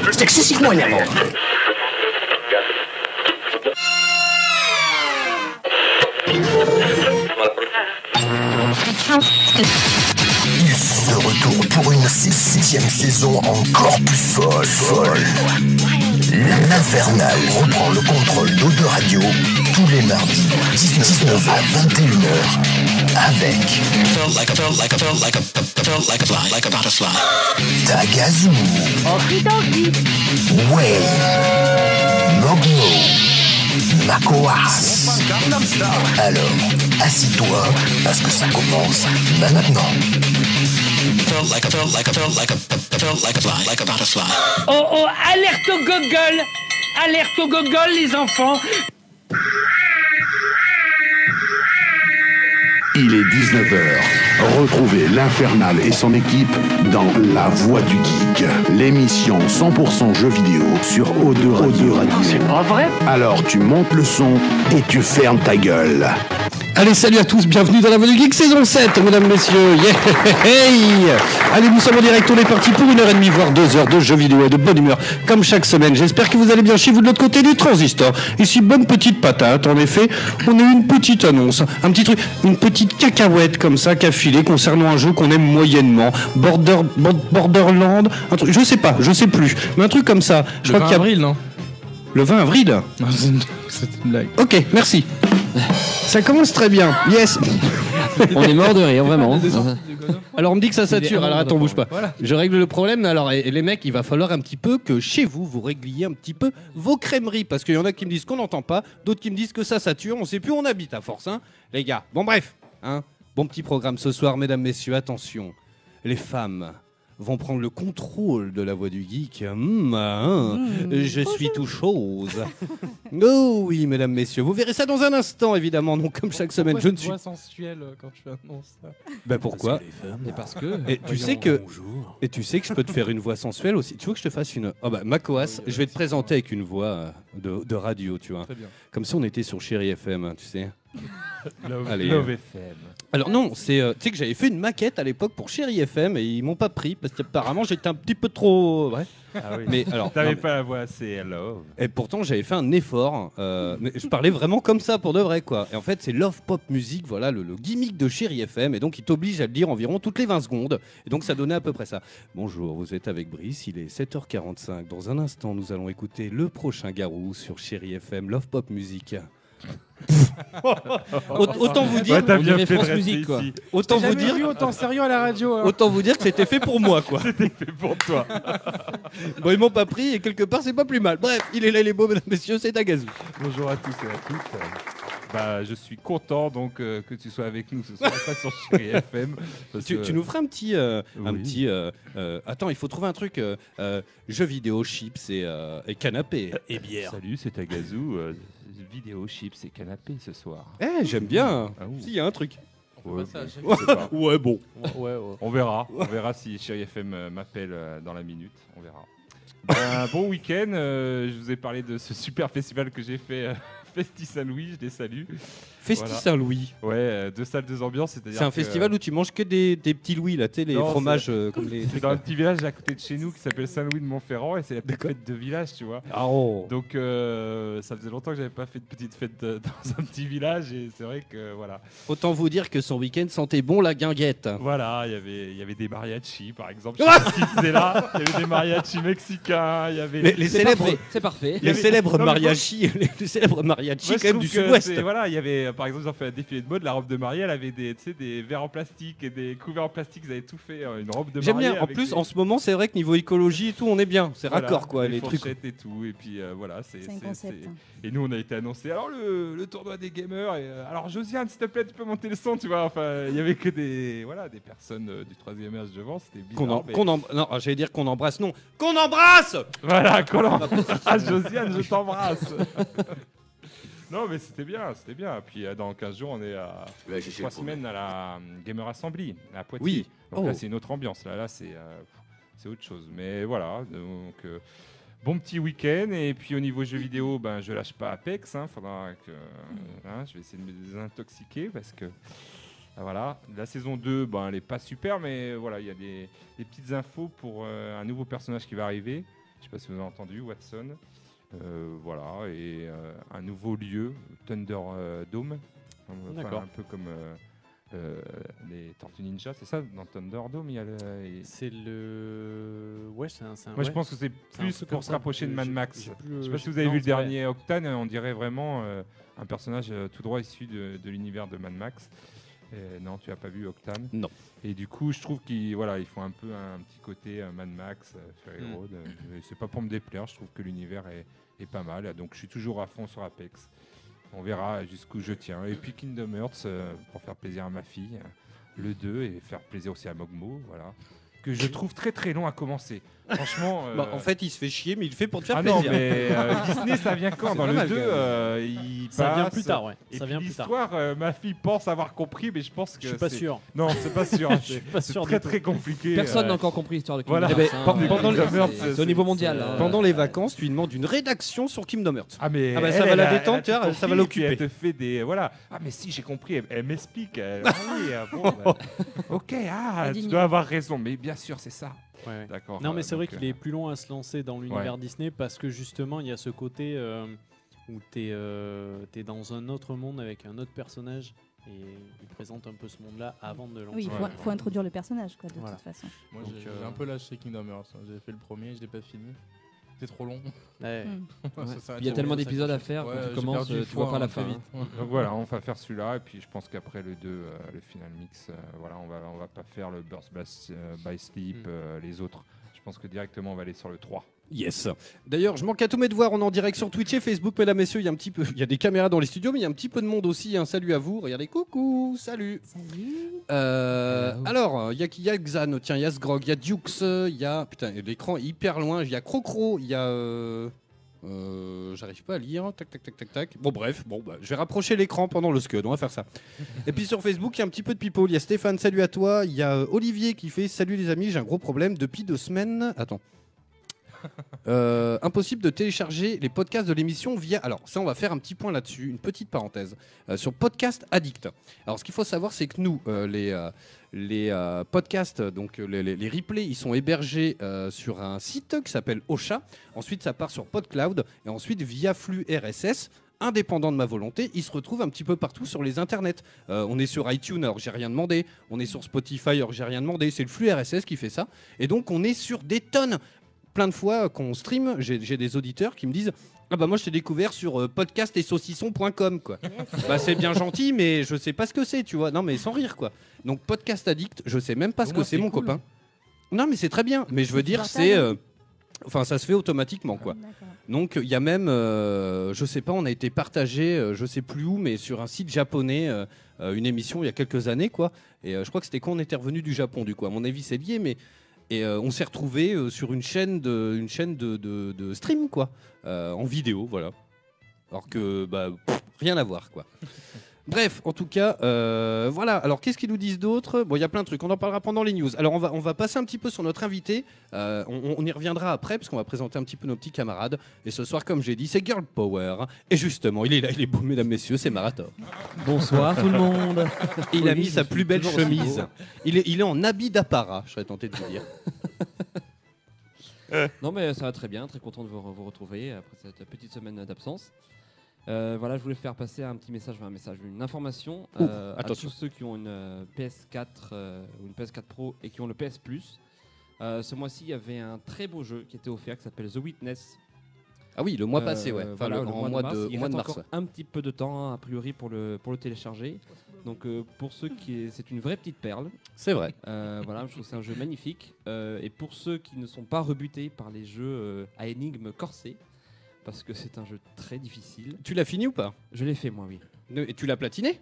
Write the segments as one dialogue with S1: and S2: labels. S1: semuanya kok.
S2: Ils se retournent pour une six- sixième saison encore plus folle. folle. L'Infernal reprend le contrôle d'Ode Radio tous les mardis, 19, 19 à 21h, avec Tagazu, Wayne, Mogno, Makoas. Alors, assis-toi, parce que ça commence maintenant.
S3: Oh oh, alerte au gogol Alerte au gogol les enfants
S4: Il est 19h. Retrouvez l'Infernal et son équipe dans La Voix du Geek, l'émission 100% jeux vidéo sur O2 Radio. C'est pas vrai Alors tu montes le son et tu fermes ta gueule.
S5: Allez, salut à tous, bienvenue dans la Voix du Geek saison 7, mesdames, messieurs. Yeah, hey, hey. Allez, nous sommes en direct, on est parti pour une heure et demie, voire deux heures de jeux vidéo et de bonne humeur, comme chaque semaine. J'espère que vous allez bien chez vous de l'autre côté du transistor. Ici, bonne petite patate, en effet, on a eu une petite annonce, un petit truc, une petite cacahuète comme ça qu'a filé concernant un jeu qu'on aime moyennement. Border, Bor- Borderland, un truc, je sais pas, je sais plus, mais un truc comme ça. Je
S6: Le
S5: crois
S6: 20
S5: qu'il y a-
S6: avril, non
S5: Le 20 avril
S6: Non, c'est une- c'est une blague.
S5: Ok, merci. Ça commence très bien, yes
S7: On est mort de rire, vraiment.
S8: Alors on me dit que ça
S7: Il est
S8: sature, alors
S7: énorme,
S8: attends, bouge pas.
S6: Voilà.
S8: Je règle le problème, alors et- et les mecs, il va falloir un petit peu que chez vous, vous régliez un petit peu vos crèmeries, parce qu'il y en a qui me disent qu'on n'entend pas, d'autres qui me disent que ça sature, on sait plus où on habite à force, hein, les gars. Bon bref, hein, bon petit programme ce soir, mesdames, messieurs, attention, les femmes vont prendre le contrôle de la voix du geek. Hum, hein, je suis tout chose. oh oui, mesdames, messieurs, vous verrez ça dans un instant, évidemment, non comme chaque semaine, je ne suis...
S6: voix sensuelle euh, quand tu annonces ça.
S8: Ben pourquoi
S7: Mais parce que.
S8: et tu sais que et tu sais que je peux te faire une voix sensuelle aussi. Tu veux que je te fasse une Oh bah Macoas, je vais te présenter avec une voix euh, de, de radio, tu vois.
S6: Très bien.
S8: Comme si on était sur Chéri FM, hein, tu sais.
S6: Love,
S8: Allez.
S6: Love FM.
S8: Alors non, c'est euh, tu sais que j'avais fait une maquette à l'époque pour Chéri FM et ils m'ont pas pris parce qu'apparemment j'étais un petit peu trop ouais.
S9: Ah oui.
S8: Mais alors non,
S9: T'avais
S8: mais-
S9: pas la voix assez love.
S8: et pourtant j'avais fait un effort euh, mais je parlais vraiment comme ça pour de vrai quoi. Et en fait, c'est Love Pop Music, voilà le, le gimmick de Chéri FM et donc il t'oblige à le dire environ toutes les 20 secondes. Et donc ça donnait à peu près ça. Bonjour, vous êtes avec Brice, il est 7h45. Dans un instant, nous allons écouter le prochain Garou sur Chéri FM, Love Pop Music. Aut- autant vous dire,
S9: Ouais, t'as
S7: on
S9: bien
S7: dirait
S9: fait de
S7: France
S9: rester
S7: Musique, quoi.
S9: ici.
S8: autant vous
S6: Jamais
S8: dire,
S6: vu autant sérieux à la radio. hein.
S8: autant vous dire que c'était fait pour moi quoi.
S9: C'est pour toi.
S8: Bon, ils m'ont pas pris et quelque part c'est pas plus mal. Bref, il est là, il est beau, mesdames, messieurs, c'est Tagazu.
S9: Bonjour à tous et à toutes. Bah, je suis content donc euh, que tu sois avec nous ce soir, pas sur Chéri FM. parce
S8: Tu,
S9: que-
S8: tu nous feras un petit, euh, un
S9: Oui.
S8: petit. euh, euh, attends, il faut trouver un truc. euh, euh, jeux vidéo, chips et, euh, et canapé et bière.
S9: Salut, c'est Agazou. euh, vidéo chips et canapé ce soir.
S8: Eh, j'aime bien.
S9: Ah, ouh.
S8: S'il y a un truc.
S9: Ouais,
S6: ça,
S9: bon, je sais pas.
S8: Ouais, bon.
S6: Ouais, ouais.
S9: On verra. On verra si Chéri FM euh, m'appelle euh, dans la minute. On verra. Ben, bon week-end. euh, je vous ai parlé de ce super festival que j'ai fait. euh, Festi Saint-Louis, je les salue.
S8: Festi
S9: Voilà.
S8: Saint-Louis.
S9: Ouais, euh, deux salles, deux ambiances. C'est-à-dire
S8: C'est un
S9: que,
S8: festival où tu manges que des, des petits louis, là, tu sais, les
S9: Non,
S8: fromages euh, comme les.
S9: C'est dans un petit village à côté de chez nous qui s'appelle Saint-Louis de Montferrand et c'est la petite fête de village, tu vois.
S8: Ah, oh.
S9: Donc euh, ça faisait longtemps que j'avais pas fait de petite fête euh, dans un petit village et c'est vrai que voilà.
S8: Autant vous dire que son week-end sentait bon la guinguette.
S9: Voilà, il y avait- il y avait des mariachis par exemple, je sais pas ce qu'ils faisaient là. Il y avait des mariachis mexicains, il y avait...
S8: Les, les
S7: C'est
S8: célèbres,
S7: parfait, C'est parfait.
S8: les
S9: avait-
S8: célèbres
S9: Non, mais moi-
S8: mariachis, les, les célèbres mariachis
S9: Moi, je
S8: quand même
S9: trouve
S8: du
S9: que
S8: sud-ouest.
S9: c'est- Voilà, il y avait euh, par exemple, ils ont fait un défilé de mode, la robe de mariée, elle avait des, tu sais, des verres en plastique et des couverts en plastique, ils avaient tout fait, euh, une robe de mariée.
S8: J'aime bien. En
S9: avec
S8: plus,
S9: des-
S8: en ce moment, c'est vrai que niveau écologie et tout, on est bien. C'est
S9: voilà,
S8: raccord, quoi,
S9: des
S8: les trucs.
S9: fourchettes et tout, et puis euh, voilà, c'est...
S10: C'est un
S9: c'est-
S10: concept.
S9: c'est- Et nous, on a été annoncé. Alors, le, le tournoi des gamers. et, euh, alors, Josiane, s'il te plaît, tu peux monter le son, tu vois. Enfin, il y avait que des, voilà, des personnes euh, du troisième âge devant. C'était bizarre.
S8: Qu'on en,
S9: mais-
S8: qu'on em- non, ah, j'allais dire qu'on embrasse, non. Qu'on embrasse
S9: Euh. Voilà, qu'on en- Ah, Josiane, je t'embrasse. non, mais c'était bien, c'était bien. Puis, euh, dans 15 jours, on est à trois semaines à la euh, Gamer Assembly, à Poitiers.
S8: Oui.
S9: Donc
S8: Oh.
S9: là, c'est une autre ambiance. Là, là c'est euh, pff, c'est autre chose. Mais voilà, donc euh, bon petit week-end. Et puis au niveau jeux vidéo, ben, je lâche pas Apex. Hein, faudra que,
S8: Hmm.
S9: hein, je vais essayer de me désintoxiquer parce que ah, voilà, la saison 2, ben, elle est pas super, mais voilà, il y a des, des petites infos pour euh, un nouveau personnage qui va arriver. Je sais pas si vous avez entendu, Watson. Euh, voilà, et euh, un nouveau lieu, Thunder euh, Dome. Enfin,
S8: D'accord.
S9: Un peu comme euh, euh, les Tortues Ninja, c'est ça Dans Thunder Dome, il y a le. il-
S6: C'est le. Ouais, c'est un. c'est un-
S9: Moi, je
S6: ouais.
S9: pense que c'est
S6: C'est un
S9: plus
S6: truc
S9: pour
S6: comme
S9: se
S6: ça.
S9: rapprocher de
S6: Je-
S9: Mad
S6: j'ai-
S9: Max.
S6: j'ai plus,
S9: Je sais
S6: euh,
S9: pas si
S6: j'ai-
S9: vous avez
S6: non,
S9: vu le
S6: c'est vrai.
S9: dernier Octane, euh, on dirait vraiment euh, un personnage euh, tout droit issu de, de l'univers de Mad Max. Euh, non, tu as pas vu Octane
S8: Non.
S9: Et du coup, je trouve qu'ils voilà, ils font un peu un petit côté euh, Mad Max, euh, Fury
S8: Mm.
S9: Road. euh, mais c'est pas pour me déplaire, je trouve que l'univers est, est pas mal. euh, Donc, je suis toujours à fond sur Apex. On verra jusqu'où je tiens. Et puis Kingdom Hearts, euh, pour faire plaisir à ma fille, euh, le 2, et faire plaisir aussi à Mogmo, voilà. Que je trouve très très long à commencer. Franchement.
S8: Bah,
S9: euh,
S8: en fait, il se fait chier, mais il le fait pour te faire
S9: ah
S8: plaisir.
S9: non, mais euh, Disney, ça vient quand
S8: C'est
S9: Dans
S8: pas
S9: le
S8: mal,
S9: 2,
S8: quand même.
S9: euh, il passe.
S6: Ça vient plus tard, ouais.
S9: Et
S6: Ça
S9: puis
S6: vient plus tard.
S9: l'histoire, euh, ma fille pense avoir compris, mais je pense que.
S6: Je suis pas
S9: c'est-
S6: sûr.
S9: Non, c'est pas sûr.
S6: Je suis pas
S9: C'est
S6: sûr
S9: très
S6: du tout.
S9: très compliqué.
S7: Personne
S9: euh,
S7: n'a encore compris l'histoire de Kingdom
S9: Voilà.
S6: Eh
S8: Eh
S6: ben,
S8: ben,
S7: Hearts, hein.
S9: Pendant- pendant le-
S7: C'est-
S9: Ah, c'est-
S7: C'est au niveau mondial. hein.
S8: Pendant les vacances, tu lui demandes une rédaction sur Kingdom Hearts.
S9: Ah mais
S8: Ah bah, ça
S9: elle,
S8: va la
S9: elle a-
S8: détendre,
S9: elle a
S8: tu vois,
S9: tout
S8: ça va
S9: compris,
S8: l'occuper.
S9: puis Elle te fait des voilà. Ah mais si j'ai compris, elle, elle m'explique. elle- ah oui, ah bon, bah, ok, ah tu
S1: Indignée.
S9: dois avoir raison, mais bien sûr c'est ça.
S6: Ouais, ouais.
S9: D'accord.
S6: Non,
S9: euh,
S6: mais c'est vrai
S9: donc,
S6: qu'il est plus long à se lancer dans l'univers Disney parce que justement, il y a ce côté euh, où t'es euh, t'es dans un autre monde avec un autre personnage et il présente un peu ce monde-là avant de le lancer.
S1: Oui, il faut,
S9: Ouais.
S1: faut introduire le personnage, quoi, de
S6: Voilà.
S1: toute façon.
S10: Moi,
S6: Donc,
S10: j'ai
S6: euh,
S10: j'ai un peu lâché Kingdom Hearts. hein. J'ai fait le premier, je l'ai pas fini. C'est trop long.
S6: Ouais.
S1: Mm.
S10: Ça s'arrête
S7: Il y a
S10: trop
S7: tellement
S10: vite, ça
S7: d'épisodes à
S10: coûte cher.
S7: faire, quand tu
S10: j'ai
S7: commences,
S10: perdu
S7: euh,
S10: le
S7: tu vois
S10: foin,
S7: pas la
S10: hein, très
S7: fin,
S10: vite.
S9: euh, donc voilà, on va faire celui-là et puis je pense qu'après le 2, euh, le final mix, euh, voilà, on va on va pas faire le Burst by, euh, by Sleep,
S6: Mm.
S9: euh, les autres. Je pense que directement on va aller sur le 3.
S8: Yes. D'ailleurs, je manque à tous mes devoirs. On est en direct sur Twitch et Facebook, mesdames, messieurs. Il y a un petit peu, il y a des caméras dans les studios, mais il y a un petit peu de monde aussi. Un salut à vous. Regardez, coucou, salut.
S1: Salut
S8: Euh, alors, il y a, qui- il y a Xan, tiens, il y a Sgrog, il y a Dukes, euh, il y a. Putain, l'écran est hyper loin, il y a Crocro, il y a. euh, euh, J'arrive pas à lire, tac, tac, tac, tac, tac. Bon, bref, bon, bah, je vais rapprocher l'écran pendant le scud, on va faire ça. Et puis sur Facebook, il y a un petit peu de people, il y a Stéphane, salut à toi, il y a euh, Olivier qui fait Salut les amis, j'ai un gros problème depuis deux semaines. Attends. Euh, impossible de télécharger les podcasts de l'émission via. Alors, ça, on va faire un petit point là-dessus, une petite parenthèse, euh, sur Podcast Addict. Alors, ce qu'il faut savoir, c'est que nous, euh, les, euh, les euh, podcasts, donc euh, les, les- les replays, ils sont hébergés euh, sur un site qui s'appelle Ocha. Ensuite, ça part sur PodCloud et ensuite via flux RSS. Indépendant de ma volonté, ils se retrouvent un petit peu partout sur les internets. Euh, on est sur iTunes, alors j'ai rien demandé. On est sur Spotify, alors j'ai rien demandé. C'est le flux RSS qui fait ça. Et donc, on est sur des tonnes. Plein de fois euh, qu'on stream, j'ai j'ai des auditeurs qui me disent Ah bah moi je t'ai découvert sur euh, podcastetsaucissons.com quoi. Bah c'est bien gentil, mais je sais pas ce que c'est, tu vois. Non, mais sans rire, quoi. Donc, podcast addict, je sais même pas ce
S10: Au
S8: que
S10: moins,
S8: c'est,
S10: c'est
S8: mon
S10: cool.
S8: copain. Non, mais c'est très bien. Mais je veux dire,
S1: partages.
S8: c'est. euh, Enfin, ça se fait automatiquement, quoi.
S1: D'accord.
S8: Donc, il y a même. euh, je sais pas, on a été partagé, euh, je sais plus où, mais sur un site japonais, euh, euh, une émission il y a quelques années, quoi. Et euh, je crois que c'était quand on était revenu du Japon, du coup. À mon avis, c'est lié, mais. Et euh, on s'est retrouvé sur une chaîne de, une chaîne de, de- de stream, quoi. Euh, en vidéo, voilà. Alors que, bah, pff, rien à voir, quoi. Bref, en tout cas, euh, voilà. Alors, qu'est-ce qu'ils nous disent d'autre Bon, il y a plein de trucs. On en parlera pendant les news. Alors, on va, on va passer un petit peu sur notre invité. Euh, on, on y reviendra après, parce qu'on va présenter un petit peu nos petits camarades. Et ce soir, comme j'ai dit, c'est Girl Power. Et justement, il est là, il est beau, mesdames, messieurs, c'est Marator.
S7: Bonsoir tout le monde.
S8: Il a
S7: Oui,
S8: mis
S7: je
S8: sa
S7: suis
S8: plus belle
S7: toujours aussi
S8: chemise.
S7: beau.
S8: Il est, il est en habit d'apparat, je serais tenté de vous dire.
S7: Non mais ça va très bien, très content de vous, re- vous retrouver euh, après cette petite semaine d'absence. Euh, voilà, je voulais faire passer un petit message, enfin, un message, une information euh, à
S8: attention.
S7: tous ceux qui ont une euh, PS4 euh, ou une PS4 Pro et qui ont le PS Plus. Euh, ce mois-ci, il y avait un très beau jeu qui était offert qui s'appelle The Witness.
S8: Ah oui, le mois
S7: Euh,
S8: passé, ouais. Enfin,
S7: voilà,
S8: le,
S7: le
S8: en mois de,
S7: Il
S8: au mois de
S7: reste
S8: mars.
S7: encore un petit peu de temps a priori pour le pour le télécharger. Donc euh, pour ceux qui, c'est une vraie petite perle.
S8: C'est vrai.
S7: Euh, voilà, je trouve que c'est un jeu magnifique. Euh, et pour ceux qui ne sont pas rebutés par les jeux euh, à énigmes corsées, parce que c'est un jeu très difficile,
S8: Tu l'as fini ou pas
S7: je l'ai fait moi, oui.
S8: Ne- Et tu l'as platiné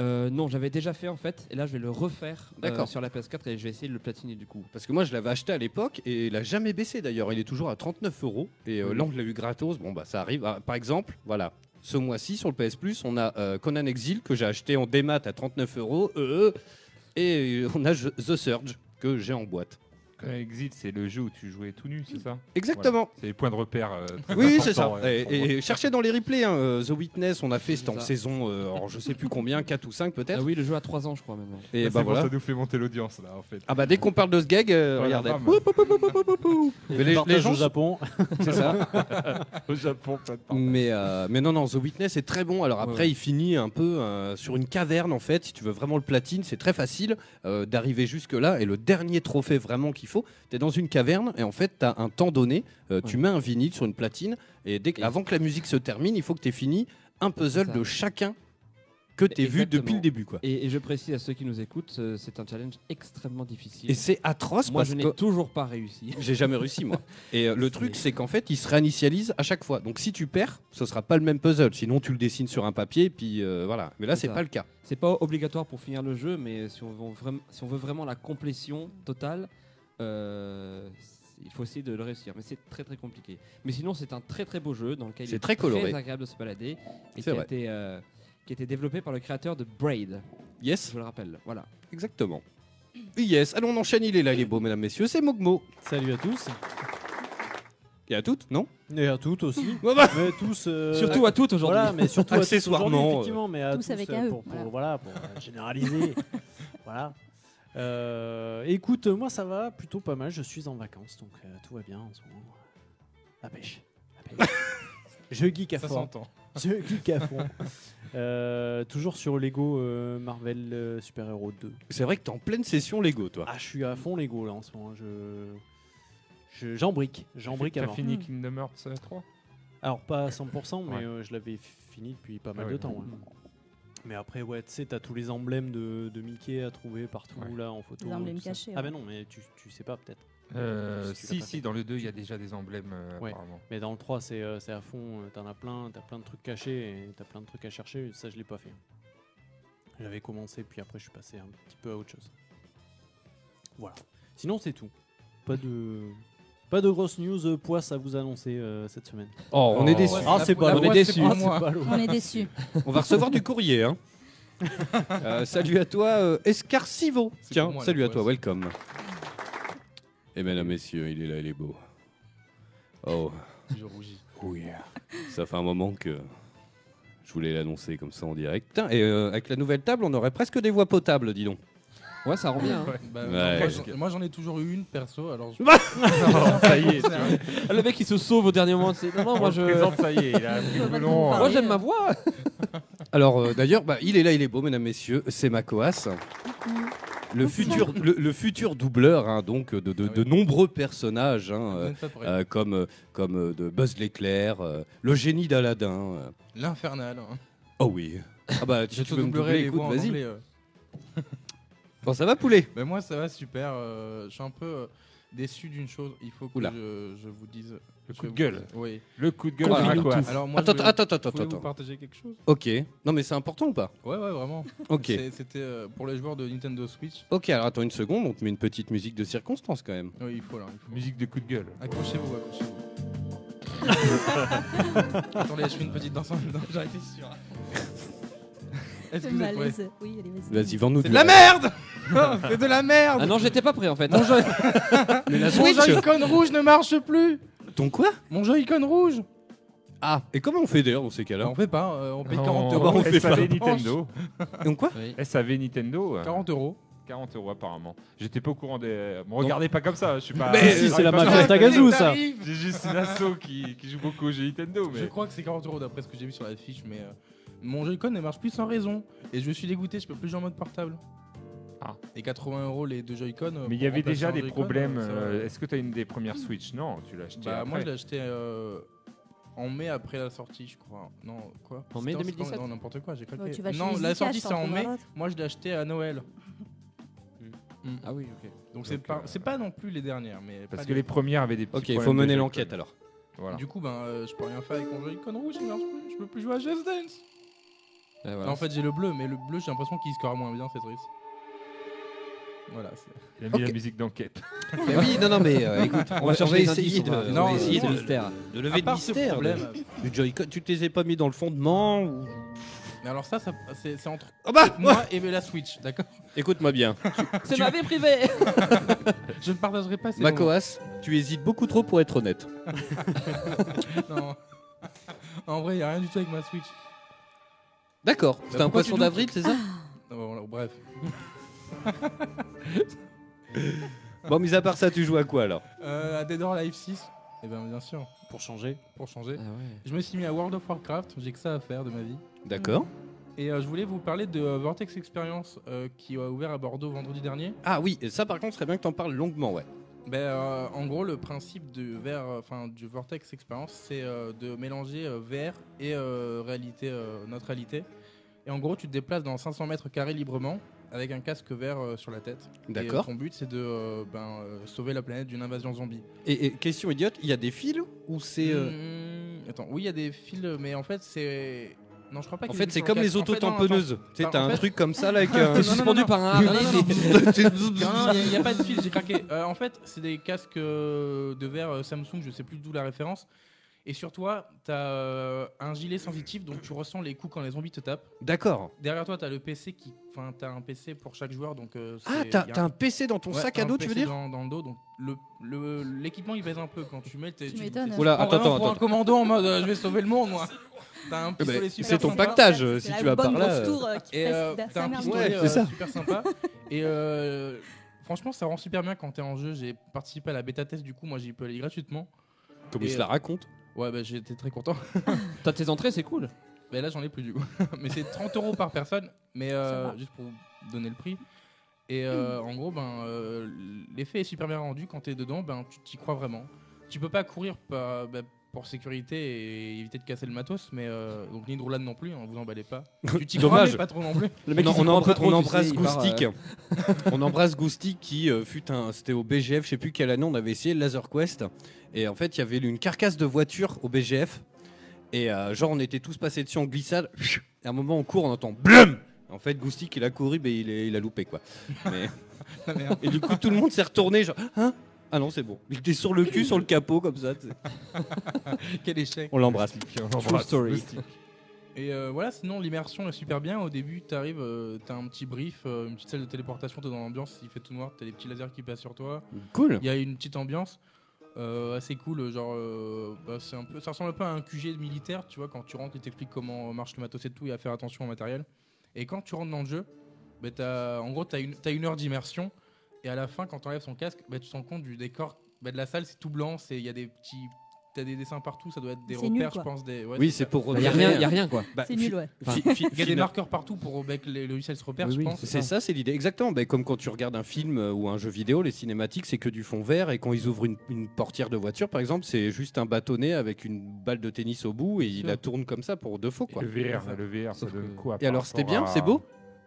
S7: Euh, non, j'avais déjà fait en fait, et là je vais le refaire euh,
S8: D'accord.
S7: sur la PS4 et je vais essayer de le platiner du coup.
S8: Parce que moi, je l'avais acheté à l'époque et il a jamais baissé d'ailleurs. Il est toujours à 39 euros. Et euh, là, on l'a eu gratos. Bon, bah, ça arrive. Ah, par exemple, voilà. Ce mois-ci, sur le PS Plus, on a euh, Conan Exil que j'ai acheté en démat à 39 euros. euh, euh, Et euh, on a je- The Surge que j'ai en boîte.
S9: euh, Exit, c'est le jeu où tu jouais tout nu, c'est ça
S8: Exactement.
S9: Voilà. C'est les points de repère. euh, très
S8: Oui, oui, c'est ça.
S9: importants, ouais,
S8: Et,
S9: pour moi.
S8: et cherchez dans les replays. hein, euh, The Witness, on a fait, c'était en
S7: ça.
S8: saison, euh, alors, je sais plus combien, 4 ou 5
S7: Ah
S8: peut-être.
S7: oui, le jeu a 3 ans, je crois maintenant.
S8: Et bah
S9: Ouais, c'est bon,
S8: voilà.
S9: ça nous fait monter l'audience là en fait.
S8: Ah bah dès qu'on parle de ce gag, euh,
S9: Voilà,
S8: regardez.
S9: bam.
S8: Pou, pou, pou, pou, pou, pou, pou. Mais les, les
S6: Reportage
S8: gens,
S6: au Japon.
S8: c'est ça.
S9: Au Japon, pas de parole.
S8: Mais, euh, mais non, non, The Witness est très bon. Alors
S7: Ouais,
S8: après,
S7: ouais.
S8: il finit un peu euh, sur une caverne en fait. Si tu veux vraiment le platine, c'est très facile euh, d'arriver jusque là. Et le dernier trophée vraiment qu'il faut, t'es dans une caverne et en fait t'as un temps donné. euh, Tu mets un vinyle sur une platine et dès que-
S7: Et-
S8: avant que la musique se termine, il faut que t'aies fini un puzzle
S7: C'est ça.
S8: de chacun que t'aies vu
S7: Exactement.
S8: depuis le début quoi.
S7: Et, et je précise à ceux qui nous écoutent, euh, c'est un challenge extrêmement difficile.
S8: Et c'est atroce
S7: Moi,
S8: parce
S7: je
S8: que
S7: n'ai toujours pas réussi.
S8: J'ai jamais réussi, moi. Et euh, le truc, c'est qu'en fait, il se réinitialise à chaque fois. Donc, si tu perds, ce sera pas le même puzzle. Sinon, tu le dessines sur un papier, puis euh, voilà. Mais là,
S7: C'est
S8: c'est
S7: ça.
S8: pas le cas.
S7: C'est pas obligatoire pour finir le jeu, mais si on veut, vraim- si on veut vraiment la complétion totale, euh, c'est- il faut essayer de le réussir. Mais c'est très très compliqué. Mais sinon, c'est un très très beau jeu dans lequel il
S8: C'est
S7: est
S8: très coloré.
S7: agréable de se balader et
S8: C'est
S7: qui a,
S8: vrai.
S7: été, euh, qui a été développé par le créateur de Braid.
S8: Yes,
S7: Je le rappelle. Voilà.
S8: exactement. Yes, allons, on enchaîne. Il est là, il est beau, mesdames, messieurs. C'est Mogmo.
S6: Salut à tous.
S8: Et à toutes, non
S6: Et à toutes aussi.
S8: Ouais, bah.
S6: Mais tous. euh,
S7: Surtout à toutes aujourd'hui.
S6: Voilà, mais surtout à tous
S8: Accessoirement,
S6: aujourd'hui,
S8: euh,
S6: effectivement, mais à
S3: tous avec un E,
S6: pour, pour-
S3: voilà.
S6: voilà, pour, euh, généraliser. voilà. Euh, écoute, moi ça va plutôt pas mal. Je suis en vacances, donc euh, tout va bien en ce moment. La pêche. La pêche. je geek à
S9: Ça
S6: fond.
S9: s'entend.
S6: Je geek à fond. Euh, toujours sur Lego euh, Marvel euh, Super Hero 2.
S8: C'est vrai que t'es en pleine session Lego, toi.
S6: Ah, je suis à fond Lego là en ce moment. Je je- j'embrique, j'embrique
S9: T'as
S6: avant.
S9: fini Kingdom Hearts euh, 3
S6: Alors pas à 100%, mais
S9: Ouais.
S6: euh, je l'avais fini depuis pas mal
S9: Ah
S6: de
S9: oui.
S6: temps. ouais. Mais après, ouais, tu sais, t'as tous les emblèmes de, de Mickey à trouver partout
S9: Ouais.
S6: là en photo.
S3: Les emblèmes
S6: tout ça.
S3: cachés,
S6: Ah
S3: ouais.
S6: ben non, mais tu, tu sais pas peut-être.
S9: Euh,
S6: Si tu l'as
S9: Si,
S6: pas
S9: si,
S6: fait.
S9: dans le 2, il y a déjà des emblèmes euh,
S6: Ouais.
S9: apparemment.
S6: Mais dans le 3, c'est euh, c'est à fond, euh, t'en as plein, t'as plein de trucs cachés et t'as plein de trucs à chercher. Ça, je l'ai pas fait. J'avais commencé, puis après, je suis passé un petit peu à autre chose. Voilà. Sinon, c'est tout. Pas de. Pas de grosses news euh, poisse à vous annoncer euh, cette semaine.
S8: Oh, on est
S9: Oh.
S8: déçus.
S9: Ouais.
S6: Ah, c'est pas
S8: la
S6: lourd.
S8: poisse, c'est
S6: Ah,
S8: pour
S6: c'est
S10: moi.
S6: pas lourd.
S3: On est déçus.
S8: On va recevoir du courrier, hein. Euh, salut à toi, euh, Escarcivo.
S10: C'est
S8: Tiens,
S10: pour moi, la
S8: salut à toi,
S10: poisse.
S8: welcome. Et mesdames, messieurs, il est là, il est beau. Oh.
S10: Je rougis.
S8: Oui. Ça fait un moment que je voulais l'annoncer comme ça en direct. Putain, et euh, avec la nouvelle table, on aurait presque des voix potables, dis donc.
S7: Ouais, ça rend bien. hein.
S10: Bah,
S8: Ouais.
S10: moi, j'en- Moi, j'en ai toujours eu une perso, alors. Je...
S9: ça y est,
S7: Ah, Le mec, il se sauve au dernier moment. c'est- Non, non, moi je.
S9: présente, ça y est, il a pris
S3: Faut
S9: le
S3: pas
S9: melon. euh,
S3: trop
S7: Moi j'aime ma voix.
S8: Alors euh, d'ailleurs, bah, il est là, il est beau, mesdames, messieurs, c'est Macoas. Le futur, le, le futur doubleur hein, donc de, de-
S10: Ah oui.
S8: de nombreux personnages hein, euh,
S10: Même pas pour elle.
S8: euh, comme, euh, comme euh, de Buzz l'éclair, euh, le génie d'Aladin. euh.
S10: L'infernal. hein.
S8: Oh oui. Ah bah tu,
S10: Je
S8: tu
S10: te
S8: peux me
S10: doublerai
S8: doubler,
S10: les
S8: écoute,
S10: voix en
S8: vas-y.
S10: anglais. euh.
S8: Bon, ça va poulet
S10: Ben moi ça va super, euh, je suis un peu euh, déçu d'une chose, il faut que
S8: Oula.
S10: je, je vous dise.
S9: Le
S10: je
S9: coup de
S10: vous-
S9: gueule.
S10: Oui.
S9: Le coup de gueule
S8: Confie-nous
S9: à quoi
S10: Alors moi
S8: Attends,
S10: je voulais-
S8: attends, attends, attends,
S10: voulez-vous
S8: attends.
S10: partager quelque chose
S8: Ok. Non mais c'est important ou pas
S10: Ouais ouais vraiment.
S8: Ok.
S10: C'est- C'était euh, pour les joueurs de Nintendo Switch.
S8: Ok, alors attends une seconde, on te met une petite musique de circonstance quand même.
S10: Oui, il faut là, il faut.
S9: Musique de coup de gueule.
S10: Accrochez-vous, accrochez-vous. Attendez, je fais une petite danse en même temps, j'en étais sûr. Est-ce
S3: C'est
S10: que vous êtes prêts
S3: malaise. Oui, allez, vas-y.
S8: Vas-y, vends-nous
S10: C'est
S8: du
S10: de la merde C'est de la merde
S7: Ah non, j'étais pas prêt en fait.
S8: Mais
S10: Mon
S8: la Switch
S10: Joy-Con rouge ne marche plus
S8: Ton quoi
S10: Mon Joy-Con rouge
S8: Ah, et comment on fait d'ailleurs dans ces cas-là
S10: On fait pas, euh, on paye
S9: Non,
S10: 40
S8: bah, on
S10: euros.
S8: fait
S9: SAV
S8: pas.
S9: Nintendo.
S8: Donc quoi
S10: Oui.
S9: SAV Nintendo. euh,
S10: 40 euros.
S9: 40 euros apparemment. J'étais pas au courant des. Bon, regardez pas comme ça, je suis pas.
S8: Mais
S9: je
S8: si,
S9: suis
S6: c'est la
S9: pas-
S6: mafia. Tagazu, ça.
S10: T'arrives.
S9: J'ai juste une asso qui, qui joue beaucoup aux jeux Nintendo, mais.
S10: Je crois que c'est 40 euros d'après ce que j'ai vu sur la fiche, mais euh, mon Joy-Con ne marche plus sans raison. Et je suis dégoûté, je peux plus jouer en mode portable.
S9: Ah.
S10: Et 80 euros les deux Joy-Con. euh,
S9: Mais il y
S10: pour
S9: avait
S10: remplacer
S9: déjà
S10: un
S9: des
S10: Joy-Con,
S9: problèmes.
S10: euh, ça va.
S9: euh, Est-ce que t'as une des premières Switch Non, tu l'as acheté.
S10: bah, moi je
S9: après.
S10: l'ai acheté euh, en mai après la sortie, je crois. Non, quoi
S7: En mai
S10: C'était
S7: 2017?
S10: Non, n'importe quoi, j'ai craqué.
S3: Bon, tu vas chez
S10: non,
S3: les Zika,
S10: la sortie
S3: je
S10: c'est
S3: t'en
S10: en mai.
S3: trouverai d'autres.
S10: Moi je l'ai acheté à Noël. Mm.
S7: Ah oui, ok.
S10: Donc c'est
S9: Donc,
S10: pas,
S9: euh,
S10: c'est pas non plus les dernières, mais.
S9: Parce
S10: pas
S9: que les premières avaient des petits
S8: Ok, il faut
S9: problèmes de
S8: mener
S9: jeu.
S8: l'enquête alors.
S9: Voilà.
S10: Du coup, ben, euh, je peux rien faire avec mon Joy-Con rouge, il marche plus, je peux plus jouer à Just Dance.
S7: Ah, voilà.
S10: Non, en fait, j'ai le bleu, mais le bleu, j'ai l'impression qu'il score moins bien, c'est triste. Voilà. c'est-
S9: Il a mis
S8: Ok.
S9: la musique d'enquête.
S8: Mais oui, non, non, mais euh, écoute, on va, chercher
S7: les
S8: essayer
S7: indices,
S8: de,
S7: on va-
S8: Euh, on
S10: Non,
S8: va essayer
S10: c'est
S8: de,
S10: bon.
S8: de lever
S10: À
S8: le
S10: part ce
S8: mystère
S10: problème,
S8: de- du Joy-Con. Tu t'es pas mis dans le fondement ou...
S10: Mais alors ça, ça c'est c'est entre
S8: Oh bah
S10: moi et la Switch, d'accord
S8: Écoute-moi bien.
S11: C'est ma vie privée.
S10: Je ne partagerai pas ces moments.
S8: Macoas, tu hésites beaucoup trop pour être honnête.
S10: Non. en vrai, il n'y a rien du tout avec ma Switch.
S8: D'accord. C'était un
S10: pourquoi tu
S8: poisson
S10: doutes
S8: d'avril, c'est ça
S10: Non, bon, alors, bref. Ah.
S8: Bon, mis à part ça, tu joues à quoi alors
S10: Euh, à Dead or Alive 6, eh ben bien sûr,
S6: Pour changer.
S10: pour changer.
S7: Ah ouais.
S10: Je me suis mis à World of Warcraft, j'ai que ça à faire de ma vie.
S8: D'accord.
S10: Et euh, je voulais vous parler de euh, Vortex Experience euh, qui a ouvert à Bordeaux vendredi dernier.
S8: Ah oui, et ça par contre, serait bien que t'en parles longuement, ouais.
S10: Ben, euh, en gros, le principe du, VR, euh, enfin, du Vortex Experience, c'est euh, de mélanger euh, VR et euh, réalité, euh, notre réalité. Et en gros, tu te déplaces dans 500 mètres carrés librement avec un casque vert euh, sur la tête. Et, euh,
S8: D'accord.
S10: ton but, c'est de euh, ben, euh, sauver la planète d'une invasion zombie.
S8: euh, Et, et question idiote, il y a des fils ou c'est. euh,
S10: Mmh, Attends, oui, il y a des fils, mais en fait, c'est. Non, je crois pas
S8: En
S10: qu'il y ait
S8: fait,
S10: des
S8: c'est
S10: fils
S8: comme
S10: sur
S8: les
S10: casque. En fait, non,
S8: auto-tamponneuses. Tu sais,
S10: Bah,
S8: t'as
S10: en
S8: un
S10: fait-
S8: truc comme ça, là, avec euh, un.
S10: non,
S7: T'es
S10: non,
S7: suspendu
S10: non.
S7: par un harnais.
S10: Non, non, non.
S8: D'accord.
S10: il n'y a, pas de fil, j'ai craqué. Euh, en fait, c'est des casques euh, de verre euh, Samsung, je sais plus d'où la référence. Et sur toi, tu as un gilet sensitif, donc tu ressens les coups quand les zombies te tapent. Derrière toi, tu as le PC qui. Enfin, tu as un PC pour chaque joueur, donc. euh,
S8: Ah,
S10: c'est-
S8: t'as
S10: y a
S8: t'as
S10: un-
S8: un PC dans ton
S10: Ouais,
S8: sac à
S10: un
S8: dos, tu veux
S10: PC
S8: dire
S10: dans, dans le dos, donc le- le- l'équipement il pèse un peu quand tu mets. t'es-
S11: Tu m'étonnes.
S10: t'es-
S8: Oula,
S10: Oh,
S8: attends,
S10: vraiment,
S8: attends,
S10: pour
S8: attends.
S10: un commando en mode euh, je vais sauver le monde, moi. T'as un
S8: Eh ben,
S10: pistolet super
S8: c'est ton
S10: sympa.
S8: pactage. Tâche, euh,
S11: C'est
S8: si
S11: la
S8: tu vas par
S11: bonne
S8: là,
S11: grosse
S8: euh.
S11: tour, euh, qui
S10: Et
S11: passe
S10: euh,
S11: derrière
S10: t'as
S11: sa
S10: un
S11: mère.
S10: pistolet
S8: Ouais,
S10: euh,
S8: c'est ça.
S10: super sympa. Et euh, franchement, ça rend super bien quand t'es en jeu. J'ai participé à la bêta test, du coup, moi j'y peux aller gratuitement.
S8: Comme il
S10: Et-
S8: se la raconte.
S10: Ouais, bah j'étais très content.
S7: T'as tes entrées, c'est cool.
S10: Mais là, j'en ai plus du coup. Mais c'est 30 euros par personne. Mais euh,
S11: va.
S10: juste pour vous donner le prix. Et euh, en gros, ben, euh, l'effet est super bien rendu. Quand t'es dedans, ben, tu t'y crois vraiment. Tu peux pas courir par- ben, pour sécurité et éviter de casser le matos. Mais euh, donc, ni de roulade non plus, hein, vous emballez pas. Tu t'y crois,
S8: Dommage.
S10: mais pas trop non plus.
S7: Le
S8: Non, on, embrasse, on embrasse Goustic.
S7: Goustic.
S8: on embrasse Goustic qui euh, fut un. C'était au BGF, je sais plus quelle année, on avait essayé le Laser Quest. Et en fait, il y avait une carcasse de voiture au BGF. Et euh, genre, on était tous passés dessus en glissade. Et à un moment, on court, on entend BLUM En fait, Goustic, il a couru, mais il, est- il a loupé quoi. Mais-
S10: Ah, merde.
S8: et du coup, tout le monde s'est retourné, genre Hein Ah non, c'est bon. Il était sur le cul, sur le capot, comme ça. tu sais.
S10: Quel échec.
S8: On l'embrasse.
S10: Et euh, voilà, sinon l'immersion est super bien. Au début, t'arrives, euh, t'as un petit brief, euh, une petite salle de téléportation, t'es dans l'ambiance, il fait tout noir, t'as des petits lasers qui passent sur toi.
S8: Cool.
S10: Il y a une petite ambiance euh, assez cool, genre euh, bah, c'est un peu, ça ressemble un peu à un QG militaire, tu vois, quand tu rentres, il t'explique comment marche le matos et tout, et à faire attention au matériel. Et quand tu rentres dans le jeu, bah, t'as- en gros, t'as une, t'as une heure d'immersion, et à la fin, quand t'enlèves son casque, bah, tu te rends compte du décor bah, de la salle, c'est tout blanc, c'est- il y a des petits. T'as des dessins partout, ça doit être des
S11: C'est
S10: repères,
S11: nul,
S10: je
S11: quoi.
S10: pense. Des, ouais,
S8: Oui,
S10: c'est
S8: c'est
S10: ça.
S8: pour
S7: Il y a
S8: repérer.
S7: rien, y a rien quoi.
S8: Bah,
S11: C'est
S8: fi-
S11: nul, ouais.
S8: fi- fi-
S10: Il y a des
S8: fina-
S10: marqueurs partout pour euh, bah, que les logiciels se repèrent,
S7: Oui,
S10: je
S7: oui,
S10: pense.
S8: C'est ça, c'est l'idée. Exactement. Ben, comme quand tu regardes un film euh, ou un jeu vidéo, les cinématiques, c'est que du fond vert. Et quand ils ouvrent une, une portière de voiture, par exemple, c'est juste un bâtonnet avec une balle de tennis au bout et il
S10: sûr.
S8: la tourne comme ça pour deux faux. Quoi.
S9: Le VR, le VR, ça
S7: Sauf
S9: donne
S7: que-
S9: quoi
S8: Et
S9: par
S8: alors, c'était
S9: rapport
S8: bien
S9: à-
S8: C'est beau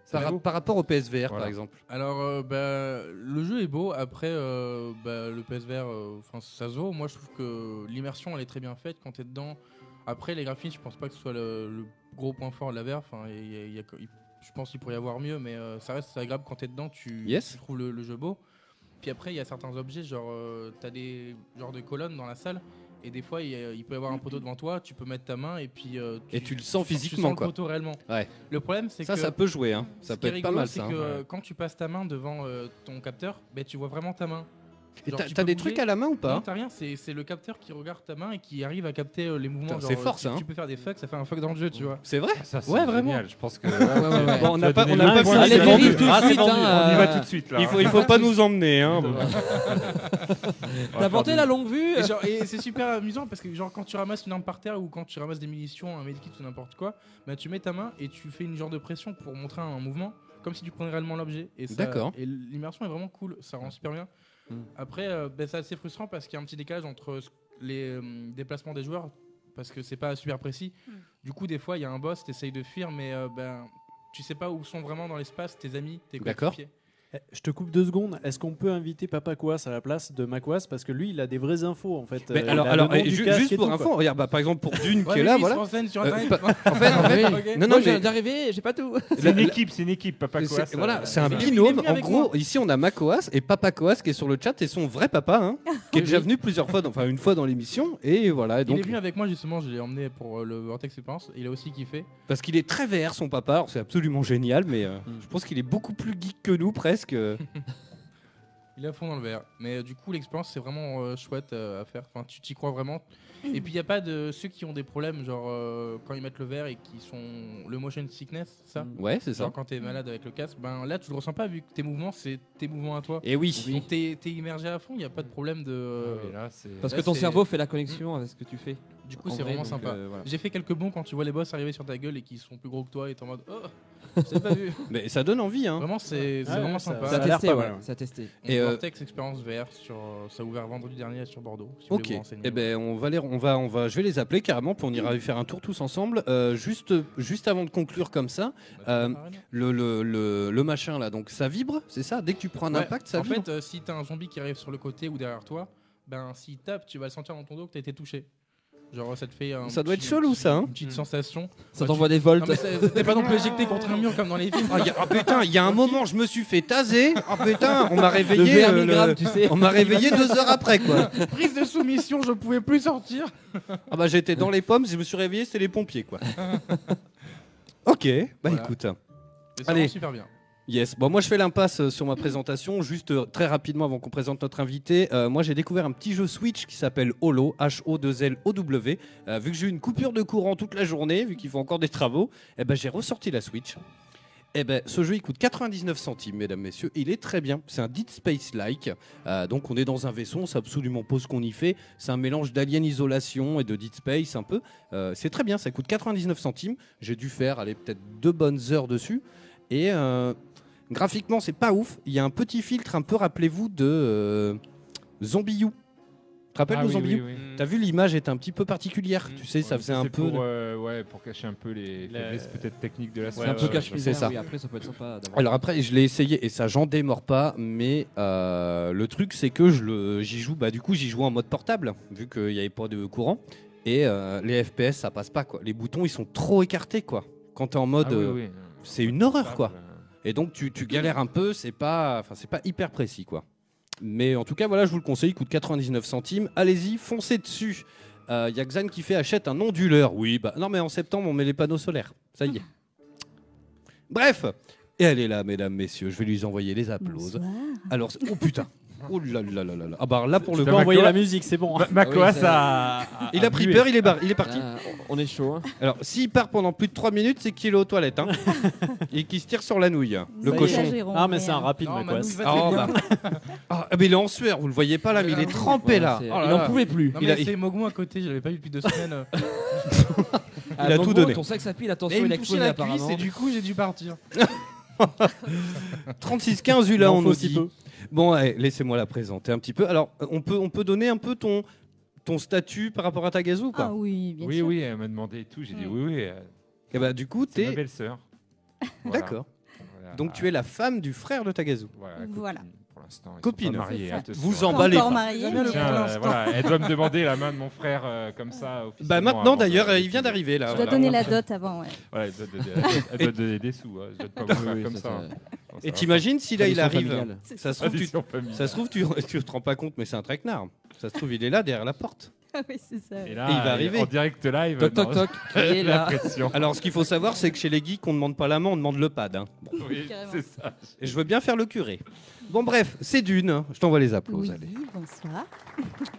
S9: C'est
S8: par,
S9: beau.
S8: par rapport au PSVR, par
S9: Voilà.
S8: exemple.
S10: Alors, euh, bah, le jeu est beau. Après, euh, bah, le PSVR, euh, 'fin, ça se vaut. Moi, je trouve que l'immersion, elle est très bien faite quand t'es dedans. Après, les graphismes, je pense pas que ce soit le, le gros point fort de la VR. Enfin, il y a- il y a- il- je pense qu'il pourrait y avoir mieux, mais euh, ça reste agréable quand t'es dedans. Tu,
S8: Yes.
S10: tu trouves le, le jeu beau. Puis après, il y a certains objets, genre euh, t'as des genres de colonnes dans la salle, et des fois, il y a- il peut y avoir un poteau devant toi. Tu peux mettre ta main et puis euh,
S8: Et tu le sens
S10: tu
S8: physiquement,
S10: sens le
S8: quoi.
S10: poteau réellement.
S8: Ouais.
S10: Le problème, c'est
S8: Ça,
S10: que
S8: ça peut jouer. hein. Ça
S10: ce
S8: peut
S10: qui est
S8: être pas
S10: rigolo,
S8: mal,
S10: c'est
S8: ça. hein.
S10: que euh, quand tu passes ta main devant euh, ton capteur, ben, tu vois vraiment ta main.
S8: Et
S10: genre,
S8: t'as-
S10: tu
S8: T'as
S10: peux Mmh.
S8: des
S10: bouger.
S8: trucs à la main ou
S10: Non,
S8: pas
S10: t'as rien, c'est c'est le capteur qui regarde ta main et qui arrive à capter euh, les mouvements.
S8: Putain,
S10: genre,
S8: c'est
S10: euh,
S8: fort,
S10: si
S8: ça, hein.
S10: Tu peux faire des fucks, ça fait un fuck dans le jeu, tu vois.
S8: C'est vrai
S9: Ah, Ça, c'est
S10: Ouais,
S9: génial,
S10: vraiment.
S9: Je pense que. ouais,
S8: On n'a pas, on
S9: donné
S8: n'a
S9: le
S8: pas
S9: point.
S8: fini,
S9: Allez,
S8: c'est
S9: vendu,
S8: vendu.
S9: tout de
S8: Ah, c'est
S7: suite,
S8: vendu.
S7: hein.
S9: On y
S7: Euh,
S9: va tout de suite là.
S8: Il faut, il faut
S10: Bah,
S8: pas nous emmener. Hein.
S9: On va
S7: T'as
S9: faire
S7: porté
S9: du-
S7: la longue vue
S10: Et, genre, et c'est super amusant parce que genre quand tu ramasses une arme par terre ou quand tu ramasses des munitions, un medkit ou n'importe quoi, ben, tu mets ta main et tu fais une genre de pression pour montrer un, un mouvement, comme si tu prenais réellement l'objet. Et ça-
S8: D'accord. Hmm.
S10: Et l'immersion est vraiment cool, ça rend super bien.
S7: Mm.
S10: Après, euh, ben, c'est assez frustrant parce qu'il y a un petit décalage entre ce- les euh, déplacements des joueurs parce que c'est pas super précis.
S7: Hmm.
S10: Du coup, des fois, il y a un boss, t'essayes de fuir, mais euh, ben tu sais pas où sont vraiment dans l'espace tes amis, tes
S8: D'accord.
S10: coéquipiers.
S6: Eh, Je te coupe deux secondes. Est-ce qu'on peut inviter Papa Kouas à la place de Makouas Parce que lui, il a des vraies infos, en fait.
S8: Mais
S6: Euh,
S8: alors,
S6: il a
S8: alors
S6: le nom
S8: eh,
S6: du
S8: ju-
S6: casque
S8: juste
S6: et
S8: pour
S6: tout,
S8: info,
S6: quoi.
S8: regarde, bah, par exemple, pour Dune
S10: Ouais,
S8: qui est
S10: mais
S8: là,
S10: lui, il
S8: voilà.
S10: se renseigne sur
S8: Euh,
S10: Internet.
S8: pa- en fait, en fait,
S10: Ok.
S8: non, non,
S7: Moi, je
S8: mais-
S7: viens d'arriver, j'ai pas tout.
S9: C'est une équipe, c'est une équipe, Papa euh,
S8: C'est-
S9: Coas.
S8: voilà, c'est un
S10: bah.
S7: il est
S8: binôme.
S7: venu
S8: En
S7: avec
S8: gros, ici on a Macoas et Papa Coas qui est sur le chat et son vrai papa, hein, qui est déjà venu plusieurs fois, dans- enfin une fois dans l'émission. Et voilà, et
S10: Ah Il
S8: donc
S10: est venu avec moi justement, je l'ai emmené pour euh, le Vortex Experience. Il a aussi kiffé.
S8: parce qu'il est très vert, son papa, alors c'est absolument génial, mais euh,
S10: Mm.
S8: je pense qu'il est beaucoup plus geek que nous presque. euh.
S10: Il est à fond dans le verre. Mais euh, du coup, l'expérience, c'est vraiment euh, chouette euh, à faire. Enfin, tu t'y crois vraiment. Et puis, il n'y a pas de ceux qui ont des problèmes, genre euh, quand ils mettent le verre et qui sont. Le motion sickness, c'est ça
S8: Ouais, c'est ça.
S10: Genre quand t'es malade avec le casque, ben là, tu le ressens pas vu que tes mouvements, c'est tes mouvements à toi.
S8: Et oui.
S10: Donc, t'es t'es immergé à fond, il n'y a pas de problème de.
S9: Et là, c'est.
S7: Parce
S10: Là,
S7: que ton
S10: c'est- Mm.
S7: cerveau fait la connexion avec ce que tu fais.
S10: Du coup,
S7: en
S10: c'est
S7: vrai,
S10: vraiment
S7: donc,
S10: sympa.
S7: euh, voilà.
S10: J'ai fait quelques bons quand tu vois les boss arriver sur ta gueule et qui sont plus gros que toi et t'es en mode Oh, je t'avais pas vu.
S8: Mais ça donne envie, hein.
S10: Vraiment, c'est c'est
S6: ouais,
S10: vraiment
S6: ça-
S10: sympa.
S7: Ça
S6: ça
S7: a
S6: a l'air
S7: testé,
S6: pas
S7: ouais.
S6: mal, ouais.
S7: Ça a testé.
S8: Et,
S10: Et
S8: euh,
S10: Vortex Experience VR, sur, euh, ça a ouvert vendredi dernier sur Bordeaux. si vous
S8: Ok.
S10: voulez vous renseigner.
S8: Eh ben, on va les, on va, on va, je vais les appeler carrément, puis on ira y faire un tour tous ensemble. Euh, juste, juste avant de conclure comme ça, euh, le, le, le, le machin là, donc ça vibre, c'est ça. Dès que tu prends un
S10: Ouais,
S8: impact, ça
S10: en
S8: vibre.
S10: fait, euh, si t'as un zombie qui arrive sur le côté ou derrière toi, ben s'il tape, tu vas le sentir dans ton dos que t'as été touché. Ou ça te fait un
S8: Ça doit
S10: petit-
S8: être chelou, ça, hein.
S10: une petite sensation.
S7: Ça
S10: Ouais,
S7: t'envoie des
S10: Non,
S7: volts.
S10: mais ça- T'es pas non plus éjecté contre un mur comme dans les films.
S8: Ah, y a- ah, putain, il y a un moment, je me suis fait taser. Ah putain, on m'a réveillé.
S7: verre
S8: euh,
S7: 1000
S8: le-
S7: grammes, tu sais.
S8: On m'a réveillé deux heures après, quoi.
S10: Prise de soumission, je pouvais plus sortir.
S8: Ah bah j'étais dans les pommes, je me suis réveillé, c'était les pompiers, quoi. ok, bah
S10: Voilà.
S8: écoute.
S10: Mais ça
S8: Allez.
S10: marche super bien.
S8: Yes, bon moi je fais l'impasse euh, sur ma présentation, juste euh, très rapidement avant qu'on présente notre invité, Euh, moi j'ai découvert un petit jeu Switch qui s'appelle Holo, H-O-2-L-O-W, Euh, vu que j'ai eu une coupure de courant toute la journée, vu qu'il faut encore des travaux, eh ben j'ai ressorti la Switch. Eh ben ce jeu il coûte 99 centimes mesdames, messieurs, il est très bien, c'est un Dead Space-like, Euh, donc on est dans un vaisseau, on sait absolument pas ce qu'on y fait, c'est un mélange d'Alien Isolation et de Dead Space un peu, Euh, c'est très bien, ça coûte 99 centimes, j'ai dû faire allez, peut-être deux bonnes heures dessus, et euh, Graphiquement, c'est pas ouf. Il y a un petit filtre, un peu, rappelez-vous, de euh, Zombie You. Tu te rappelles
S9: Ah
S8: de
S9: oui,
S8: Zombie
S9: oui,
S8: You
S9: oui.
S8: T'as vu, l'image était un petit peu particulière. Tu sais, ça
S9: Ouais,
S8: faisait
S9: c'est
S8: un peu.
S9: Pour, euh, ouais, pour cacher un peu les
S6: La-
S9: faiblesses peut-être techniques de la
S7: C'est
S9: scène.
S7: un peu
S6: ouais,
S7: cache-misère.
S8: c'est ça.
S7: oui, après, ça peut être sympa d'avoir.
S8: Alors après, je l'ai essayé et ça, j'en démords pas. Mais euh, le truc, c'est que je le- j'y joue. Bah, du coup, j'y joue en mode portable, vu qu'il n'y avait pas de courant. Et euh, les FPS, ça passe pas, quoi. Les boutons, ils sont trop écartés, quoi. Quand t'es en mode.
S9: Ah oui,
S8: euh,
S9: oui.
S8: C'est une horreur,
S9: Ah,
S8: quoi.
S9: bah,
S8: Et donc tu, tu galères un peu, c'est pas, enfin c'est pas hyper précis quoi. Mais en tout cas voilà, je vous le conseille, il coûte 99 centimes. Allez-y, foncez dessus. Il y a Xan qui fait achète un onduleur. Oui, bah non mais en septembre on met les panneaux solaires. Ça y est. Bref. Et elle est là, mesdames, messieurs. Je vais lui envoyer les applauses. Alors, c'est- oh putain. Oh là là là là là. Ah bah là pour le
S6: Tu
S8: coup,
S6: peux envoyer
S8: Macoas-
S6: la musique, c'est bon.
S9: Ma-
S3: Ah
S9: Macoas
S7: ça-
S9: a- a-
S8: il a
S6: Ah,
S9: a
S8: pris
S9: bué.
S8: peur, il est, bar- il est parti.
S7: Ah, on est chaud. hein.
S8: Alors, s'il part pendant plus de 3 minutes, c'est qu'il est aux toilettes. hein. Et qu'il se tire sur la nouille. Le
S6: Ça y est.
S8: cochon.
S6: Ah, mais c'est un rapide,
S10: Non, Manu,
S6: Makouas.
S10: va
S8: Ah,
S10: très bien.
S8: bah. Ah, mais il est en sueur, vous le voyez pas là, mais il est trempé là.
S7: c'est-
S8: Oh là
S7: il en
S8: là.
S7: pouvait plus.
S10: Non,
S8: Il
S10: mais
S8: a-
S10: c'est Mogmo à côté, je l'avais pas vu depuis deux semaines.
S7: Ah,
S8: il a
S7: Mango,
S8: tout donné.
S7: Ton sac à pile,
S10: Et
S7: attention,
S10: il
S7: il
S10: me
S7: a
S10: touchait
S7: explosé
S10: la cuisse
S7: apparemment.
S10: et du coup, j'ai dû partir.
S8: 36-15 Ula,
S6: Il en
S8: on
S6: faut
S8: nous
S6: si
S8: dit.
S6: peu.
S8: Bon, allez, laissez-moi la présenter un petit peu. Alors, euh, on peut, on peut donner un peu ton, ton statut par rapport à ta gazou ou pas
S3: Ah oui, bien
S9: Oui,
S3: sûr.
S9: oui, elle m'a demandé et tout. J'ai dit oui, oui. euh,
S8: Eh ben, du coup,
S9: C'est ma
S8: t'es.
S9: belle-sœur.
S8: D'accord. Donc, tu es la femme du frère de ta gazou.
S3: Voilà.
S9: Pour l'instant, ils
S8: Copine.
S9: sont pas mariés.
S3: C'est ça.
S9: attention.
S8: Vous
S3: Pas
S8: emballez.
S3: encore
S8: pas.
S3: marié, mais-
S9: Tiens, euh, voilà, elle doit me demander la main de mon frère euh, comme ça.
S8: Bah,
S9: officiellement,
S8: maintenant
S9: avant
S8: d'ailleurs,
S9: de-
S8: euh, il vient d'arriver là.
S3: Je dois
S9: Voilà.
S3: donner la dot avant, ouais.
S9: Voilà, elle doit donner- elle doit- elle doit donner des sous. hein, Je ne pas vous faire comme ça. hein. Non,
S8: Et
S9: va.
S8: t'imagines si là il
S7: Tradition
S8: arrive.
S7: familiale.
S8: Ça se trouve, tu,
S9: Tradition familiale.
S8: ça se trouve, tu, tu te rends pas compte, mais c'est un traquenard. Ça se trouve, il est là derrière la porte.
S3: Ah oui, c'est ça.
S9: Et là,
S8: Et il va
S9: euh,
S8: arriver.
S9: En direct live.
S7: Toc toc
S9: non,
S7: toc, qui est
S9: la
S7: là
S9: pression.
S8: Alors, ce qu'il faut savoir, c'est que chez les geeks, on demande pas la main, on demande le pad. hein. Bon.
S9: Oui, c'est ça.
S8: Et je veux bien faire le curé. Bon, bref, c'est d'une. hein. Je t'envoie les
S3: Oui,
S8: applauses. allez.
S3: bonsoir.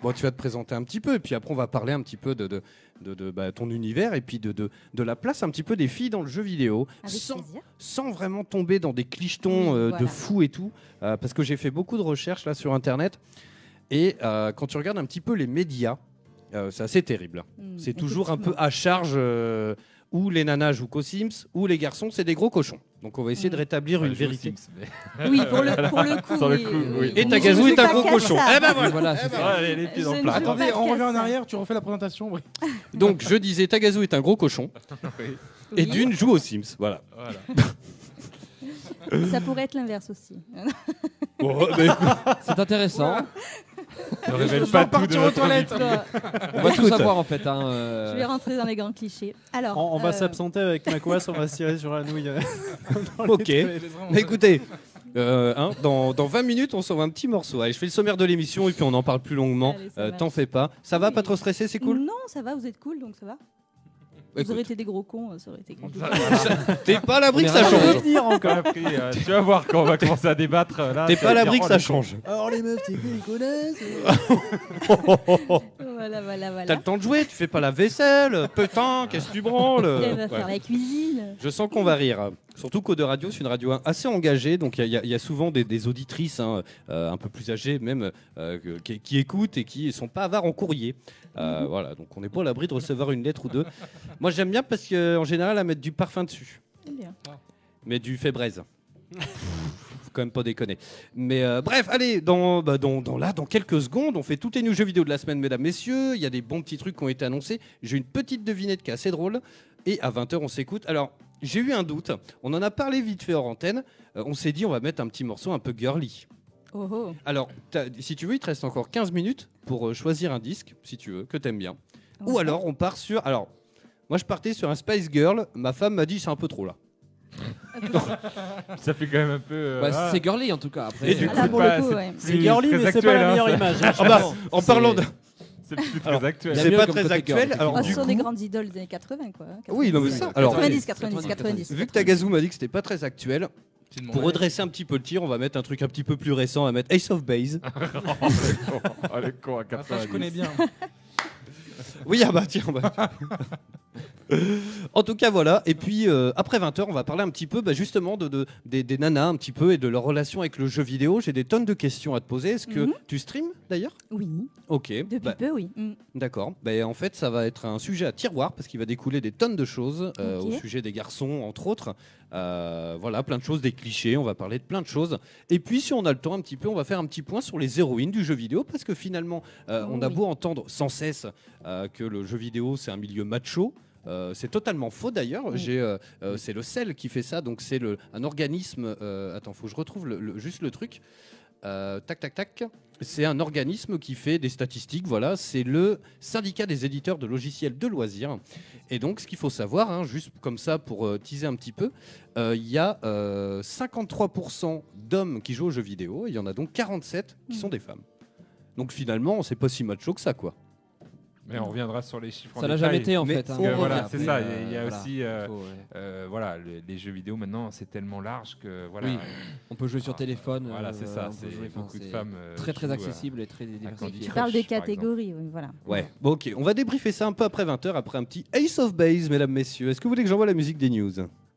S8: Bon, tu vas te présenter un petit peu, et puis après, on va parler un petit peu de, de, de, de, bah, ton univers, et puis de, de, de la place un petit peu des filles dans le jeu vidéo,
S3: Avec
S8: sans,
S3: plaisir.
S8: sans vraiment tomber dans des clichetons
S3: Oui,
S8: euh, de
S3: voilà.
S8: fous et tout, euh, parce que j'ai fait beaucoup de recherches là sur Internet, et euh, quand tu regardes un petit peu les médias, euh, c'est assez terrible.
S3: Mm,
S8: C'est toujours un peu à charge, euh, ou les nanas jouent qu'aux Sims, ou les garçons, c'est des gros cochons. Donc on va essayer de
S3: Mm.
S8: rétablir
S9: Ouais,
S8: une
S9: je joue aux
S8: vérité.
S9: Sims, mais-
S3: effectivement. Oui, pour le, pour le coup.
S9: Sur le
S3: oui,
S9: coup, oui.
S3: oui.
S8: Et
S3: Je
S8: ta
S3: ne
S8: gazou
S3: joue
S8: est un
S3: pas
S8: gros
S3: qu'à
S8: cochon.
S3: ça.
S8: Eh ben voilà.
S7: Voilà, c'est ça.
S9: Ah, les- les pieds
S3: Je
S9: dans le
S3: ne
S9: plat.
S3: joue pas
S10: Attendez,
S3: qu'à
S10: on revient en
S3: ça.
S10: arrière, tu refais la présentation. oui.
S8: Donc je disais, ta gazou est un gros cochon,
S3: Oui.
S8: et d'une joue aux Sims. Voilà.
S9: Voilà.
S4: Ça pourrait être l'inverse aussi.
S8: Oh, bah, écoute,
S7: C'est intéressant.
S9: Ne révèle pas tout de notre vie.
S7: On va
S8: Bah,
S7: tout
S8: Écoute.
S7: savoir en fait. hein, euh,
S4: Je vais rentrer dans les grands clichés. Alors,
S6: On, on va
S4: euh,
S6: s'absenter avec Macquas, on va se tirer sur la nouille. euh,
S8: ok. Bah, écoutez, euh, hein, dans, dans 20 minutes, on sort un petit morceau. Allez, je fais le sommaire de l'émission et puis on en parle plus longuement.
S4: Allez, ça
S8: Euh,
S4: va.
S8: T'en fais pas. Ça va,
S4: Oui.
S8: pas trop stressé, c'est cool
S4: Non, ça va, vous êtes cool, donc ça va. Vous aurez été des gros cons, euh, ça aurait été compliqué.
S8: T'es pas à l'abri que ça
S7: On est
S8: change.
S6: venir
S9: T'as appris, euh, tu vas voir quand on va commencer à débattre. euh, là,
S8: T'es
S9: ça
S8: pas
S9: va
S8: à
S9: dire,
S8: l'abri que
S9: oh,
S8: ça
S9: le
S8: change.
S12: Alors les meufs, c'est
S4: voilà, voilà,
S8: T'as
S4: voilà.
S8: le temps de jouer, tu fais pas la vaisselle. Putain, qu'est-ce que tu branles
S4: Elle va
S8: Ouais.
S4: faire la cuisine.
S8: Je sens qu'on va rire. Surtout qu'Ode Radio, c'est une radio assez engagée, donc il y a- il y, a- il y a souvent des, des auditrices hein, euh, un peu plus âgées, même, euh, que- qui, qui écoutent et qui sont pas avares en courrier. Euh, Voilà, donc on n'est pas à l'abri de recevoir une lettre ou deux. Moi, j'aime bien parce qu'en général, à mettre du parfum dessus,
S4: Eh bien.
S8: mais du fait braise. Faut quand même pas déconner. Mais euh, bref, allez, dans, bah, dans, dans là, dans quelques secondes, on fait toutes les news jeux vidéo de la semaine, mesdames, messieurs. Il y a des bons petits trucs qui ont été annoncés. J'ai une petite devinette qui est assez drôle. Et à 20h, on s'écoute. Alors, j'ai eu un doute. On en a parlé vite fait hors antenne. Euh, on s'est dit, on va mettre un petit morceau un peu girly.
S4: Oh, oh.
S8: Alors, t'as- si tu veux, il te reste encore 15 minutes pour euh, choisir un disque, si tu veux, que t'aimes bien. Ou alors, on part sur. Alors, moi, je partais sur un Spice Girl. Ma femme m'a dit, c'est un peu trop là.
S9: con. Ça fait quand même un peu. euh,
S7: bah,
S9: ah,
S7: C'est girly en tout cas. Après,
S8: Et du
S4: Ah,
S9: bah, c'est
S4: là, pour
S9: pas-
S4: le coup, ouais.
S6: C'est girly,
S9: très
S6: mais c'est pas
S9: actuel,
S6: la
S9: hein,
S6: meilleure
S9: ça.
S6: image.
S8: en parlant de.
S9: c'est plus
S8: Alors,
S9: très actuel.
S7: Il y a
S8: C'est
S7: mieux
S8: Ah bah, pas
S7: comme
S8: très
S7: côté
S8: actuel.
S7: girl,
S8: Alors,
S4: Ah, ce
S8: du
S4: sont
S8: coup,
S4: des grandes idoles des années 80, quoi. hein,
S8: oui, non, mais
S4: 85.
S8: ça. Alors,
S4: 90, 90, 90.
S8: vu que Tagazu m'a dit que c'était pas très actuel, pour redresser un petit peu le tir, on va mettre un truc un petit peu plus récent. On va mettre Ace of Base.
S9: Oh, le con. Oh, le con à
S10: Après, je
S9: 90.
S10: connais bien.
S8: Oui, ah bah tiens. bah. en tout cas, voilà. Et puis, euh, après 20h, on va parler un petit peu bah, justement de, de- des, des nanas, un petit peu, et de leur relation avec le jeu vidéo. J'ai des tonnes de questions à te poser. Est-ce que
S4: Mhm.
S8: tu streams d'ailleurs
S4: Oui,
S8: Ok.
S4: depuis
S8: bah,
S4: peu, oui. Mm.
S8: D'accord. Bah, en fait, ça va être un sujet à tiroir parce qu'il va découler des tonnes de choses euh,
S4: Ok.
S8: au sujet des garçons, entre autres. Euh, voilà, plein de choses, des clichés. On va parler de plein de choses. Et puis, si on a le temps un petit peu, on va faire un petit point sur les héroïnes du jeu vidéo parce que finalement, euh,
S4: Oh
S8: on a
S4: oui.
S8: beau entendre sans cesse euh, que le jeu vidéo c'est un milieu macho. euh, c'est totalement faux d'ailleurs.
S4: Oui.
S8: J'ai, euh, euh, c'est le sel qui fait ça, donc c'est le, un organisme. euh, attends, faut que je retrouve le- le- juste le truc. Euh, tac, tac, tac. C'est un organisme qui fait des statistiques. Voilà, c'est le syndicat des éditeurs de logiciels de loisirs. Et donc, ce qu'il faut savoir, hein, juste comme ça pour euh, teaser un petit peu, euh, il y a euh, 53% d'hommes qui jouent aux jeux vidéo. et Il y en a donc 47 qui
S4: Mhm.
S8: sont des femmes. Donc finalement, c'est pas si macho que ça, quoi.
S9: Mais on reviendra sur les chiffres. en
S7: ça l'a jamais
S9: détail.
S7: été en
S8: Mais
S7: fait. hein.
S8: on
S9: Parce que, voilà,
S8: revient.
S9: c'est
S7: Mais,
S9: ça. Il y a-
S7: euh,
S9: il y a
S7: voilà.
S9: aussi. euh,
S7: Faut, ouais.
S9: euh, voilà, le- les jeux vidéo maintenant c'est tellement large que voilà.
S7: Oui. On peut jouer sur
S9: Ah,
S7: téléphone.
S9: Voilà,
S7: euh,
S9: c'est ça.
S7: on peut
S9: C'est
S7: jouer, enfin,
S9: beaucoup de
S7: c'est
S9: femmes. euh,
S7: Très très
S9: jouent, euh,
S7: accessible et très
S4: Oui,
S9: Candy
S4: tu
S7: diversifié.
S9: Crush,
S4: parles de
S9: par
S4: catégories, oui, voilà.
S8: Ouais. Bon, ok, on va débriefer ça un peu après 20h, après un petit Ace of Base, mesdames, messieurs. Est-ce que vous voulez que j'envoie la musique des news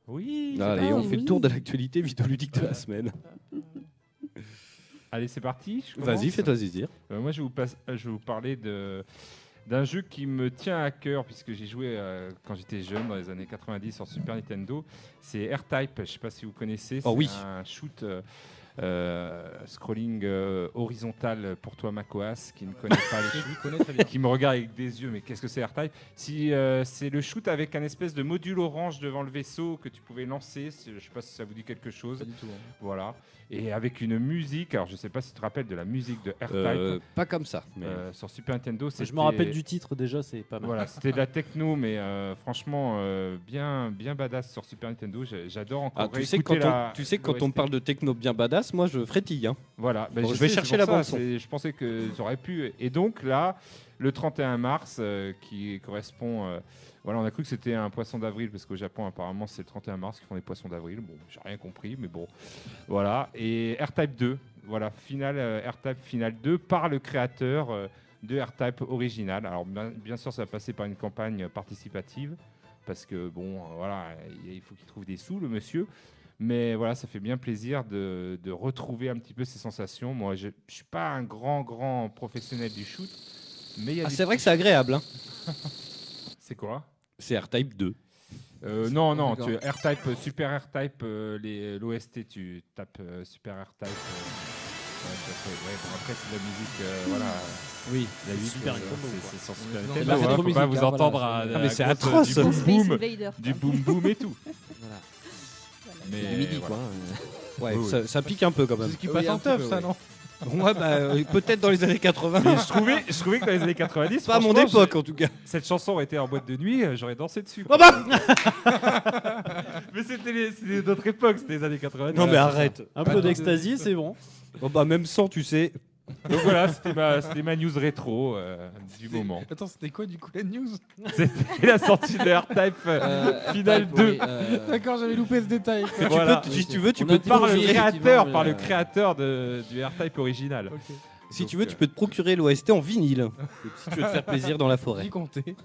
S9: Oui. c'est
S8: Allez,
S4: Ah,
S8: on fait le tour
S4: oui.
S8: de l'actualité vidéoludique de la semaine.
S9: Allez, c'est parti. je
S8: Vas-y,
S9: commence.
S8: fais-toi plaisir.
S9: Euh, moi, je vais vous, passe- euh, je vais vous parler de d'un jeu qui me tient à cœur puisque j'ai joué euh, quand j'étais jeune dans les années 90 sur Super Nintendo. C'est R-Type. Je ne sais pas si vous connaissez.
S8: Oh
S9: c'est
S8: oui.
S9: Un shoot. euh, euh, scrolling euh, horizontal pour toi Makoas qui ne connaît pas les shoots qui me regarde avec des yeux mais qu'est-ce que c'est R-Type si euh, c'est le shoot avec un espèce de module orange devant le vaisseau que tu pouvais lancer c'est- je sais pas si ça vous dit quelque chose
S10: hein.
S9: voilà et avec une musique alors je sais pas si tu te rappelles de la musique de R-Type
S8: Euh, pas comme ça. mais-
S9: euh, sur Super Nintendo.
S6: Je
S9: c'était-
S6: me rappelle du titre déjà, c'est pas mal.
S9: Voilà, c'était de la techno, mais euh, franchement, euh, bien, bien badass sur Super Nintendo. J'ai- J'adore encore.
S8: Ah, tu sais, quand on,
S9: réécouter la-
S8: tu sais, quand on
S9: l'OST.
S8: parle de techno bien badass, moi je frétille. hein.
S9: Voilà, ben,
S8: Bon,
S9: je
S8: je
S9: vais
S8: sais,
S9: chercher
S8: c'est
S9: la
S8: pour
S9: bande
S8: ça,
S9: Je pensais que j'aurais pu. Et donc là, le 31 mars, euh, qui correspond. euh, voilà, on a cru que c'était un poisson d'avril, parce qu'au Japon, apparemment, c'est le 31 mars qu'ils font les poissons d'avril. Bon, j'ai rien compris, mais bon. Voilà. Et R-Type 2. Voilà, finale, euh, R-Type Final 2 par le créateur euh, de R-Type original. Alors, bien, bien sûr, ça va passer par une campagne euh, participative, parce que, bon, euh, voilà, il il faut qu'il trouve des sous, le monsieur. Mais voilà, ça fait bien plaisir de, de retrouver un petit peu ces sensations. Moi, je ne suis pas un grand, grand professionnel du shoot. Mais il y a
S8: Ah,
S9: des
S8: c'est vrai que
S9: petits-
S8: c'est agréable. hein.
S9: C'est quoi
S8: C'est R-Type 2.
S9: Euh, non, non,
S7: D'accord.
S9: tu, R-Type, euh, Super R-Type, euh, les- l'OST, tu tapes euh, Super R-Type. euh, ouais, après, ouais, bon, après, c'est de la musique, euh, voilà.
S6: Oui,
S9: La musique,
S6: super
S9: euh,
S6: combo,
S9: c'est-
S6: quoi.
S9: c'est
S10: On
S9: sur
S10: est
S9: Super
S10: dans
S8: Bah,
S9: Nintendo,
S7: la
S9: hein, faut
S7: rétro-musique,
S9: pas
S7: hein,
S9: vous
S7: voilà,
S9: entendre
S7: c'est-
S9: à,
S8: Ah, mais
S9: à
S8: c'est
S9: cause, euh,
S8: atroce.
S9: Du
S4: Space
S9: boom boom,
S4: Invader.
S9: du boom boom et tout.
S4: Voilà.
S9: Mais
S7: Midi,
S9: voilà.
S7: quoi.
S8: Ouais,
S9: Oui, oui.
S8: ça, ça pique un peu quand même.
S10: qui
S7: Oui,
S10: passe
S7: un
S10: en
S7: petit peu,
S10: teuf, ça,
S7: oui.
S10: non
S8: Ouais, bah, euh, peut-être dans les années 80.
S9: Mais je trouvais, je trouvais que dans les années 90,
S8: Pas à mon
S9: franchement, je-
S8: époque en tout cas.
S9: Cette chanson aurait été en boîte de nuit, euh, j'aurais dansé dessus.
S8: Oh bah
S9: mais c'était les- c'était d'autres époques, c'était les années 90.
S8: Non mais arrête.
S6: Un peu d'extasie, c'est bon.
S8: Oh bah même sans, tu sais.
S9: Donc voilà, c'était ma, c'était ma news rétro euh, du moment.
S10: Attends, c'était quoi du coup la news
S9: C'était la sortie de R-Type euh,
S7: Euh,
S9: Final
S7: Type,
S9: 2.
S7: oui, euh,
S10: D'accord, j'avais loupé ce détail. quoi.
S9: voilà.
S8: si tu veux, tu
S7: On
S8: peux
S7: a
S8: te
S7: dit
S9: Par
S7: oui,
S9: le
S7: effectivement,
S9: créateur,
S7: mais,
S9: par le
S7: euh,
S9: créateur de, du R-Type original.
S10: Ok.
S8: Si
S9: Donc,
S8: tu veux, tu
S9: euh,
S8: peux te procurer l'OST en vinyle. si tu veux te faire plaisir dans la
S10: J'y
S8: forêt.
S10: comptais.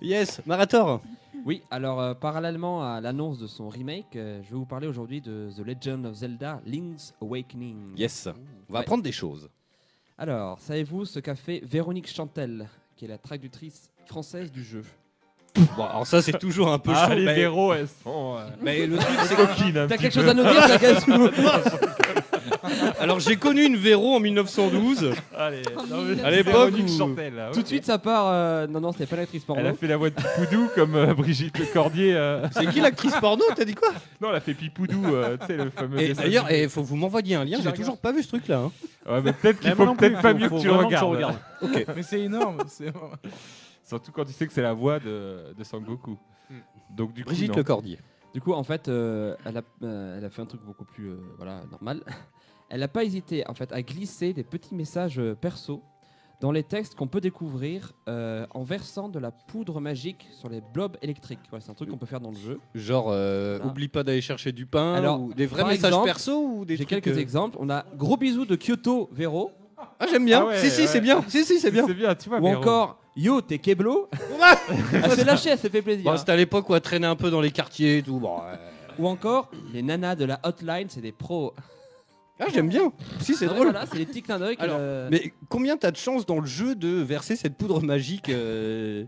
S8: Yes, Marator.
S7: Oui, alors euh, parallèlement à l'annonce de son remake, euh, je vais vous parler aujourd'hui de The Legend of Zelda Link's Awakening.
S8: Yes. On va
S7: Ouais.
S8: apprendre des choses.
S7: Alors, savez-vous ce qu'a fait Véronique Chantel, qui est la traductrice française du jeu
S8: Bon, alors ça c'est toujours un peu
S9: Ah,
S8: chaud.
S9: les
S8: mais,
S9: héros, elles sont euh,
S8: mais le truc c'est
S9: coquines. un
S7: T'as
S9: petit
S7: quelque
S9: peu.
S7: chose à nous dire, Zagas
S8: Alors j'ai connu une Véro en 1912.
S9: Allez,
S1: Ah,
S9: non, mais-
S8: À l'époque
S9: Véronique
S8: où-
S9: Chantel, là,
S7: Tout
S9: ok.
S7: de suite, ça part. euh, Non, non, c'était pas l'actrice porno.
S9: Elle a fait la voix de Pipoudou comme euh, Brigitte Lecordier. euh,
S8: C'est qui l'actrice porno T'as dit quoi
S9: Non, elle a fait Pipoudou, euh, tu sais, le fameux.
S8: Et
S9: dessin
S8: d'ailleurs,
S9: animé.
S8: il faut que vous m'envoyiez un lien. J'ai toujours pas vu ce truc là.
S9: Ouais, mais peut-être qu'il
S6: Mais moi
S9: faut
S6: non
S9: peut-être
S6: plus,
S9: pas
S6: faut-
S9: mieux que
S6: faut
S9: tu le
S6: vraiment que tu
S9: regardes.
S6: regardes.
S10: Mais c'est énorme. c'est-
S9: Surtout quand tu sais que c'est la voix de, de Sangoku. Donc du
S8: Hmm.
S9: coup,
S8: Brigitte
S9: non.
S8: Le Cordier.
S7: Du coup, en fait, euh, elle, a, euh, elle a fait un truc beaucoup plus euh, voilà, normal. Elle n'a pas hésité en fait, à glisser des petits messages euh, perso dans les textes qu'on peut découvrir euh, en versant de la poudre magique sur les blobs électriques. Voilà, c'est un truc qu'on peut faire dans le jeu.
S8: Genre, euh,
S7: Ah.
S8: oublie pas d'aller chercher du pain.
S7: Alors,
S8: ou des vrais
S7: par
S8: messages
S7: exemple,
S8: perso ou des
S7: J'ai
S8: trucs,
S7: quelques
S8: euh,
S7: exemples. On a gros bisous de Kyoto, Véro.
S8: Ah j'aime bien.
S9: Ah ouais,
S8: si si
S9: ouais.
S8: c'est bien. Si si c'est bien.
S9: C'est bien, tu vois.
S7: Ou
S9: Véro.
S7: encore Yo, t'es Keblo. Ah, elle s'est lâchée, elle s'est fait plaisir.
S8: Bon, c'était à l'époque où elle traînait un peu dans les quartiers et tout. Bon, euh,
S7: Ou encore les nanas de la hotline, c'est des pros.
S8: Ah,
S7: Ah
S8: j'aime bien. Si, c'est
S7: Ouais,
S8: drôle.
S7: Voilà, c'est les petits clins d'œil. qu'elle,
S8: Alors,
S7: euh,
S8: Mais combien t'as de chances dans le jeu de verser cette poudre magique euh,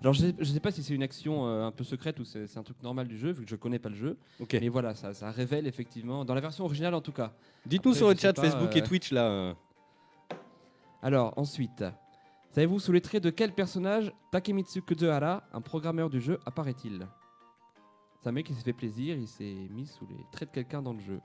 S7: Alors je sais, je sais pas si c'est une action euh, un peu secrète ou c'est c'est un truc normal du jeu, vu que je connais pas le jeu.
S8: Ok.
S7: Mais voilà, ça, ça révèle effectivement, dans la version originale en tout cas.
S8: Dites-nous
S7: Après,
S8: sur le
S7: je sais
S8: chat
S7: pas,
S8: Facebook et
S7: euh,
S8: Twitch là. euh.
S7: Alors ensuite, savez-vous sous les traits de quel personnage Takemitsu Kudohara, un programmeur du jeu, apparaît-il C'est un mec qui s'est fait plaisir, il s'est mis sous les traits de quelqu'un dans le jeu.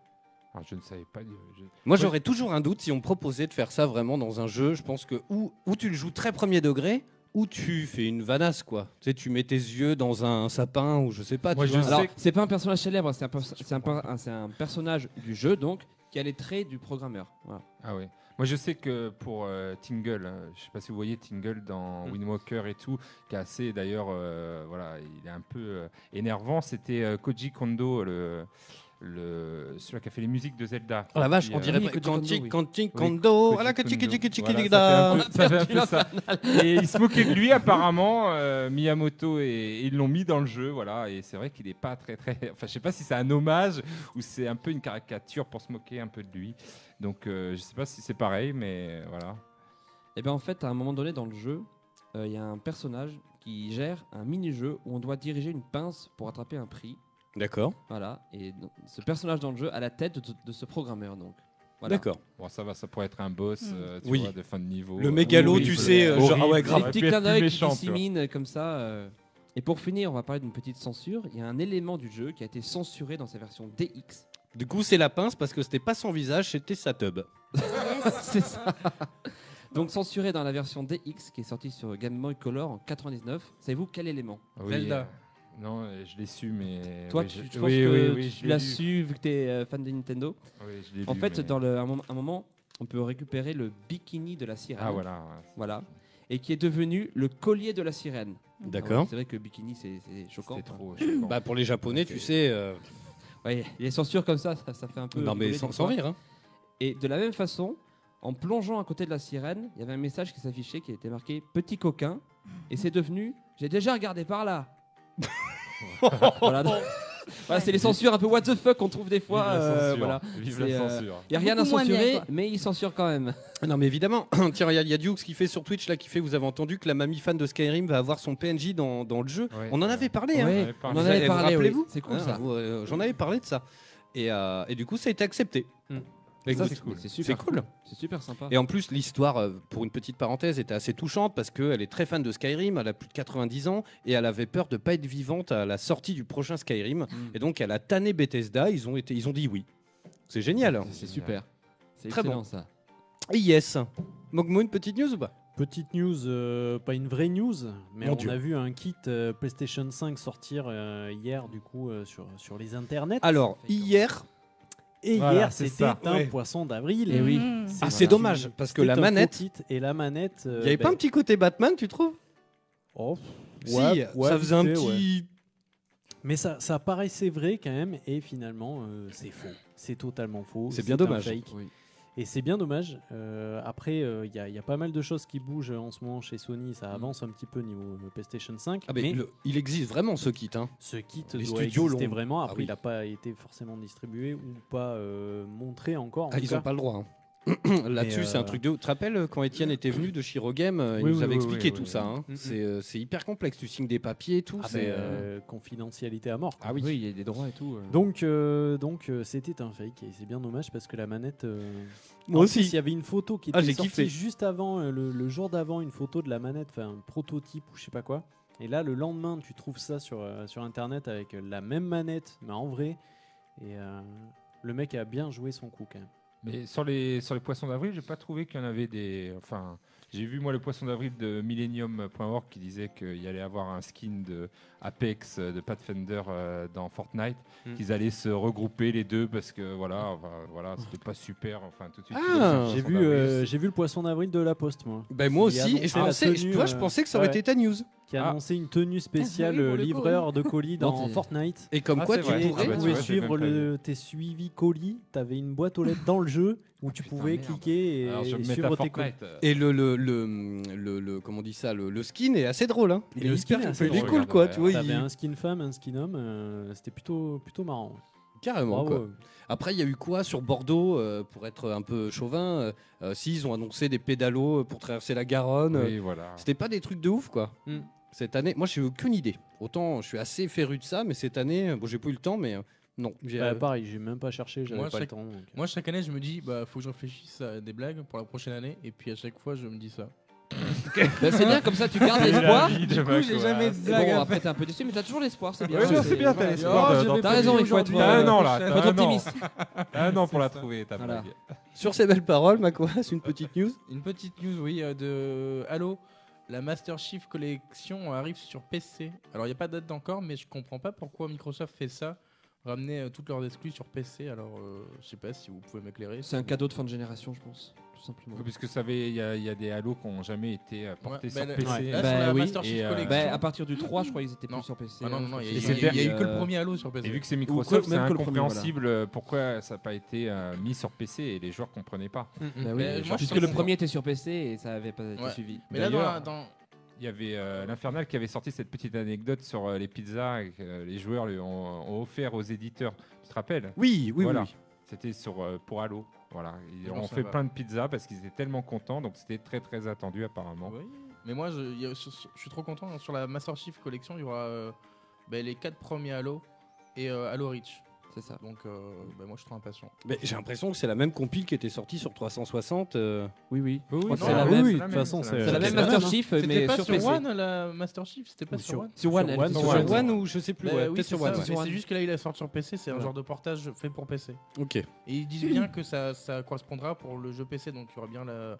S9: Ah, je ne savais pas. je-
S8: Moi, j'aurais toujours un doute si on me proposait de faire ça vraiment dans un jeu. Je pense que ou, ou tu le joues très premier degré, ou tu fais une vanasse quoi. Tu sais, tu mets tes yeux dans un sapin ou je sais pas.
S9: Moi,
S8: tu
S9: je
S8: vois.
S9: sais
S7: Alors c'est pas un personnage célèbre, c'est un, pers- c'est un, per- un- c'est un personnage du jeu donc qui a les traits du programmeur. Voilà.
S9: Ah oui. Moi, je sais que pour euh, Tingle, euh, je sais pas si vous voyez Tingle dans
S7: Mm.
S9: Wind Walker et tout, qui est assez d'ailleurs, euh, voilà, il est un peu euh, énervant. C'était euh, Koji Kondo, le, le, celui qui a fait les musiques de Zelda.
S8: Oh la vache,
S9: Qui,
S8: on
S9: euh,
S8: dirait
S7: oui,
S8: pas-
S7: Koji Kondo,
S8: Kanchi,
S7: oui.
S8: Kanchi,
S9: Oui,
S8: Kondo.
S9: Koji
S8: Ah là,
S9: Kondo.
S8: Kanchi, Kanchi, Kanchi,
S9: Voilà,
S8: Kanchi,
S9: ça
S8: da.
S9: fait un peu- ça fait un peu ça. Et il se moquait de lui apparemment, euh, Miyamoto, et, et ils l'ont mis dans le jeu, voilà. Et c'est vrai qu'il n'est pas très très. Enfin, je sais pas si c'est un hommage ou c'est un peu une caricature pour se moquer un peu de lui. Donc, euh, je sais pas si c'est pareil, mais euh, voilà.
S7: Et bien Eh ben, en fait, à un moment donné dans le jeu, euh, il y a un personnage qui gère un mini-jeu où on doit diriger une pince pour attraper un prix.
S8: D'accord.
S7: Voilà. Et donc, ce personnage dans le jeu a la tête de, de ce programmeur donc. Voilà.
S8: D'accord.
S9: Bon, ça va, ça pourrait être un boss,
S7: Hmm.
S3: Mm.
S9: euh, tu
S8: Oui.
S9: vois, de fin de niveau.
S8: Le mégalo,
S9: horrible,
S8: tu sais, euh, genre, ah ouais, grave.
S7: Les
S9: Aurait
S7: petits
S9: pu être
S7: clins
S9: plus
S7: d'œil qui
S9: méchant, tu vois.
S7: disséminent comme ça. euh. Et pour finir, on va parler d'une petite censure. Il y a un élément du jeu qui a été censuré dans sa version DX.
S8: Du coup, c'est la pince parce que c'était pas son visage, c'était sa tub.
S7: Ah C'est ça. Donc censuré dans la version DX qui est sortie sur Game Boy Color en 99. Savez-vous quel élément
S9: Oui,
S10: Zelda.
S9: euh, Non, euh, je l'ai su, mais.
S7: Toi,
S9: Eh oui,
S7: tu,
S9: je-
S7: je pense
S9: oui,
S7: que
S9: oui, oui,
S7: tu
S9: je l'ai
S7: l'as
S9: lu.
S7: su vu que tu es fan de Nintendo.
S9: Oui, je l'ai
S7: En
S9: lu,
S7: fait,
S9: mais-
S7: dans le, un, mom- un moment, on peut récupérer le bikini de la sirène.
S9: Ah voilà. ouais.
S7: Voilà. Et qui est devenu le collier de la sirène. Ah ouais,
S8: D'accord.
S7: C'est vrai que bikini, c'est c'est choquant.
S9: C'était trop.
S7: quoi.
S9: choquant.
S8: Bah, pour les Japonais, tu
S9: Ok.
S8: sais. euh,
S7: Ouais, les censures comme ça, ça, ça fait un peu.
S8: Non, mais
S7: rigoler
S8: sans,
S7: des
S8: sans
S7: fois.
S8: rire. Hein.
S7: Et de la même façon, en plongeant à côté de la sirène, il y avait un message qui s'affichait qui était marqué Petit coquin. Et c'est devenu J'ai déjà regardé par là. voilà. donc- voilà, c'est les censures un peu what the fuck qu'on trouve des
S9: Vive
S7: fois.
S9: la
S7: euh,
S9: censure,
S7: voilà.
S9: Vive
S7: C'est,
S9: la
S7: euh,
S9: censure.
S7: Il n'y a rien à
S3: Beaucoup moins bien,
S7: censurer,
S3: quoi.
S7: mais ils censurent quand même.
S8: Ah Non mais évidemment, tiens, il y, a- il y a Dukes qui fait sur Twitch là, qui fait, vous avez entendu que la mamie fan de Skyrim va avoir son PNJ dans, dans le jeu.
S9: Ouais,
S8: on en
S9: ouais.
S8: avait parlé, hein.
S9: Ouais,
S7: Ouais, euh, eh, on en
S9: Vous
S8: Vous
S7: avait
S8: vous
S7: parlé, oui.
S8: rappelez-vous Ah,
S7: C'est cool
S8: Hein,
S7: ça.
S8: vous, euh, J'en avais parlé de ça. Et, euh, et du coup, ça a été accepté.
S7: Hmm. Ça,
S8: Écoute,
S7: c'est cool. C'est
S8: C'est
S7: super
S8: cool.
S7: C'est super sympa.
S8: Et en plus, l'histoire, euh, pour une petite parenthèse, était assez touchante parce qu'elle est très fan de Skyrim, elle a plus de 90 ans et elle avait peur de pas être vivante à la sortie du prochain Skyrim.
S7: Mm.
S8: Et donc, elle a tanné Bethesda, ils ont, été, ils ont dit oui. C'est génial.
S7: C'est super. C'est
S8: Très
S7: excellent
S8: bon.
S7: ça.
S8: Et yes. Mogmo, une petite news ou pas
S6: Petite news, euh, pas une vraie news, mais
S8: Mon
S6: on
S8: Dieu.
S6: a vu un kit euh, PlayStation 5 sortir euh, hier du coup euh, sur, sur les internets.
S8: Alors, hier.
S6: et
S9: voilà,
S6: hier
S9: c'est
S6: c'était
S9: ça.
S6: un
S8: Ouais.
S6: poisson d'avril.
S7: Eh oui.
S1: Mmh.
S8: Ah, c'est dommage parce que
S6: C'était
S8: la
S6: un faux
S8: manette.
S6: kit, et la manette.
S8: Il
S6: euh,
S8: n'y avait pas
S6: ben,
S8: un petit côté Batman, tu trouves
S6: oh,
S8: Si,
S6: ouais, ouais,
S8: ça faisait un
S6: vite fait, ouais.
S8: petit.
S6: Mais ça, ça paraissait vrai quand même, et finalement, euh, c'est faux. C'est totalement faux.
S8: C'est bien
S6: un
S8: dommage.
S6: fake.
S7: Oui.
S6: Et c'est bien dommage. Euh, après, euh, il y, a- il y a pas mal de choses qui bougent en ce moment chez Sony. Ça avance un petit peu niveau euh, PlayStation 5.
S8: Ah, mais
S6: mais
S8: le- il existe vraiment ce kit. Hein.
S6: ce kit
S8: les
S6: doit
S8: studios
S6: exister
S8: l'ont-
S6: vraiment.
S8: Ah
S6: Après,
S8: oui.
S6: il n'a pas été forcément distribué ou pas euh, montré encore. en
S8: Ah,
S6: tout
S8: ils n'ont
S6: cas.
S8: pas le droit. hein. Là-dessus,
S6: Mais,
S8: c'est
S6: euh,
S8: un truc de. Tu te rappelles euh, quand Étienne était venu de Shirogame, euh, il
S9: Oui,
S8: nous
S9: oui,
S8: avait
S9: oui,
S8: expliqué
S9: oui,
S8: tout
S9: oui,
S8: ça.
S9: oui.
S8: hein.
S9: Mhm.
S8: C'est euh, c'est hyper complexe. Tu signes des papiers et tout.
S6: Ah,
S8: c'est
S6: mais,
S8: euh,
S6: euh, confidentialité à mort.
S8: Ah oui.
S7: il y a des droits et tout. euh.
S6: Donc, euh, donc euh, c'était un fake et c'est bien dommage parce que la manette. euh,
S8: Moi
S6: en
S8: aussi.
S6: plus, il y avait une photo qui
S8: Ah,
S6: était
S8: j'ai
S6: sortie
S8: kiffé.
S6: juste avant, euh, le, le jour d'avant, une photo de la manette, enfin un prototype ou je sais pas quoi. Et là, le lendemain, tu trouves ça sur, euh, sur internet avec euh, la même manette, mais en vrai. Et euh, le mec a bien joué son coup quand même.
S9: Mais sur les, sur les poissons d'avril, j'ai pas trouvé qu'il y en avait des. Enfin, j'ai vu moi le poisson d'avril de Millennium.org qui disait qu'il y allait avoir un skin de Apex, euh, de Pathfinder euh, dans Fortnite,
S10: Hmm.
S6: Mm.
S9: qu'ils allaient se regrouper les deux parce que voilà, enfin, voilà, c'était pas super. Enfin, tout de suite.
S8: Ah,
S9: tu vois, c'est un
S6: J'ai
S9: poisson
S6: vu,
S9: d'avril.
S6: euh, j'ai vu le poisson d'avril de La Poste, moi.
S8: Ben moi
S6: Qui a
S8: aussi, et je
S6: annoncé la
S8: pensais, je-
S6: tenue,
S8: tu vois, je
S6: euh,
S8: pensais que ça aurait
S6: ouais.
S8: été ta news.
S6: Qui a
S9: Ah.
S6: annoncé une tenue spéciale
S1: Ah oui, pour
S6: euh,
S1: le
S6: livreur de colis
S7: Non,
S6: dans
S7: t'es-
S6: Fortnite.
S8: Et comme
S9: Ah,
S8: quoi,
S9: c'est
S8: tu
S9: vrai.
S6: Et
S8: pourrais.
S9: Ah
S6: tu
S9: bah,
S6: pouvais
S9: tu vois, j'ai
S6: suivre
S9: même pas
S6: le, tes suivis colis. T'avais une boîte aux lettres dans le jeu où tu
S7: putain,
S6: pouvais
S7: merde.
S6: cliquer et,
S9: Alors, je
S6: et
S9: vais me mettre
S6: suivre
S9: à
S6: tes colis.
S9: Fortnite.
S8: Et le, le, le, le, le- comment on dit ça, le, le skin est assez drôle. Hein.
S6: Il
S8: Et
S6: est
S8: le skin,
S6: hyper
S8: il est
S9: drôle,
S8: cool, quoi.
S9: ouais.
S8: Tu vois, il-
S6: T'avais un skin femme, un skin homme. euh, C'était plutôt, plutôt marrant. ouais.
S8: carrément.
S6: Bravo,
S8: Ah quoi.
S6: euh.
S8: Après, il y a eu quoi sur Bordeaux euh, pour être un peu chauvin euh, euh, Si ils ont annoncé des pédalos euh, pour traverser la Garonne. euh,
S9: Oui, voilà.
S8: C'était pas des trucs de ouf, quoi.
S6: Hmm.
S8: Cette année, moi, j'ai aucune idée. Autant, je suis assez féru de ça, mais cette année, euh, bon, j'ai pas eu le temps, mais euh, non. j'ai-
S6: Bah,
S8: euh,
S6: pareil, j'ai même pas cherché, j'avais
S10: moi,
S6: pas le
S10: chaque-
S6: temps. donc. euh.
S10: Moi, chaque année, je me dis, bah, faut que je réfléchisse à des blagues pour la prochaine année. Et puis, à chaque fois, je me dis ça.
S7: Bah, c'est bien, comme ça tu gardes
S9: Et la
S7: l'espoir.
S9: vie de
S13: Du coup, j'ai
S9: Macoas.
S13: jamais de
S7: C'est
S13: blague
S7: Bon,
S13: à
S7: après
S13: faire.
S7: t'es un peu déçu, mais t'as toujours l'espoir, c'est bien.
S13: Ouais, non, c'est bien,
S7: voilà,
S13: t'as
S7: c'est-
S13: l'espoir.
S7: Oh,
S9: de-
S13: je vais
S7: T'as
S13: pas
S7: raison,
S13: dire
S7: il faut être,
S13: aujourd'hui.
S9: Ah
S7: euh,
S9: non, là,
S13: faut
S7: Faut
S9: t'as
S7: être
S9: un an.
S7: optimiste.
S9: Ah non, pour la trouver, ta
S7: Voilà.
S9: blague.
S8: Sur ces belles paroles, Macoas, une petite news.
S10: Une petite news, oui, euh, de Halo. La Master Chief Collection euh, arrive sur PC. Alors, il n'y a pas de date encore, mais je comprends pas pourquoi Microsoft fait ça. Ramener euh, toutes leurs exclus sur PC. Alors, euh, je sais pas si vous pouvez m'éclairer.
S7: C'est un cadeau de fin de génération, je pense, tout simplement.
S9: Oui, parce que ça avait- il y, a- il y a des halos qui n'ont jamais été euh, portés
S10: Ouais,
S9: sur
S10: bah,
S9: PC.
S10: là, sur
S7: Bah
S10: la
S7: oui,
S10: Master Chief
S9: et, euh,
S10: Collection.
S7: Bah, à partir du 3, je crois qu'ils étaient
S10: Non.
S7: plus sur PC.
S10: Ah non,
S7: hein,
S10: non,
S7: je
S10: non,
S7: crois
S10: il
S7: que
S10: y, a-
S7: c'était-
S10: il y a- il y a eu que le
S7: euh,
S10: premier Halo sur PC.
S9: Et vu que c'est
S7: même
S9: Microsoft,
S7: que
S9: c'est
S7: le premier,
S9: incompréhensible euh, pourquoi ça n'a pas été euh, mis sur PC et les joueurs ne comprenaient pas.
S7: Bah oui,
S10: Mais moi, je pense
S7: puisque
S10: que
S7: le
S10: c'est-
S7: premier était sur PC et ça avait pas été
S10: Ouais.
S7: suivi.
S10: Mais là, dans la-
S9: D'ailleurs-
S10: dans-
S9: Il y avait euh, l'Infernal qui avait sorti cette petite anecdote sur euh, les pizzas et que euh, les joueurs lui ont, ont offert aux éditeurs. Tu te rappelles
S8: Oui, oui,
S9: Voilà.
S8: oui.
S9: C'était sur euh, pour Halo. Voilà, ils
S10: Je
S9: ont
S10: pense
S9: fait
S10: pas.
S9: plein de pizzas parce qu'ils étaient tellement contents, donc c'était très très attendu apparemment.
S10: Oui. Mais moi, je, il y a- sur- sur- je suis trop content. hein. Sur la Master Chief Collection, il y aura euh, ben, les 4 premiers Halo et euh, Halo Reach.
S7: C'est ça.
S10: Donc, euh, ben, moi, je suis trop impatient.
S8: Mais j'ai l'impression que c'est la même compile qui était sortie sur 360. euh,
S7: Oui, oui.
S9: Oui,
S6: c'est
S10: non,
S6: la
S10: oui,
S6: même,
S9: oui,
S6: de toute façon,
S9: c'est
S7: C'est la même
S6: c'est
S7: Master Chief,
S10: C'était
S7: mais
S10: pas
S7: sur
S10: sur,
S7: PC.
S10: One, la Master Chief C'était pas
S6: Ou
S10: sur,
S6: sur-
S10: One
S7: Sur One,
S6: Sur
S7: elle
S6: One,
S7: était
S9: sur
S7: sur
S8: Sur
S9: Ouais.
S7: One.
S8: One ou je sais plus.
S10: Ben
S8: ouais,
S10: oui,
S8: peut-être
S10: c'est
S8: sur
S10: ça,
S8: One.
S10: mais
S8: ouais.
S7: Sur One.
S10: C'est juste que là, il la sort sur PC. C'est un
S7: Ouais.
S10: genre de portage fait pour PC.
S8: Ok.
S10: Et ils disent bien que ça, ça correspondra pour le jeu PC, donc il y aura bien la-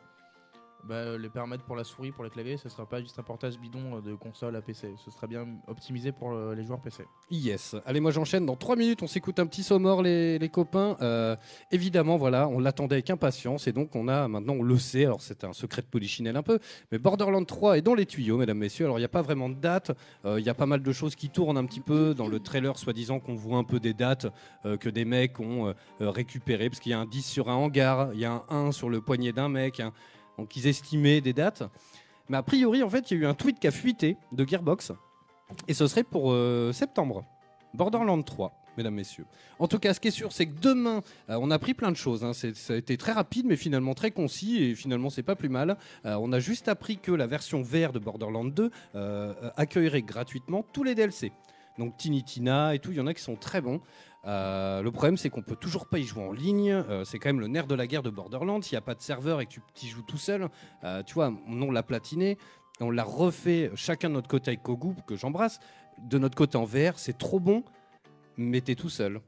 S10: bah, les paramètres pour la souris, pour les claviers, ce sera pas juste un portage bidon euh, de console à PC, ce sera bien optimisé pour euh, les joueurs PC.
S8: Yes. Allez, moi j'enchaîne. Dans 3 minutes, on s'écoute un petit sommeur, les, les copains. Euh, évidemment, voilà, on l'attendait avec impatience et donc on a maintenant, on le sait, alors c'est un secret de polichinelle un peu, mais Borderlands 3 est dans les tuyaux, mesdames, messieurs. Alors il n'y a pas vraiment de date, Euh, il y a pas mal de choses qui tournent un petit peu dans le trailer, soi-disant qu'on voit un peu des dates euh, que des mecs ont euh, euh, récupérées, parce qu'il y a un 10 sur un hangar, il y a un 1 sur le poignet d'un mec, hein. donc ils estimaient des dates. Mais a priori, en fait, il y a eu un tweet qui a fuité de Gearbox. Et ce serait pour euh, septembre. Borderlands 3, mesdames, messieurs. En tout cas, ce qui est sûr, c'est que demain, euh, on a pris plein de choses. hein. C'est- Ça a été très rapide, mais finalement très concis, et finalement, c'est pas plus mal. Euh, on a juste appris que la version VR de Borderlands 2 euh, euh, accueillerait gratuitement tous les DLC. Donc Tinitina et tout, il y en a qui sont très bons. Euh, le problème, c'est qu'on peut toujours pas y jouer en ligne. Euh, c'est quand même le nerf de la guerre de Borderlands. S'il n'y a pas de serveur et que tu y joues tout seul, euh, tu vois, on l'a platiné. Et on l'a refait chacun de notre côté avec Kogu, que j'embrasse. De notre côté en VR, c'est trop bon, mais t'es tout seul.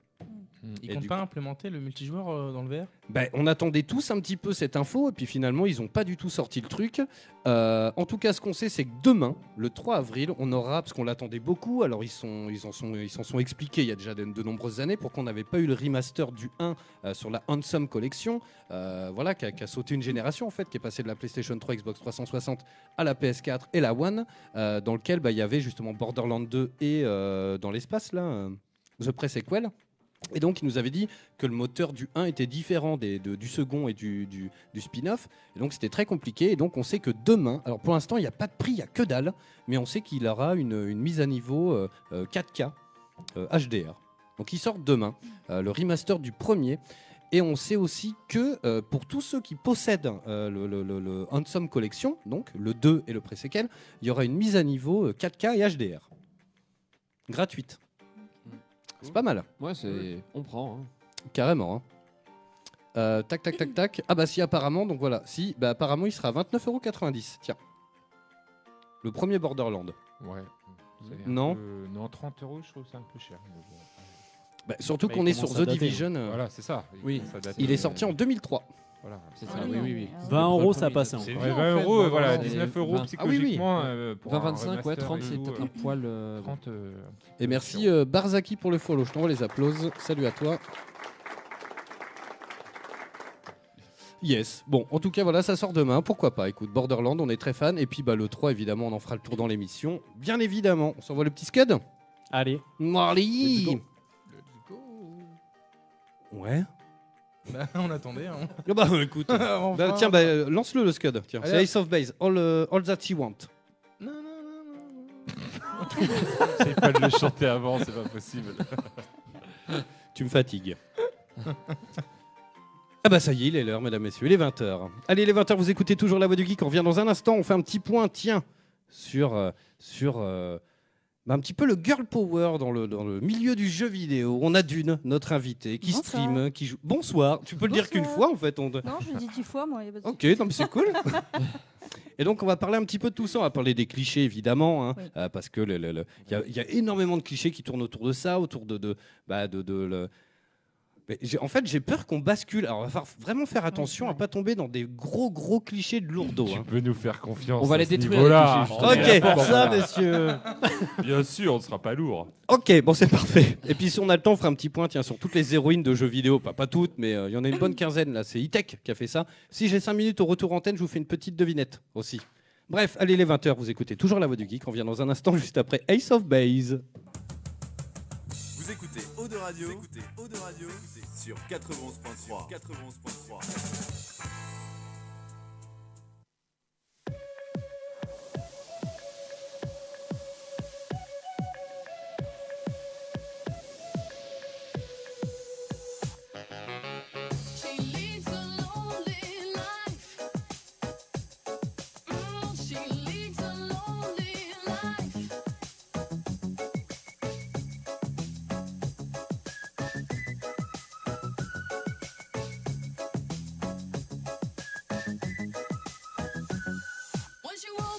S10: Ils
S8: Et
S10: comptent
S8: du
S10: pas implémenter le multijoueur euh, dans le VR
S8: Ben, on attendait tous un petit peu cette info, et puis finalement, ils n'ont pas du tout sorti le truc. Euh, en tout cas, ce qu'on sait, c'est que demain, le 3 avril, on aura, parce qu'on l'attendait beaucoup, alors ils s'en sont, ils en sont, ils s'en sont expliqués il y a déjà de, de nombreuses années, pour qu'on n'avait pas eu le remaster du 1 euh, sur la Handsome Collection, euh, voilà, qui a, qui a sauté une génération, en fait, qui est passée de la PlayStation 3, Xbox 360 à la PS4 et la One, euh, dans lequel bah, il y avait justement Borderlands 2 et euh, dans l'espace, là, euh, The Pre-Sequel. Et donc, ils nous avaient dit que le moteur du 1 était différent des, de- du second et du, du- du spin-off. Et donc, c'était très compliqué. Et donc, on sait que demain, alors pour l'instant, il n'y a pas de prix, il n'y a que dalle, mais on sait qu'il aura une, une mise à niveau euh, euh, 4K euh, HDR. Donc, ils sortent demain euh, le remaster du premier. Et on sait aussi que euh, pour tous ceux qui possèdent euh, le, le- le- le Handsome Collection, donc le 2 et le pré-séquel, il y aura une mise à niveau euh, 4K et HDR. Gratuite. C'est pas mal.
S7: Moi, c'est. On prend. hein.
S8: Carrément. hein. Euh, tac, tac, tac, tac. Ah bah si, apparemment, donc voilà. Si, bah apparemment, il sera à 29,90€. Tiens. Le premier Borderland.
S9: Ouais. Ça a l'air
S8: Non.
S9: un peu- euh, Non, 30 euros, je trouve ça un peu cher. mais bon.
S8: Bah, surtout
S6: Mais
S8: qu'on
S6: il
S8: est sur
S6: commence
S8: The
S6: à dater.
S8: Division. euh,
S9: Voilà, c'est ça. Il
S7: Oui.
S9: commence à dater,
S8: Il est
S9: euh,
S8: sorti en 2003.
S9: Voilà.
S7: C'est
S1: Ah
S7: ça.
S1: oui,
S7: oui,
S1: non,
S7: oui,
S1: mais,
S7: oui.
S1: ah
S7: Le
S1: ouais.
S6: 20 euros,
S7: premier,
S6: ça passe. hein.
S10: C'est
S9: Ouais,
S10: vieux, en
S9: 20
S10: fait,
S9: euros, Ah
S10: Borderlands.
S9: voilà,
S7: c'est-
S9: 19 euros
S7: vingt.
S9: psychologiquement. euh, pour un
S7: 20, 25, ouais,
S9: remaster
S7: 30,
S9: et
S7: c'est
S9: tout,
S7: peut-être
S9: euh,
S7: un poil. euh,
S9: 30, euh, un petit peu
S8: Et merci euh, Barzaki pour le follow. Je t'envoie les applauses. Salut à toi. Yes. Bon, en tout cas, voilà, ça sort demain. Pourquoi pas Écoute, Borderland, on est très fan. Et puis, bah, le 3, évidemment, on en fera le tour dans l'émission. Bien évidemment. On s'envoie le petit scud
S6: Allez.
S8: Marley Ouais.
S10: Bah, on attendait. hein.
S8: Ah bah écoute.
S10: Enfin.
S8: Bah, tiens, bah, euh, lance-le le scud. Tiens, c'est
S10: Allez.
S8: Ace of Base. All, euh, all that he want.
S10: Non, non, non, non, non.
S9: C'est pas de le chanter avant, c'est pas possible.
S8: Tu me fatigues. Ah bah ça y est, il est l'heure, mesdames, messieurs, il est 20h. Allez, les 20h, vous écoutez toujours La Voix du Geek, on revient dans un instant, on fait un petit point, tiens, sur, euh, sur euh, bah, un petit peu le girl power dans le, dans le milieu du jeu vidéo. On a Dune, notre invité, qui
S1: Bonsoir.
S8: stream, qui joue... Bonsoir, tu peux le dire
S1: Bonsoir.
S8: qu'une fois en fait. On... te-
S1: Non, je le dis dix fois, moi. y a pas de
S8: Ok, non mais c'est cool. Et donc on va parler un petit peu de tout ça, on va parler des clichés évidemment, hein,
S1: Oui.
S8: euh, parce que le- le- le- il y a- il y, a énormément de clichés qui tournent autour de ça, autour de... de, bah, de, de le- Mais j'ai- en fait j'ai peur qu'on bascule, alors on va faire- vraiment faire attention à pas tomber dans des gros gros clichés de lourdeau.
S9: Tu
S8: hein.
S9: peux nous faire confiance.
S7: On va
S9: à
S7: les
S9: ce
S7: détruire,
S9: niveau-là.
S7: les
S8: Ok,
S7: clichés.
S8: pour ça,
S7: messieurs.
S9: Bien sûr, on ne sera pas lourd.
S8: Ok, bon c'est parfait. Et puis si on a le temps, on fera un petit point tiens, sur toutes les héroïnes de jeux vidéo, pas, pas toutes, mais euh, il y en a une bonne quinzaine là, c'est Itech qui a fait ça. Si j'ai 5 minutes au retour antenne, je vous fais une petite devinette aussi. Bref, allez les 20h, vous écoutez toujours La Voix du Geek, on vient dans un instant juste après Ace of Base.
S13: Vous écoutez Eau de Radio, écoutez Eau de Radio sur 91.3. 91.3.
S14: She
S1: oh,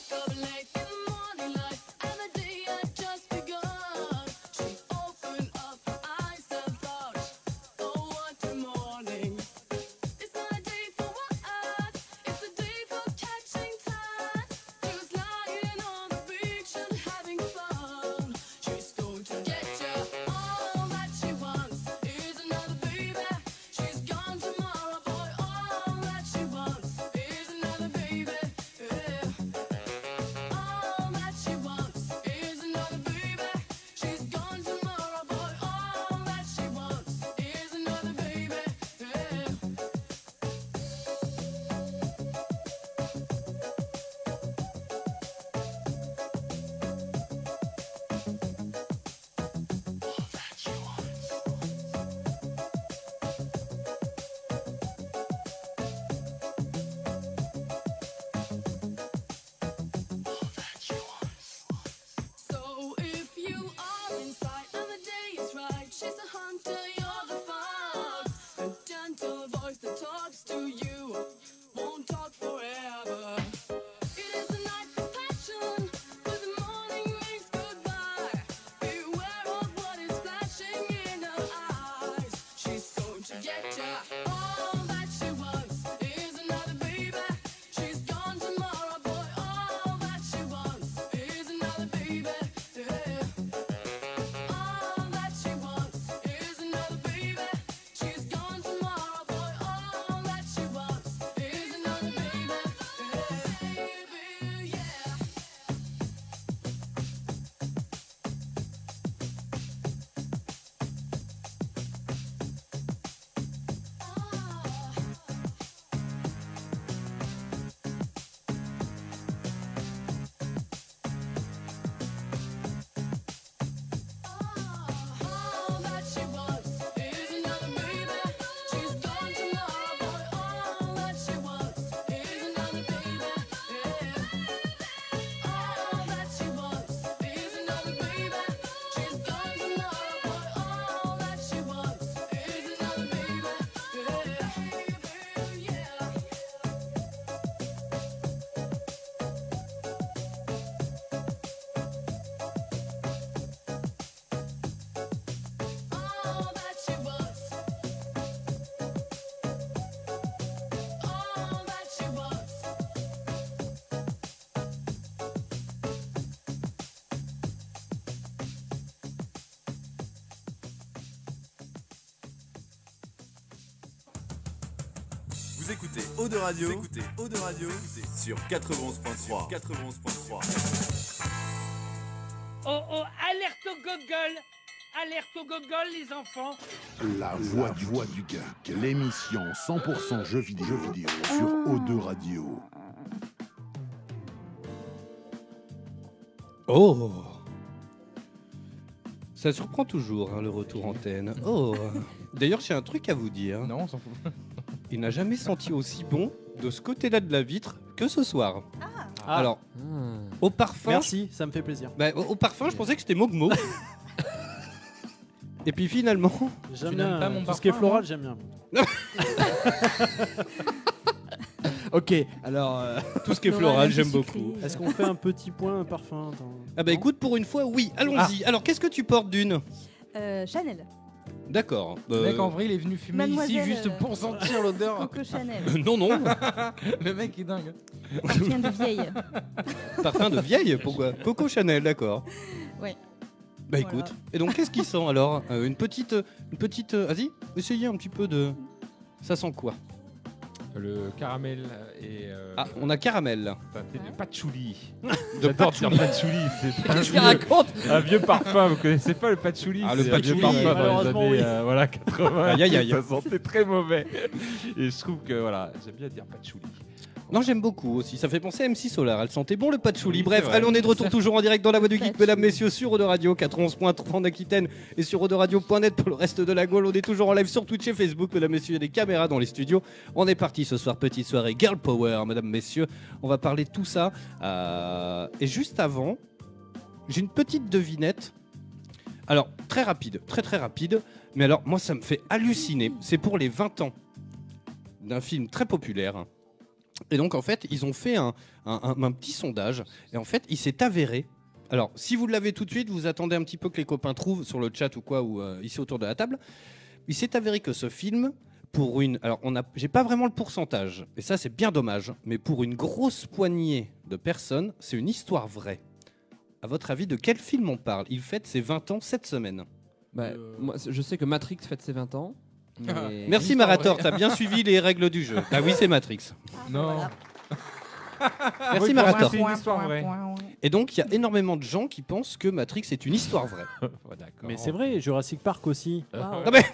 S13: Vous écoutez Eau de Radio. Vous écoutez Eau de Radio sur 91.3. 91.3.
S3: Oh, oh, alerte au gogol Alerte au gogol, les enfants
S4: La voix du, voix du geek. L'émission 100% jeux vidéo, jeux vidéo sur O2 Radio.
S8: Oh Ça surprend toujours, hein, le retour antenne. Oh D'ailleurs, j'ai un truc à vous dire.
S10: Non, on s'en fout.
S8: Il n'a jamais senti aussi bon de ce côté-là de la vitre que ce soir.
S6: Ah.
S8: Alors, au parfum.
S6: Merci, ça me fait plaisir.
S8: Bah, au, au parfum, je pensais que c'était Mogmo. Et puis finalement.
S6: J'aime bien. euh, tout ce qui est
S9: hein
S6: floral, j'aime bien.
S7: ok, alors. euh,
S8: Tout ce qui est floral, j'aime beaucoup.
S6: Est-ce qu'on fait un petit point parfum dans-
S8: Ah bah écoute, pour une fois, oui. Allons-y. Alors, qu'est-ce que tu portes d'une
S1: Euh, Chanel.
S8: D'accord.
S10: Le mec,
S8: euh,
S10: en vrai, il est venu fumer ici
S1: Mademoiselle,
S10: juste
S1: euh,
S10: pour sentir l'odeur.
S1: Coco Chanel.
S8: non, non.
S10: Le mec est dingue.
S1: Parfum de vieille.
S8: Parfum de vieille, pourquoi Coco Chanel, d'accord.
S1: Ouais.
S8: Bah écoute. Et donc qu'est-ce qui sent alors Euh, Une petite, une petite. euh, Vas-y, essayez un petit peu de. Ça sent quoi
S9: Le caramel et. euh,
S8: Ah, on a caramel. là.
S9: teinté de patchouli.
S8: De
S9: J'adore dire patchouli, c'est un,
S7: Qu'est-ce qu'il
S9: vieux-
S7: raconte
S9: un vieux parfum. Vous connaissez pas le patchouli
S8: Ah, le
S9: C'est un vieux
S8: patchouli,
S9: parfum dans les
S6: malheureusement,
S9: années
S6: oui.
S9: euh, voilà, 80.
S8: Aïe, aïe, aïe.
S9: Ça sentait très mauvais. Et je trouve que voilà, j'aime bien dire patchouli.
S8: Non, j'aime beaucoup aussi. Ça fait penser à MC Solar. Elle sentait bon le patchouli.
S9: Oui,
S8: Bref,
S9: c'est vrai.
S8: allez, on est de retour toujours en direct dans la voie du geek,
S1: Patchouli.
S8: mesdames, messieurs, sur Eau de Radio 91.3 en Aquitaine et sur Radio.net pour le reste de la Gaule. On est toujours en live sur Twitch et Facebook, mesdames, messieurs, il y a des caméras dans les studios. On est parti ce soir, petite soirée Girl Power, mesdames, messieurs. On va parler de tout ça. Euh, Et juste avant, j'ai une petite devinette. Alors, très rapide, très très rapide. Mais alors, moi, ça me fait halluciner. C'est pour les 20 ans d'un film très populaire. Et donc, en fait, ils ont fait un, un- un- un petit sondage. Et en fait, il s'est avéré. Alors, si vous l'avez tout de suite, vous attendez un petit peu que les copains trouvent sur le chat ou quoi, ou euh, ici autour de la table. Il s'est avéré que ce film, pour une. Alors, on a, j'ai pas vraiment le pourcentage. Et ça, c'est bien dommage. Mais pour une grosse poignée de personnes, c'est une histoire vraie. À votre avis, de quel film on parle Il fête ses 20 ans cette semaine.
S7: Bah,
S10: Euh.
S7: moi, je sais que Matrix fête ses 20 ans.
S8: Merci
S7: mais-
S10: Une histoire
S8: Marator,
S10: vraie.
S8: t'as bien suivi les règles du jeu. Ah oui, c'est Matrix.
S10: Non.
S8: Merci
S9: Oui,
S8: Marator.
S9: C'est une histoire vraie.
S8: Et donc, il y a énormément de gens qui pensent que Matrix est une histoire vraie.
S9: Ouais, D'accord.
S6: Mais c'est vrai, Jurassic Park aussi.
S8: Ah ben,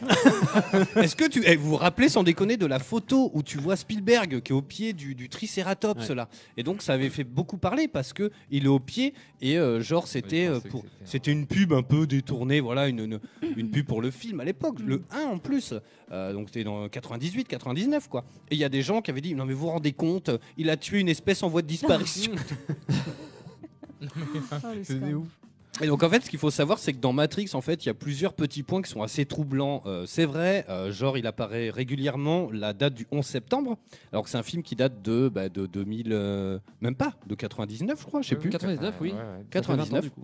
S8: Est-ce que tu eh, vous vous rappelez sans déconner de la photo où tu vois Spielberg qui est au pied du, du Triceratops
S6: Ouais.
S8: là Et donc ça avait fait beaucoup parler parce que il est au pied et euh, genre c'était
S9: je
S8: euh,
S9: pensais que
S8: pour
S9: c'était un-
S8: c'était une pub un peu détournée voilà une, une, une pub pour le film à l'époque le 1 en plus Euh, donc c'était dans 98 99 quoi et il y a des gens qui avaient dit non mais vous vous rendez compte il a tué une espèce en voie de disparition
S10: C'est des ouf.
S8: Et donc en fait, ce qu'il faut savoir, c'est que dans Matrix, en fait, il y a plusieurs petits points qui sont assez troublants. Euh, c'est vrai, euh, genre il apparaît régulièrement la date du 11 septembre, alors que c'est un film qui date de, bah, de 2000, euh, même pas, de 99, je crois, je sais plus.
S7: 99, oui.
S9: Ouais, ouais.
S7: Ça fait 20 ans,
S8: 99.
S7: du coup.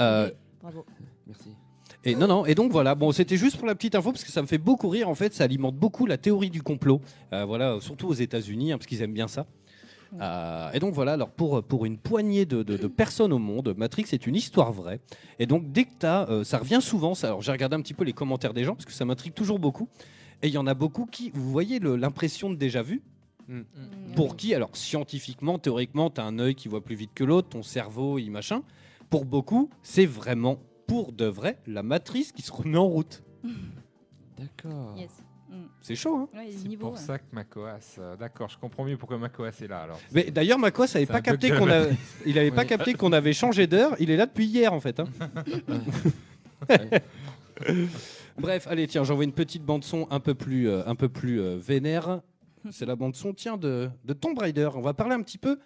S8: Euh,
S1: Bravo.
S7: Merci.
S8: et non, non. Et donc voilà. Bon, c'était juste pour la petite info parce que ça me fait beaucoup rire. En fait, ça alimente beaucoup la théorie du complot. Euh, voilà, surtout aux États-Unis, hein, parce qu'ils aiment bien ça. Euh, et donc voilà. Alors pour pour une poignée de, de- de personnes au monde, Matrix est une histoire vraie. Et donc dès que t'as, euh, ça revient souvent. Ça, alors j'ai regardé un petit peu les commentaires des gens parce que ça m'intrigue toujours beaucoup. Et il y en a beaucoup qui, vous voyez le- l'impression de déjà vu. Pour qui, alors scientifiquement, théoriquement, t'as un œil qui voit plus vite que l'autre, ton cerveau, il machin. Pour beaucoup, c'est vraiment pour de vrai la matrice qui se remet en route.
S7: D'accord.
S1: Yes.
S8: C'est chaud, hein
S1: Ouais,
S9: C'est
S1: niveau.
S9: pour
S1: ouais.
S9: ça que Macoas. euh, D'accord, je comprends mieux pourquoi Macoas est là alors.
S8: Mais d'ailleurs, Macoas n'avait
S9: C'est
S8: pas
S9: un
S8: capté
S9: bug de
S8: qu'on
S9: la
S8: avait, il avait pas capté qu'on avait changé d'heure. Il est là depuis hier, en fait. hein. Bref, allez, tiens, j'envoie une petite bande son un peu plus, euh, un peu plus euh, vénère. C'est la bande son, tiens, de, de Tomb Raider. On va parler un petit peu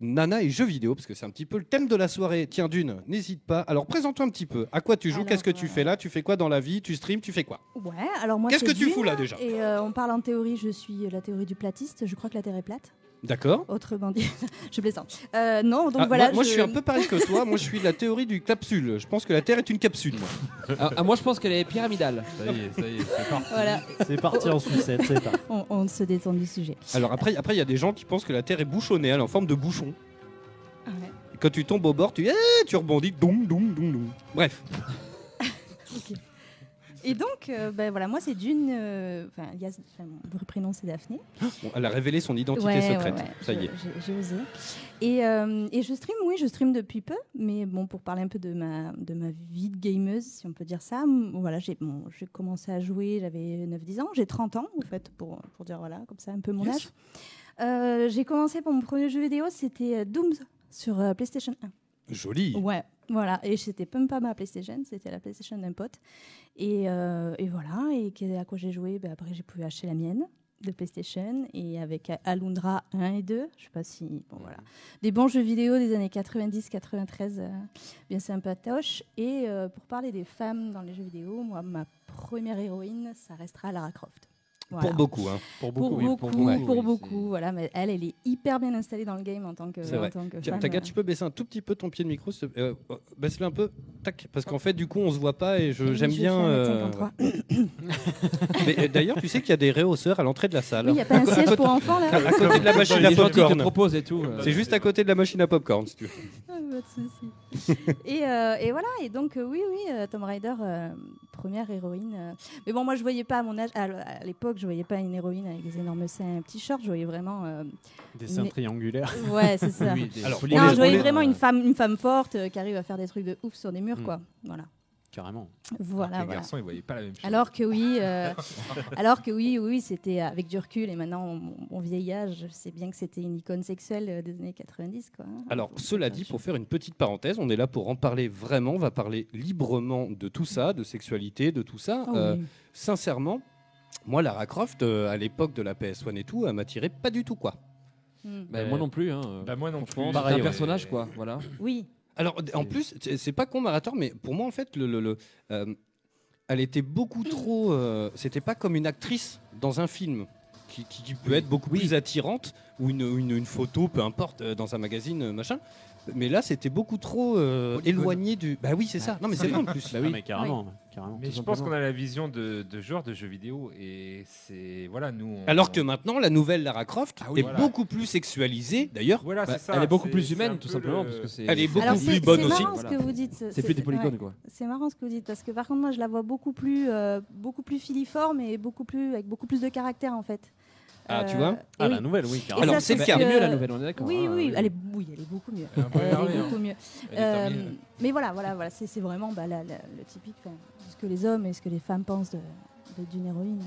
S8: nana et jeux vidéo parce que c'est un petit peu le thème de la soirée. Tiens, d'une, n'hésite pas. Alors, présente-toi un petit peu. À quoi tu joues
S1: Alors,
S8: Qu'est-ce que tu
S1: euh,
S8: fais là Tu fais quoi dans la vie Tu streams Tu fais quoi
S1: Ouais, alors moi.
S8: Qu'est-ce
S1: c'est
S8: que tu
S1: Dune,
S8: fous là déjà
S1: Et euh, on parle en théorie, je suis la théorie du platiste, je crois que la Terre est plate.
S8: D'accord.
S1: Autrement dit, je plaisante. Euh, non, donc
S8: Ah,
S1: voilà.
S8: moi, moi, je... suis un peu pareil que toi. Moi, je suis de la théorie du capsule. Je pense que la Terre est une capsule. moi.
S7: Ah, ah, moi, je pense qu'elle est pyramidale.
S9: Ça y est, ça y est, c'est parti.
S1: Voilà,
S6: C'est parti en sucette, c'est parti.
S1: on, on se détend du sujet.
S8: Alors après, après, il y a des gens qui pensent que la Terre est bouchonnée, elle est en forme de bouchon.
S1: Ah Ouais,
S8: Et quand tu tombes au bord, tu, eh, tu rebondis, doum, doum, doum, doum. Bref.
S1: ok. Et donc, euh, ben voilà, moi c'est Dune. euh, Enfin, Yas- enfin, mon vrai prénom c'est Daphné.
S8: Bon, elle a révélé son identité
S1: Ouais, ouais,
S8: secrète.
S1: ouais,
S8: Ça y
S1: je-
S8: est.
S1: j'ai- J'ai osé. Et, euh, et je stream, oui, je stream depuis peu, mais bon, pour parler un peu de ma, de ma vie de gameuse, si on peut dire ça, m- voilà, j'ai bon, j'ai commencé à jouer, j'avais 9-10 ans, j'ai 30 ans, en fait, pour, pour dire, voilà, comme ça, un peu mon
S14: Yes.
S1: âge. Euh, j'ai commencé pour mon premier jeu vidéo, c'était euh, Dooms sur euh, PlayStation 1.
S8: Joli.
S1: Ouais, voilà. Et c'était même pas ma PlayStation, c'était la PlayStation d'un pote. Et, euh, et voilà. Et que- à quoi j'ai joué Ben, Après, j'ai pu acheter la mienne de PlayStation et avec A- Alundra 1 Ah, et 2. Je sais pas si. Bon, voilà. Des bons jeux vidéo des années 90-93, bien sympatoche. Et euh, pour parler des femmes dans les jeux vidéo, moi, ma première héroïne, ça restera Lara Croft. Voilà.
S8: Pour beaucoup, hein.
S1: Pour beaucoup, pour
S8: oui,
S1: beaucoup,
S8: pour beaucoup, oui,
S1: voilà, mais elle, elle est hyper bien installée dans le game en tant que,
S8: C'est
S1: en
S8: vrai.
S1: tant que
S8: Tiens,
S1: femme. euh,
S8: Taka, tu peux baisser un tout petit peu ton pied de micro s'il te- euh, euh, Baisse-le un peu. Tac. Parce qu'en fait, du coup, on se voit pas et je-
S1: Oui,
S8: j'aime
S1: je
S8: bien.
S1: fais
S8: euh,
S1: 1m53.
S8: Mais, euh, D'ailleurs, tu sais qu'il y a des réhausseurs à l'entrée de la salle.
S1: Oui, y a pas un siège pour enfants, là
S8: À côté de la machine à
S7: Les gens qui te
S8: popcorn.
S7: proposent et tout, euh.
S8: C'est juste à côté de la machine à popcorn, si tu veux.
S1: Ah, pas de souci. et, euh, et voilà, et donc euh, oui, oui, euh, Tomb Raider, euh, première héroïne. euh. Mais bon, moi je voyais pas à mon âge, à l- à l'époque, je voyais pas une héroïne avec des énormes seins, et un petit short, je voyais vraiment. euh,
S6: Des seins
S1: une-
S6: triangulaires.
S1: Ouais, c'est ça.
S6: Oui, des-
S1: Alors,
S6: pour
S1: non,
S6: les-
S1: je voyais
S6: pour les-
S1: vraiment une femme, une femme forte euh, qui arrive à faire des trucs de ouf sur des murs,
S6: Mm.
S1: quoi. Voilà.
S6: Carrément.
S1: Voilà,
S7: Ah,
S9: Les
S1: voilà.
S9: garçons, ils voyaient pas la même chose.
S1: Alors que oui, euh, alors que oui, oui, c'était avec du recul et maintenant mon, mon vieil âge, je sais bien que c'était une icône sexuelle euh, des années 90, quoi.
S8: Alors, cela dit, pour faire une petite parenthèse, on est là pour en parler vraiment. On va parler librement de tout ça, de sexualité, de tout ça. Euh,
S1: Ah
S7: Euh,
S1: oui.
S8: Sincèrement, moi, Lara Croft, euh, à l'époque de la PS1 et tout, elle m'attirait pas du tout, quoi.
S1: Hmm.
S7: Bah, moi non plus. Hein.
S9: Bah, moi non
S7: Franchement,
S9: plus.
S7: c'est
S9: Pareil,
S7: un
S9: ouais.
S7: personnage, quoi. Voilà.
S1: Oui.
S8: Alors, d- en plus, c'est- c'est pas con, Marator, mais pour moi, en fait, le, le- le, euh, elle était beaucoup trop. euh, C'était pas comme une actrice dans un film. Qui, qui- qui peut être beaucoup plus attirante, ou une, une- une photo, peu importe, euh, dans un magazine, euh, machin. Mais là, c'était beaucoup trop euh, éloigné du. Bah oui, c'est ça. Non, mais c'est vrai en plus.
S6: Bah oui. Ah, mais carrément, Oui. carrément.
S9: Mais
S6: Tout
S9: je pense
S6: simplement.
S9: qu'on a la vision de, de joueurs de jeux vidéo et c'est voilà nous. on-
S8: Alors que maintenant, la nouvelle Lara Croft
S9: Ah oui,
S8: est
S9: voilà.
S8: beaucoup plus sexualisée, d'ailleurs.
S9: Voilà,
S7: Bah, c'est ça, elle est beaucoup c'est- plus c'est humaine, un tout peu simplement, le- parce que c'est-
S8: Elle est beaucoup
S1: Alors,
S8: plus
S1: c'est-
S8: bonne
S1: c'est
S8: aussi.
S1: marrant ce que vous dites.
S8: C'est plus des polygones,
S1: ouais.
S8: quoi.
S1: C'est marrant ce que vous dites parce que par contre moi je la vois beaucoup plus euh, beaucoup plus filiforme et beaucoup plus avec beaucoup plus de caractère en fait. Euh,
S7: Ah, tu vois
S1: et
S7: Ah, la nouvelle, oui,
S1: Et
S7: carrément.
S1: ça,
S7: Alors, c'est le
S1: parce
S7: cas.
S1: que-
S7: Elle est mieux, la nouvelle, on est d'accord,
S1: Oui,
S7: hein,
S1: oui,
S7: oui.
S1: elle est, oui, elle est beaucoup mieux.
S7: Elle est un peu
S1: Elle est
S7: énervée, hein.
S1: beaucoup mieux.
S7: Elle est
S1: Euh,
S7: terminée.
S1: mais voilà, voilà, voilà, c'est c'est vraiment bah, la- la- le typique enfin, de ce que les hommes et ce que les femmes pensent de- de- d'une héroïne.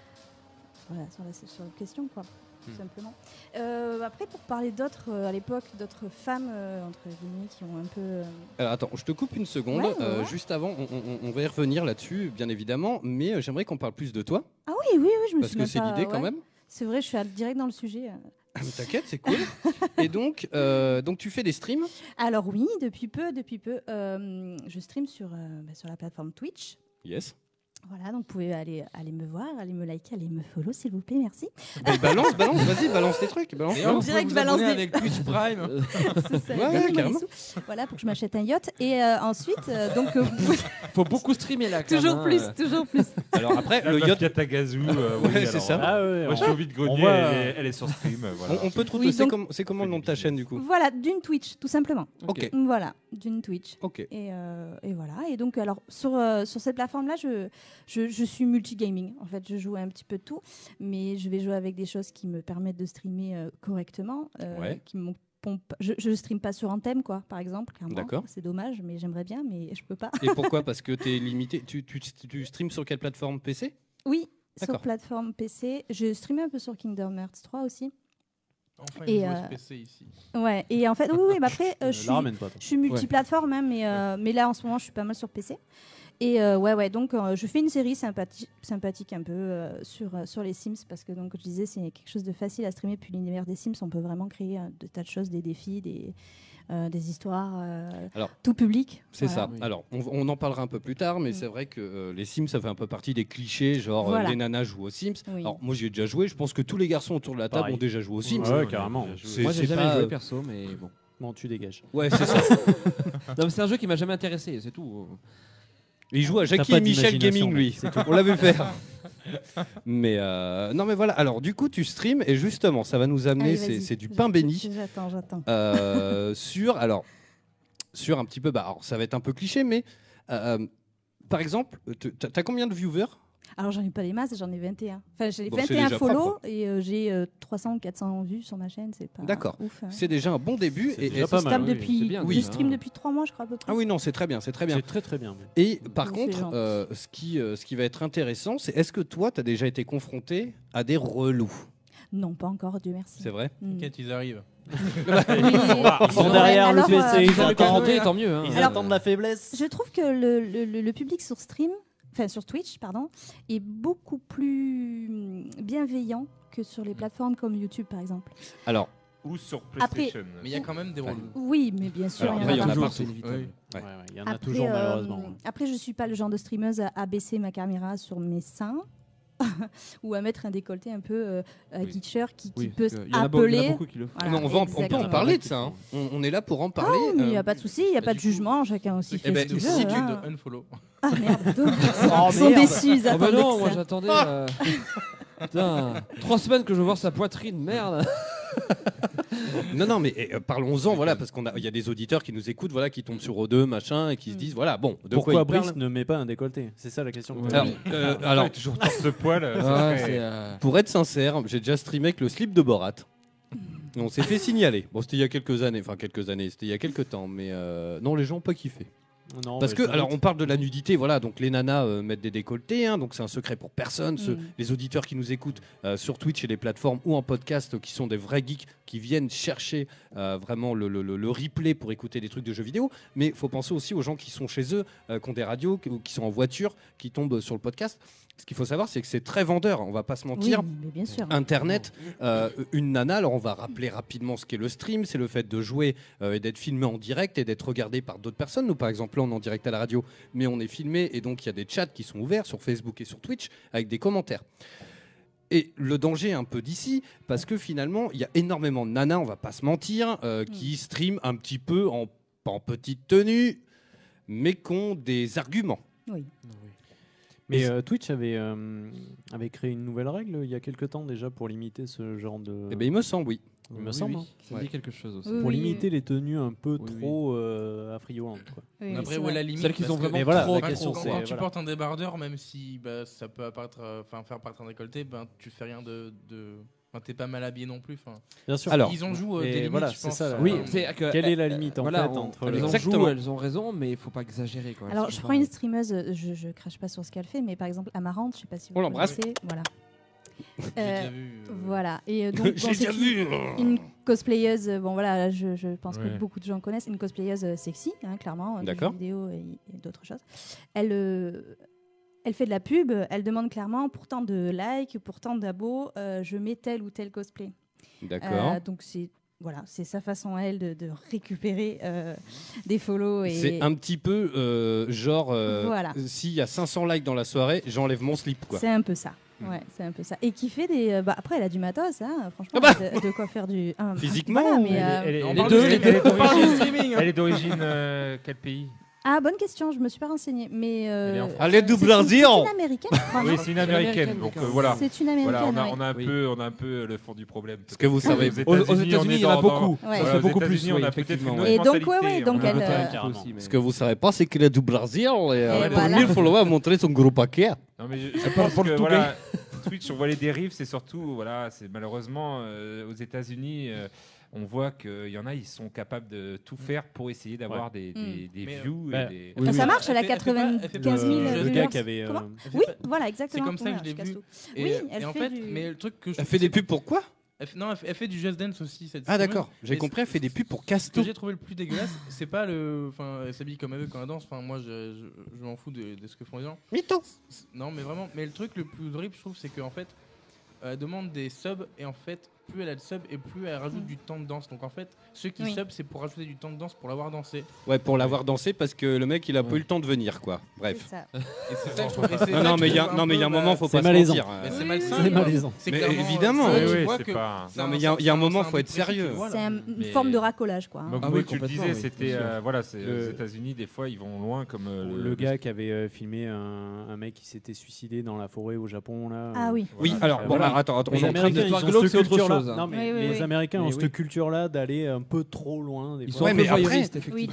S1: euh, voilà, sur la, sur la question quoi, tout
S14: Hmm.
S1: simplement. Euh, après, pour parler d'autres, euh, à l'époque, d'autres femmes, euh, entre guillemets, qui ont un peu... euh,
S8: Alors, attends, je te coupe une seconde.
S1: Ouais, ouais,
S8: Euh,
S1: ouais.
S8: Juste avant, on, on- on va y revenir là-dessus, bien évidemment. Mais euh, j'aimerais qu'on parle plus de toi.
S1: Ah oui, oui, oui, je me
S8: Parce
S1: suis
S8: que
S1: même
S8: c'est
S1: pas-
S8: l'idée, quand
S1: ouais.
S8: même.
S1: C'est vrai, je suis à- direct dans le sujet. euh.
S8: Ah, mais T'inquiète, c'est cool. Et donc, euh, donc, tu fais des streams.
S1: Alors oui, depuis peu, depuis peu, euh, je stream sur, euh, bah, sur la plateforme Twitch.
S8: Yes.
S1: Voilà, donc vous pouvez aller, aller me voir, aller me liker, aller me follow, s'il vous plaît, merci.
S8: Mais Ben, balance, balance, vas-y, balance tes trucs. Balance,
S1: Et
S8: balance.
S1: on dirait que je balance des- C'est ça,
S8: Ouais,
S1: donnez-moi des
S8: carrément.
S1: sous. Voilà, pour que je m'achète un yacht. Et euh, ensuite, euh, donc... euh, vous pouvez-
S7: Faut beaucoup streamer là. quand
S1: Toujours
S7: même,
S1: plus,
S7: hein.
S1: toujours plus.
S8: Alors après,
S9: La
S8: le
S9: meuf
S8: yacht-
S9: Yatagazu, euh,
S8: Ouais,
S9: oui,
S8: c'est
S9: alors
S8: ça.
S9: là, Moi, je suis envie de
S8: On
S9: grogner.
S8: voit-
S9: Elle, est, elle est sur stream. euh, Voilà.
S8: On, on peut trouver.
S1: Oui,
S8: c'est
S1: donc- Euh,
S8: comme- c'est comment le nom de ta chaîne du coup
S1: Voilà, d'une Twitch, tout simplement.
S8: Ok.
S1: Voilà, d'une Twitch.
S8: Ok.
S1: Et, euh, et voilà. Et donc, alors, sur, euh, sur cette plateforme-là, je, je, je suis multigaming. En fait, je joue à un petit peu de tout, mais je vais jouer avec des choses qui me permettent de streamer euh, correctement, euh,
S14: Ouais.
S1: qui me pompent- Je, je stream pas sur Anthem, quoi, par exemple. clairement.
S8: D'accord.
S1: C'est dommage, mais j'aimerais bien, mais je peux pas.
S8: Et pourquoi Parce que t'es limité. Tu, tu, tu streams sur quelle plateforme PC
S1: Oui, sur
S8: D'accord.
S1: plateforme PC. Je streamais un peu sur Kingdom Hearts 3 aussi.
S10: Enfin,
S1: Et,
S10: une joueuse
S1: euh,
S10: PC ici.
S1: Ouais, et en fait, oui, oui, mais après, euh,
S10: la
S1: je suis,
S10: ramène pas, toi.
S1: je suis multiplateforme, hein, mais, euh, mais là, en ce moment, je suis pas mal sur PC. Et euh, ouais, ouais, donc euh, je fais une série sympathique, sympathique un peu euh, sur, euh, sur les Sims, parce que, donc, je disais, c'est quelque chose de facile à streamer, puis l'univers des Sims, on peut vraiment créer euh, de tas de choses, des défis, des, euh, des histoires, euh,
S8: Alors,
S1: tout public.
S8: C'est
S1: Voilà.
S8: ça. Alors, on, on en parlera un peu plus tard, mais c'est vrai que euh, les Sims, ça fait un peu partie des clichés, genre euh,
S1: Mm. Voilà.
S8: les nanas jouent aux Sims.
S1: Oui.
S8: Alors, moi, j'y ai déjà joué. Je pense que tous les garçons autour de la table
S6: Pareil.
S8: ont déjà joué aux Sims.
S6: Ouais, ouais, carrément.
S8: C'est-
S7: Moi, j'ai
S8: c'est
S7: jamais
S8: pas,
S7: joué
S8: euh,
S7: perso, mais bon.
S6: Bon, tu dégages.
S8: Ouais, c'est ça. Ah.
S7: non, mais c'est un jeu qui m'a jamais intéressé, c'est tout.
S8: Il joue à Jackie et Michel Gaming, lui. On l'a vu faire. mais euh, non, mais voilà. Alors, du coup, tu streams et justement, ça va nous amener.
S1: Allez,
S8: c'est-
S1: vas-y.
S8: C'est du pain béni.
S1: J'attends, j'attends.
S8: Euh, sur alors sur un petit peu bah alors, ça va être un peu cliché mais euh, par exemple, euh, te- t'as t'as combien de viewers
S1: Alors, j'en ai pas des masses, j'en ai 21. Enfin, j'ai
S8: Bon, c'est
S1: 21
S8: déjà
S1: follow
S8: propre.
S1: et euh, j'ai 300 400 vues sur ma chaîne. C'est pas
S8: D'accord.
S1: ouf. hein.
S8: C'est déjà un bon début.
S1: C'est déjà pas mal, Stable oui, depuis- c'est bien,
S8: Oui.
S1: je stream depuis 3 mois, je crois, à peu près.
S8: Ah oui, non, c'est très bien, c'est très bien.
S6: C'est très très bien. même.
S8: Et par
S1: Donc, c'est
S8: contre,
S1: gentil.
S8: euh, ce, qui, euh, ce qui va être intéressant, c'est est-ce que toi, tu as déjà été confronté à des relous
S1: Non, pas encore, Dieu merci.
S8: C'est vrai
S1: Mm.
S10: T'inquiète, ils arrivent.
S14: Ils sont derrière le PC, ils
S1: Alors,
S14: attendent,
S1: euh,
S14: tant mieux, hein. Ils
S1: Alors,
S14: attendent la faiblesse.
S1: Je trouve que le, le- le- le public sur stream, enfin sur Twitch, pardon, est beaucoup plus hum, bienveillant que sur les plateformes comme YouTube, par exemple.
S8: Alors.
S9: Ou sur
S1: Après-
S9: PlayStation.
S10: Mais il y a quand même des relous.
S1: Oui, mais bien sûr,
S9: Alors,
S1: il y en
S9: après,
S1: a
S9: il y en a
S1: toujours.
S9: partout.
S10: Oui.
S9: Ouais,
S6: ouais, il y en a
S1: Après,
S6: toujours
S1: euh,
S6: malheureusement.
S1: Après, je suis pas le genre de streameuse à, à baisser ma caméra sur mes seins. ou à mettre un décolleté un peu euh, euh, geeker qui, qui
S7: Oui,
S1: peut
S7: parce que il y en a beau- il y en a
S1: appeler.
S7: beaucoup qui le font.
S1: Voilà,
S8: Non, on, va en- on peut en
S1: exactement.
S8: parler de ça. hein. On, on est là pour en parler.
S1: Ah, mais il n'y
S8: euh,
S1: a pas de souci, il n'y a pas de jugement, chacun aussi fait
S8: eh ben,
S1: ce qu'il
S8: si
S1: veut.
S8: tu-
S1: hein.
S10: de unfollow.
S1: Ah merde,
S14: Oh,
S1: ils sont
S14: merde.
S1: déçus, ils
S7: Oh bah
S1: attendaient
S7: non,
S1: que
S7: moi
S1: ça.
S7: j'attendais. euh, Putain, trois semaines que je veux voir sa poitrine, merde.
S8: Non, non, mais eh, euh, parlons-en, voilà, parce qu'il a, il y a des auditeurs qui nous écoutent, voilà, qui tombent sur O2, machin, et qui
S1: Mm.
S8: se disent, voilà, bon, de
S6: Pourquoi
S8: quoi ils
S6: Brice
S8: parlent
S6: ne met pas un décolleté C'est ça la question. que
S8: Alors,
S6: t'as dit.
S8: euh, alors,
S9: toujours dans ce poil. euh,
S7: Ah,
S9: ça
S7: ouais,
S9: serait-
S7: c'est, euh,
S8: Pour être sincère, j'ai déjà streamé avec le slip de Borat. Et On s'est fait signaler. Bon, c'était il y a quelques années, enfin quelques années, c'était il y a quelques temps, mais euh, non, les gens ont pas kiffé.
S6: Non,
S8: Parce
S6: mais
S8: que,
S6: je me
S8: alors,
S6: doute.
S8: on parle de la nudité, voilà, donc les nanas euh, mettent des décolletés, hein, donc c'est un secret pour personne. Ceux-
S1: Mm.
S8: Les auditeurs qui nous écoutent euh, sur Twitch et les plateformes ou en podcast, euh, qui sont des vrais geeks, qui viennent chercher euh, vraiment le, le- le- le replay pour écouter des trucs de jeux vidéo, mais faut penser aussi aux gens qui sont chez eux, euh, qui ont des radios, qui, ou qui sont en voiture, qui tombent sur le podcast. Ce qu'il faut savoir, c'est que c'est très vendeur, on va pas se
S1: Oui,
S8: mentir.
S1: mais bien sûr.
S8: Internet, euh, une nana, alors on va rappeler rapidement ce qu'est le stream, c'est le fait de jouer euh, et d'être filmé en direct et d'être regardé par d'autres personnes. Nous, par exemple, là, on est en direct à la radio, mais on est filmé et donc il y a des chats qui sont ouverts sur Facebook et sur Twitch avec des commentaires. Et le danger un peu d'ici, parce que finalement, il y a énormément de nanas, on va pas se mentir, euh, qui stream un petit peu en, pas en petite tenue, mais qui ont des arguments.
S6: Mais euh, Twitch avait, euh, avait créé une nouvelle règle il y a quelques temps déjà pour limiter ce genre de.
S8: Eh bien, il me semble, oui.
S6: il me
S7: oui,
S6: semble.
S7: oui,
S6: hein.
S7: Ça me dit quelque chose aussi.
S1: Oui,
S6: Pour
S1: oui.
S6: limiter les tenues un peu
S7: Oui, oui.
S6: trop euh, affriolantes. quoi.
S1: Oui, oui,
S10: Après,
S1: c'est
S10: où est
S1: vrai.
S10: la limite
S7: Celles qu'ils
S10: parce
S7: ont
S10: que-
S7: vraiment
S6: Mais voilà,
S7: trop
S6: la
S10: Quand-
S6: question
S10: quand,
S6: c'est.
S10: quand tu
S6: voilà.
S10: portes un débardeur, même si bah, ça peut apparaître, euh, enfin faire paraître un décolleté, ben tu fais rien de, de... enfin, t'es pas mal habillé non plus. enfin.
S6: Bien sûr.
S8: Alors,
S10: ils en jouent euh,
S6: Et
S10: des limites,
S6: voilà,
S10: je
S6: c'est
S10: pense.
S6: ça, là.
S7: Oui,
S6: Euh,
S7: c'est que-
S6: quelle est
S7: euh,
S6: la limite, en
S7: voilà,
S6: fait,
S7: on-
S6: entre
S7: elles
S6: le-
S7: en jouent,
S8: Exactement.
S7: elles ont raison, mais il faut pas exagérer. Quoi.
S1: Alors,
S7: Elles
S1: je
S7: sont
S1: prends une
S7: pas-
S1: streameuse, euh, je, je crache pas sur ce qu'elle fait, mais par exemple, Amarante, je sais pas si vous
S8: On l'embrasse.
S1: connaissez. Voilà.
S10: J'ai
S1: Euh,
S10: déjà vu, euh,
S1: Voilà. Et euh, donc, bon, c'est une- Une cosplayeuse, euh, bon voilà, là, je, je pense que beaucoup de gens connaissent, une cosplayeuse euh, sexy, hein, clairement, euh, de
S8: D'accord.
S1: jeux vidéo et, et d'autres choses. Elle, euh, elle fait de la pub, elle demande clairement, pourtant de likes, pourtant d'abos, euh, je mets tel ou tel cosplay.
S8: D'accord.
S1: Euh, donc c'est voilà, c'est sa façon à elle de, de récupérer euh, des follow et
S8: C'est un petit peu euh, genre, euh,
S1: Voilà.
S8: s'il y a 500 likes dans la soirée, j'enlève mon slip. Quoi.
S1: C'est un peu ça. Ouais, c'est un peu ça. Et qui fait des. euh, bah, après, elle a du matos, hein, franchement,
S8: Ah
S1: de, de quoi faire du. un-
S8: Physiquement
S1: voilà, mais,
S8: ou-
S1: euh,
S9: Elle est-
S10: on
S9: elle
S10: parle
S9: est-
S10: de-
S9: elle est-
S10: elle est
S9: elle est
S10: d'origine-
S9: d'origine-
S10: streaming, hein.
S9: Elle est d'origine euh, quel pays
S1: Ah, bonne question, je me suis pas renseignée. Mais. euh,
S9: Elle est en
S8: Allez,
S1: c'est
S8: double
S1: une, c'est
S8: argile
S1: une américaine, je crois, non
S9: Oui, c'est une
S7: C'est
S9: américaine.
S7: américaine,
S9: Donc euh,
S7: d'accord.
S9: voilà.
S1: C'est une
S9: Voilà,
S1: américaine.
S9: on a, on a un
S7: ouais.
S9: peu, on a un peu le fond du problème.
S8: Parce que vous savez,
S9: Aux
S7: Aux- aux
S9: États-Unis, on
S7: États-Unis,
S9: est
S7: il y en a
S9: dans-
S7: beaucoup.
S9: dans-
S1: Ouais.
S9: voilà,
S7: C'est
S9: aux
S7: beaucoup plus,
S9: États-Unis,
S7: oui,
S9: on a peut-être une
S7: effectivement.
S9: autre
S1: Et donc, ouais,
S9: mentalité,
S1: ouais,
S9: on
S1: donc
S9: a-
S1: elle, euh,
S7: Carrément.
S6: aussi, mais-
S8: Ce que vous savez pas, c'est qu'il a du Brésil et, euh,
S1: Et
S8: pour
S1: voilà.
S8: 1000 followers, montrer son gros paquet.
S9: Non mais je, je pense que voilà, Twitch, on voit les dérives, c'est surtout voilà, c'est malheureusement euh, aux États-Unis, euh, on voit qu'il y en a, ils sont capables de tout faire pour essayer d'avoir des, des, des
S10: Mais, euh,
S9: views. et
S6: bah,
S9: des-
S1: Ah, ça
S10: oui.
S1: marche, elle a
S10: Elle fait- elle fait pas- elle fait pas
S1: 95 000
S10: de-
S6: le
S1: viewers.
S6: gars qui avait. euh,
S1: Comment
S10: Elle fait
S1: Oui,
S10: pas-
S1: voilà, exactement.
S10: comme ça que
S1: Voilà,
S10: je l'ai
S1: casse
S10: vu.
S1: tout.
S10: Et,
S1: Oui, elle
S10: et en
S1: fait
S10: fait,
S1: du-
S10: mais le truc que je
S8: Elle fait des pubs pour quoi
S10: Elle fait- non, elle fait, elle fait du Just Dance aussi. Cette
S8: Ah
S10: streameuse.
S8: d'accord, j'ai
S10: Et
S8: compris, elle fait des pubs pour
S10: Ce que
S8: Casto.
S10: j'ai trouvé le plus dégueulasse, c'est pas le. Enfin, elle s'habille comme elle veut quand elle danse. Enfin, moi, je, je- je m'en fous de, de ce que font les gens.
S8: Mytho
S10: Non, mais vraiment. Mais le truc le plus horrible, je trouve, c'est qu'en fait, euh, elle demande des subs. Et en fait, plus elle a de subs et plus elle rajoute
S1: Mm.
S10: du temps de danse. Donc en fait, ceux qui
S1: Oui.
S10: sub, c'est pour rajouter du temps de danse pour l'avoir dansé.
S8: Ouais, pour l'avoir dansé parce que le mec, il a pas eu le temps de venir, quoi.
S1: C'est
S8: Bref.
S1: ça.
S10: Et c'est ça que je trouve- et c'est ça
S8: Non, non,
S10: que
S8: mais
S10: je
S8: il y a,
S10: trouve
S8: non, mais il y a un moment, faut pas
S6: C'est
S8: se
S6: malaisant.
S8: mentir.
S10: peu, bah,
S8: Euh,
S10: C'est malsain.
S6: C'est
S10: quoi.
S6: malaisant.
S10: C'est
S8: Mais
S10: clairement,
S8: évidemment.
S10: c'est-
S9: Oui,
S10: tu
S9: oui,
S10: vois
S9: c'est
S10: que
S9: pas-
S10: c'est
S8: Non, mais il y a- il y a un moment,
S10: c'est
S8: faut être
S10: truc que tu
S8: sérieux.
S10: vois, là.
S1: C'est un- une
S9: Mais-
S1: forme de racolage, quoi. hein.
S9: Donc,
S7: Ah
S9: oui,
S7: oui,
S9: tu le
S7: complètement,
S9: disais,
S7: oui,
S9: c'était
S7: bien sûr.
S9: euh, voilà, c'est
S6: Le-
S9: aux États-Unis, des fois, ils vont loin comme euh,
S6: Le gars qui avait euh, filmé un, un mec qui s'était suicidé dans la forêt au Japon là.
S1: Ah
S6: euh,
S1: oui.
S8: Oui, alors, bon,
S6: Voilà.
S8: alors, attends, attends,
S6: Les
S8: on est en train
S6: Américains,
S8: de...
S6: ils
S7: Histoire
S6: ont
S7: glauque,
S6: cette
S7: c'est autre
S6: culture-là
S7: chose.
S6: Non, mais
S7: Oui, oui,
S6: les
S7: oui.
S6: Américains ont
S7: Mais oui.
S6: cette culture-là d'aller un peu trop loin. Des
S7: Ils
S6: fois.
S7: sont
S8: Ouais, mais après,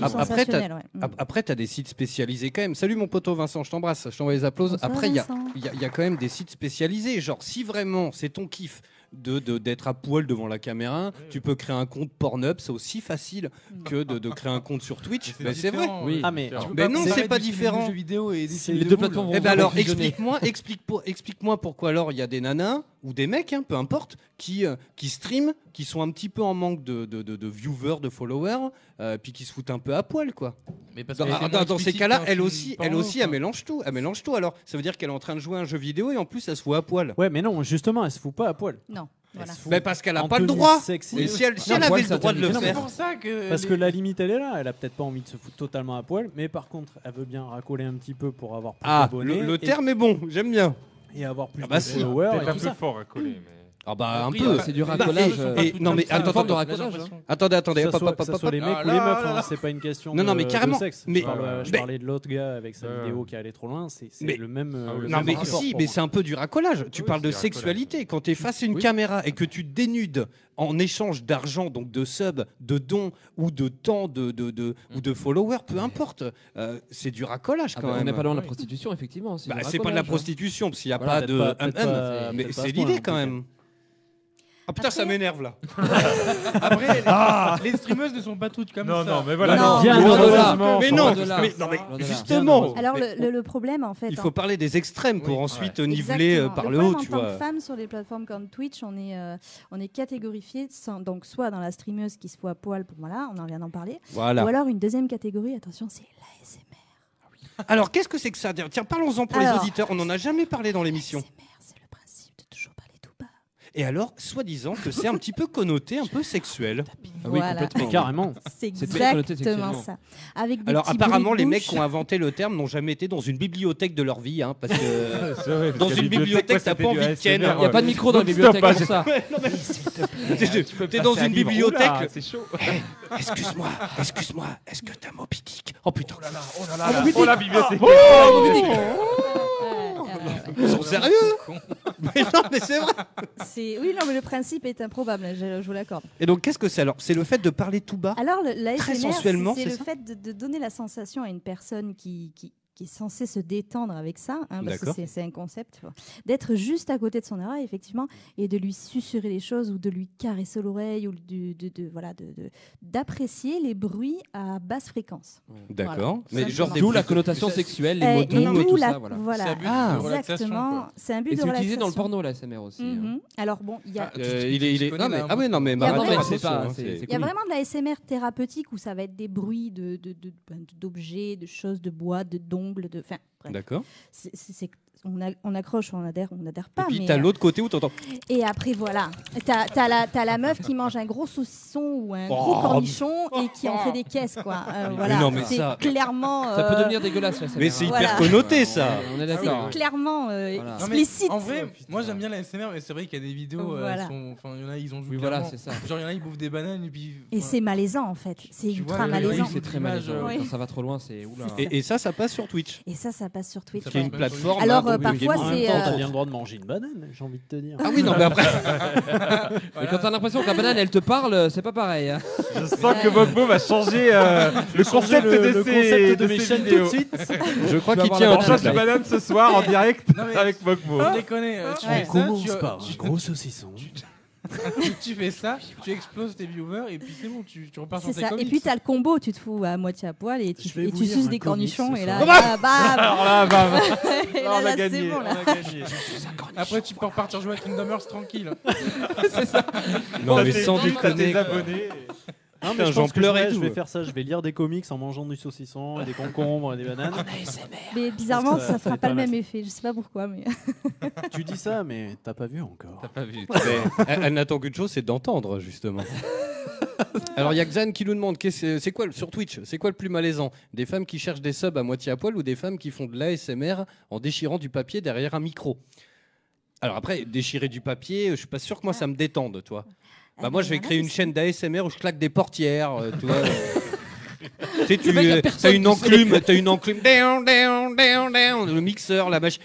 S6: Ah,
S8: ap- après, t'as, ap- après, t'as des sites spécialisés quand même. Salut mon poteau Vincent, je t'embrasse, je t'envoie les applauses.
S6: Bonsoir,
S8: après, il y a,
S6: Vincent.
S8: il y a- il y a quand même des sites spécialisés. Genre, si vraiment c'est ton kiff de, de- d'être à poil devant la caméra, tu peux créer un compte Pornhub, c'est aussi facile que de, de créer un compte sur Twitch. Mais c'est, vrai.
S6: différent, Oui. euh, Ah, mais- tu peux
S8: Mais
S6: pas
S8: non,
S6: comparer
S8: c'est pas
S6: du- du
S8: différent.
S6: jeu vidéo et des
S8: C'est-
S6: films de boules.
S8: Eh
S6: vont-
S8: ben
S6: vont
S8: alors,
S6: fusionner.
S8: explique-moi, explique pour- explique-moi pourquoi alors il y a des nanas ou des mecs, hein, peu importe, qui, euh, qui stream, qui sont un petit peu en manque de, de, de- de viewers, de followers, euh, puis qui se foutent un peu à poil, quoi.
S10: Mais parce
S8: dans, ah,
S10: que c'est
S8: dans-
S10: moins
S8: dans ces
S10: explicite hein,
S8: cas-là,
S6: hein,
S10: qu'un
S8: elle
S10: film
S8: aussi, elle
S10: porno,
S8: aussi, elle mélange tout, elle mélange tout. Alors, ça veut dire qu'elle est en train de jouer à un jeu vidéo et en plus, elle se voit à poil.
S6: Ouais, mais non, justement, elle se fout pas à poil.
S1: Non. Voilà.
S8: Mais parce qu'elle a
S6: En
S8: pas le
S6: tenue
S8: droit.
S6: sexy.
S8: Et si elle, si
S6: Non,
S8: Ah, elle
S6: à
S8: avait
S6: poil,
S8: le
S6: ça
S8: droit de
S6: tenue-
S8: le
S6: Non, mais
S8: faire.
S6: pour ça que Parce que la limite, elle est là. Elle a peut-être pas envie de se foutre totalement à poil, mais par contre, elle veut bien racoler un petit peu pour avoir plus
S8: Ah,
S6: d'abonnés.
S8: le- le
S6: et-
S8: terme est bon, j'aime bien.
S6: Et avoir plus
S8: Ah bah
S6: de
S8: si.
S6: followers.
S8: Peut-être
S6: et
S8: un
S6: tout
S8: peu
S6: ça.
S9: fort à coller, mais.
S8: Ah bah
S6: Bah
S8: un
S6: oui,
S8: peu,
S6: bah, les filles sont pas
S8: Et-
S6: toutes
S8: non
S6: comme
S8: mais
S6: ça,
S8: attends,
S6: c'est une
S8: attends,
S6: forme de
S8: attends.
S6: racolage, hein.
S8: attendez, attendez,
S6: Que ça
S8: hop,
S6: soit-
S8: hop,
S6: que ça
S8: hop,
S6: soit
S8: hop.
S6: les mecs ou les meufs, hein, c'est pas une question
S8: Non, non,
S6: de-
S8: mais
S6: de
S8: carrément.
S6: sexe.
S8: Mais,
S6: Je parle, euh, je
S8: mais-
S6: parlais de l'autre gars avec sa
S8: Ouais,
S6: vidéo qui allait trop loin, c'est c'est
S8: Mais-
S6: le même. euh, le
S8: non
S6: même
S8: mais
S6: rapport
S8: si,
S6: pour
S8: mais
S6: moi.
S8: c'est un peu du racolage. Tu
S6: Oui,
S8: parles
S6: c'est
S8: de
S6: du racolage.
S8: sexualité. Quand tu es face à une caméra et que tu te dénudes en échange d'argent, donc de subs, de dons ou de temps, de, de, de- ou de followers, peu importe, euh, c'est du racolage
S7: Ah
S8: quand
S7: bah, on
S8: même.
S7: n'est pas loin de la prostitution, effectivement, c'est
S8: Bah,
S7: du
S8: c'est pas de
S7: racolage,
S8: la
S7: hein.
S8: prostitution s'il n'y a
S7: Voilà,
S8: pas de.
S7: peut-être pas- peut-être
S8: hum, hum.
S7: pas-
S8: mais
S7: peut-être pas à
S8: c'est
S7: ce point,
S8: l'idée
S7: en
S8: quand
S7: tout
S8: même. Ah putain, ça m'énerve là.
S10: Après, les,
S8: Ah
S10: les streameuses ne sont pas toutes comme
S9: Non,
S10: ça.
S9: non, mais voilà.
S8: Non,
S9: bien
S8: loin de là.
S9: heureusement,
S8: Mais
S9: faut
S8: non,
S9: pas de là.
S8: mais- non, mais
S9: Bien
S8: justement.
S1: Alors le,
S8: mais-
S1: le- le problème en fait.
S8: Il
S1: hein.
S8: faut parler des extrêmes pour ensuite
S1: Exactement.
S8: niveler euh, par le haut,
S1: problème,
S8: tu
S1: en tant
S8: vois.
S1: que femme sur les plateformes comme Twitch, on est euh, on est catégorifié sans- donc soit dans la streameuse qui se voit à poil pour moi là, on en vient d'en parler.
S8: Voilà.
S1: Ou alors une deuxième catégorie, attention, c'est l'ASMR.
S8: Alors, qu'est-ce que c'est que ça Tiens, parlons-en pour les
S1: Alors-
S8: auditeurs. On n'en a jamais parlé dans l'émission. c'est le principe de toujours parler tout bas. Et alors, soi-disant que c'est un petit peu connoté, un peu sexuel.
S1: Voilà. Mais
S6: carrément.
S1: C'est exactement ça. Avec des
S8: Alors,
S1: petits
S8: apparemment,
S1: bruits de
S8: les
S1: bouche.
S8: mecs qui ont inventé le terme n'ont jamais été dans une bibliothèque de leur vie. hein, parce que
S9: C'est vrai, parce
S8: dans
S9: qu'à
S8: une bibliothèque,
S9: bibliothèque,
S8: t'as pas
S9: moi,
S8: envie de
S9: c'était
S8: ken.
S9: du ASMR,
S8: Y
S9: ouais.
S8: bibliothèque
S9: Stop,
S8: pour
S9: hein,
S8: Ouais, non, mais- T'es-
S9: Tu peux
S8: T'es
S9: passer
S8: dans
S9: un
S8: une
S9: livre.
S8: bibliothèque.
S9: Oula, c'est chaud.
S8: Eh, Excuse-moi, excuse-moi, est-ce que t'as Moby Dick Oh putain.
S9: Oh
S8: là
S9: là là, oh la bibliothèque.
S8: Ils sont sérieux Mais non, mais c'est vrai
S1: C'est- Oui, non, mais le principe est improbable, je, je vous l'accorde.
S8: Et donc, qu'est-ce que c'est alors C'est le fait de parler tout bas
S1: Alors, le-
S8: Très
S1: l'ASMR, c'est
S8: sensuellement,
S1: Ah, c'est
S8: c'est
S1: le
S8: ça
S1: fait de, de donner la sensation à une personne qui, qui, qui est censée se détendre avec ça,
S8: Ah,
S1: hein, parce que
S15: D'accord.
S1: c'est- c'est un concept, tu vois. d'être juste à côté de son oreille, effectivement, et de lui susurrer les choses ou de lui caresser l'oreille ou du- de, de- voilà, de- de- d'apprécier les bruits à basse fréquence.
S8: D'accord.
S1: Voilà, tout simplement.
S7: D'où la connotation sexuelle, les
S1: Euh,
S7: mots
S1: et
S7: doux
S1: d'où
S7: et tout
S1: la-
S7: ça. Voilà.
S1: voilà. C'est un but de Ah. relaxation, Exactement. quoi. C'est un but
S7: Et
S1: de
S7: c'est utilisé dans le
S1: relaxation.
S7: porno, la SMR aussi. hein.
S1: Mhm. Alors bon, il y a...
S8: Euh, il est, il est... Non,
S7: Ah, Tu connais
S8: mais...
S7: la-
S8: Ah oui, non, mais
S7: Il y a
S8: Marat,
S7: vraiment-
S8: c'est
S7: c'est pas-
S8: hein,
S7: c'est-
S8: c'est-
S1: Il y a vraiment de la SMR thérapeutique où ça va être des bruits de, de- de- ben, de- d'objets, de choses, de bois, de, d'ongles, de. Enfin, bref.
S8: D'accord.
S1: C'est- c'est- c'est- on, a- on accroche, on adhère, on n'adhère pas.
S8: Et puis
S1: mais,
S8: t'as
S1: euh,
S8: l'autre côté où t'entends.
S1: Et après, voilà. T'as, t'as la, t'as la meuf qui mange un gros saucisson ou un gros
S8: Oh.
S1: cornichon et qui en fait des caisses, quoi. Euh,
S8: Mais
S1: voilà.
S8: non, mais
S1: c'est
S8: ça-
S1: clairement.
S7: Ça peut
S1: euh,
S7: devenir dégueulasse, la SMR.
S8: Mais c'est hyper
S1: Voilà.
S8: connoté ça.
S7: hein. Ah, On est d'accord.
S1: C'est clairement euh,
S7: Voilà.
S10: Non, mais
S1: explicite.
S10: En vrai, moi j'aime bien la SMR, mais c'est vrai qu'il y a des vidéos, euh,
S1: Voilà.
S10: elles sont- enfin il y en a, ils ont joué.
S7: Oui, voilà,
S10: clairement.
S7: c'est ça.
S10: Genre il y en a, ils bouffent des bananes et puis.
S1: Et c'est malaisant, en fait. C'est
S10: Tu
S1: ultra
S7: euh,
S10: vois, le-
S1: malaisant.
S10: oui,
S7: C'est très malaisant.
S1: Oui.
S7: Quand ça va trop loin, c'est oula.
S8: Et, et ça, ça passe sur Twitch.
S1: Et ça, ça passe sur Twitch.
S8: Qui est une
S1: ouais.
S8: plateforme, hein,
S1: Alors, euh,
S8: donc,
S1: parfois,
S8: en même
S1: c'est.
S8: temps,
S1: euh,
S6: T'as bien le droit de manger une banane, j'ai envie de te dire.
S8: Ah oui, non, mais après.
S7: Mais quand t'as l'impression que la banane, elle te parle, euh, c'est pas pareil. hein.
S9: Je sens que Bobo va changer euh, le concept de
S6: le- le
S9: ses
S6: concept de
S9: de
S6: mes
S9: ses
S6: chaînes
S9: vidéos.
S6: tout de suite.
S8: Je crois
S9: Tu vas
S8: qu'il
S9: avoir
S8: tient
S9: la
S8: un
S9: manchage
S8: truc,
S9: de
S8: là.
S9: banane ce soir en direct
S10: Non, mais-
S9: avec Bokmo.
S10: Je déconne, euh, tu fais ça, tu, tu-
S6: saucisson.
S10: tu fais ça, tu exploses tes viewers et puis c'est bon, tu, tu repars
S1: C'est
S10: sur tes
S1: ça. Et
S10: comics.
S1: puis t'as le combo, tu te fous à moitié à poil et ah tu,
S10: vais
S1: et
S10: vous
S1: tu
S10: lire
S1: suces
S10: un
S1: des
S10: comics
S1: cornichons
S10: ce
S1: et là,
S10: soir. Oh,
S1: là,
S8: Ah
S10: bah
S1: bam.
S10: Alors là, bam.
S1: Et
S10: Là, on
S1: là,
S10: a
S1: là, c'est
S10: gagné,
S1: bon, là.
S10: on a gagné. Après, tu peux repartir jouer à Kingdom Hearts tranquille. c'est ça.
S8: Non,
S6: T'as
S8: mais
S6: tes-
S8: sans
S6: t'as
S8: déconner,
S6: tes
S8: quoi.
S6: abonnés. Non, mais
S8: Putain,
S6: je
S8: j'en
S6: pense que
S8: pleure
S6: je
S8: et
S6: vais- Je
S8: tout.
S6: vais faire ça, je vais lire des comics en mangeant du saucisson, et des concombres, et des bananes.
S1: Mais bizarrement,
S6: Ça- ça
S1: ça fera
S6: fait
S1: pas
S6: pas
S1: le
S6: mal.
S1: même effet. Je sais pas pourquoi, mais.
S6: Tu dis ça, mais t'as pas vu encore. T'as
S7: pas vu.
S8: Mais elle, elle n'attend qu'une chose, c'est d'entendre, justement. Alors, il y a Xan qui nous demande qu'est-ce que c'est c'est quoi le- sur Twitch C'est quoi le plus malaisant Des femmes qui cherchent des subs à moitié à poil ou des femmes qui font de l'ASMR en déchirant du papier derrière un micro Alors, après, déchirer du papier, je suis pas sûr que moi ça me détende, toi.
S7: Ah.
S8: Bah,
S7: Euh,
S8: moi, je vais créer une chaîne d'ASMR où je claque des portières, euh, tu vois. Tu sais, tu
S7: mec, y a
S8: euh,
S7: personne
S8: t'as une
S7: qui sait.
S8: enclume, t'as une enclume, down, down, down, down, le mixeur, la machine,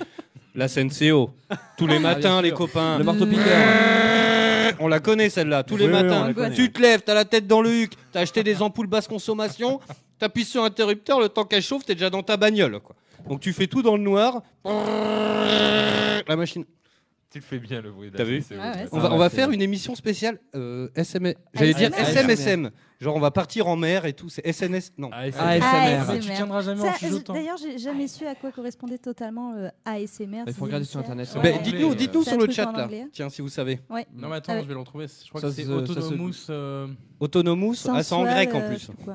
S8: la SNCO, tous les
S7: Ah, bien
S8: matins, les
S7: sûr.
S8: copains.
S7: Le marteau piqueur.
S8: on la connaît celle-là, tous les
S10: Oui, oui, on
S8: matins.
S10: la connaît.
S8: tu te lèves, t'as la tête dans le huc, t'as acheté des ampoules basse consommation, t'appuies sur interrupteur, le temps qu'elle chauffe, t'es déjà dans ta bagnole. Quoi. Donc tu fais tout dans le noir. La machine.
S9: Tu le fais bien le bruit de la
S8: T'as vu
S9: machine, c'est Ah ouais, ouf.
S8: On va, on va
S9: c'est-
S8: faire une émission spéciale euh, SMS. J'allais dire
S9: ASMR.
S8: SMSM. Genre on va partir en mer et tout. C'est SNS. Non.
S1: Ah,
S9: ASMR.
S8: ASMR.
S1: ASMR.
S8: Ah, Tu tiendras jamais en
S1: Ça,
S8: chuchotant.
S1: je- D'ailleurs, j'ai jamais su à quoi correspondait totalement euh, ASMR.
S7: Il faut
S1: c'est
S7: regarder
S1: des mystères.
S7: sur Internet.
S8: Ben,
S1: Ouais.
S8: dites-nous, dites-nous
S1: euh. C'est
S8: sur
S1: un
S8: le
S1: truc
S8: chat
S1: en
S8: là.
S1: anglais.
S8: Tiens, si vous savez.
S1: Ouais.
S10: Non, mais attends,
S1: Ah
S10: je vais le retrouver. Je crois
S8: Ça
S10: que c'est
S8: se- ça se-
S10: Autonomous. euh,
S8: Autonomous, ah, c'est en
S1: Sensuel,
S8: grec en
S1: euh, je
S8: plus.
S1: sais quoi.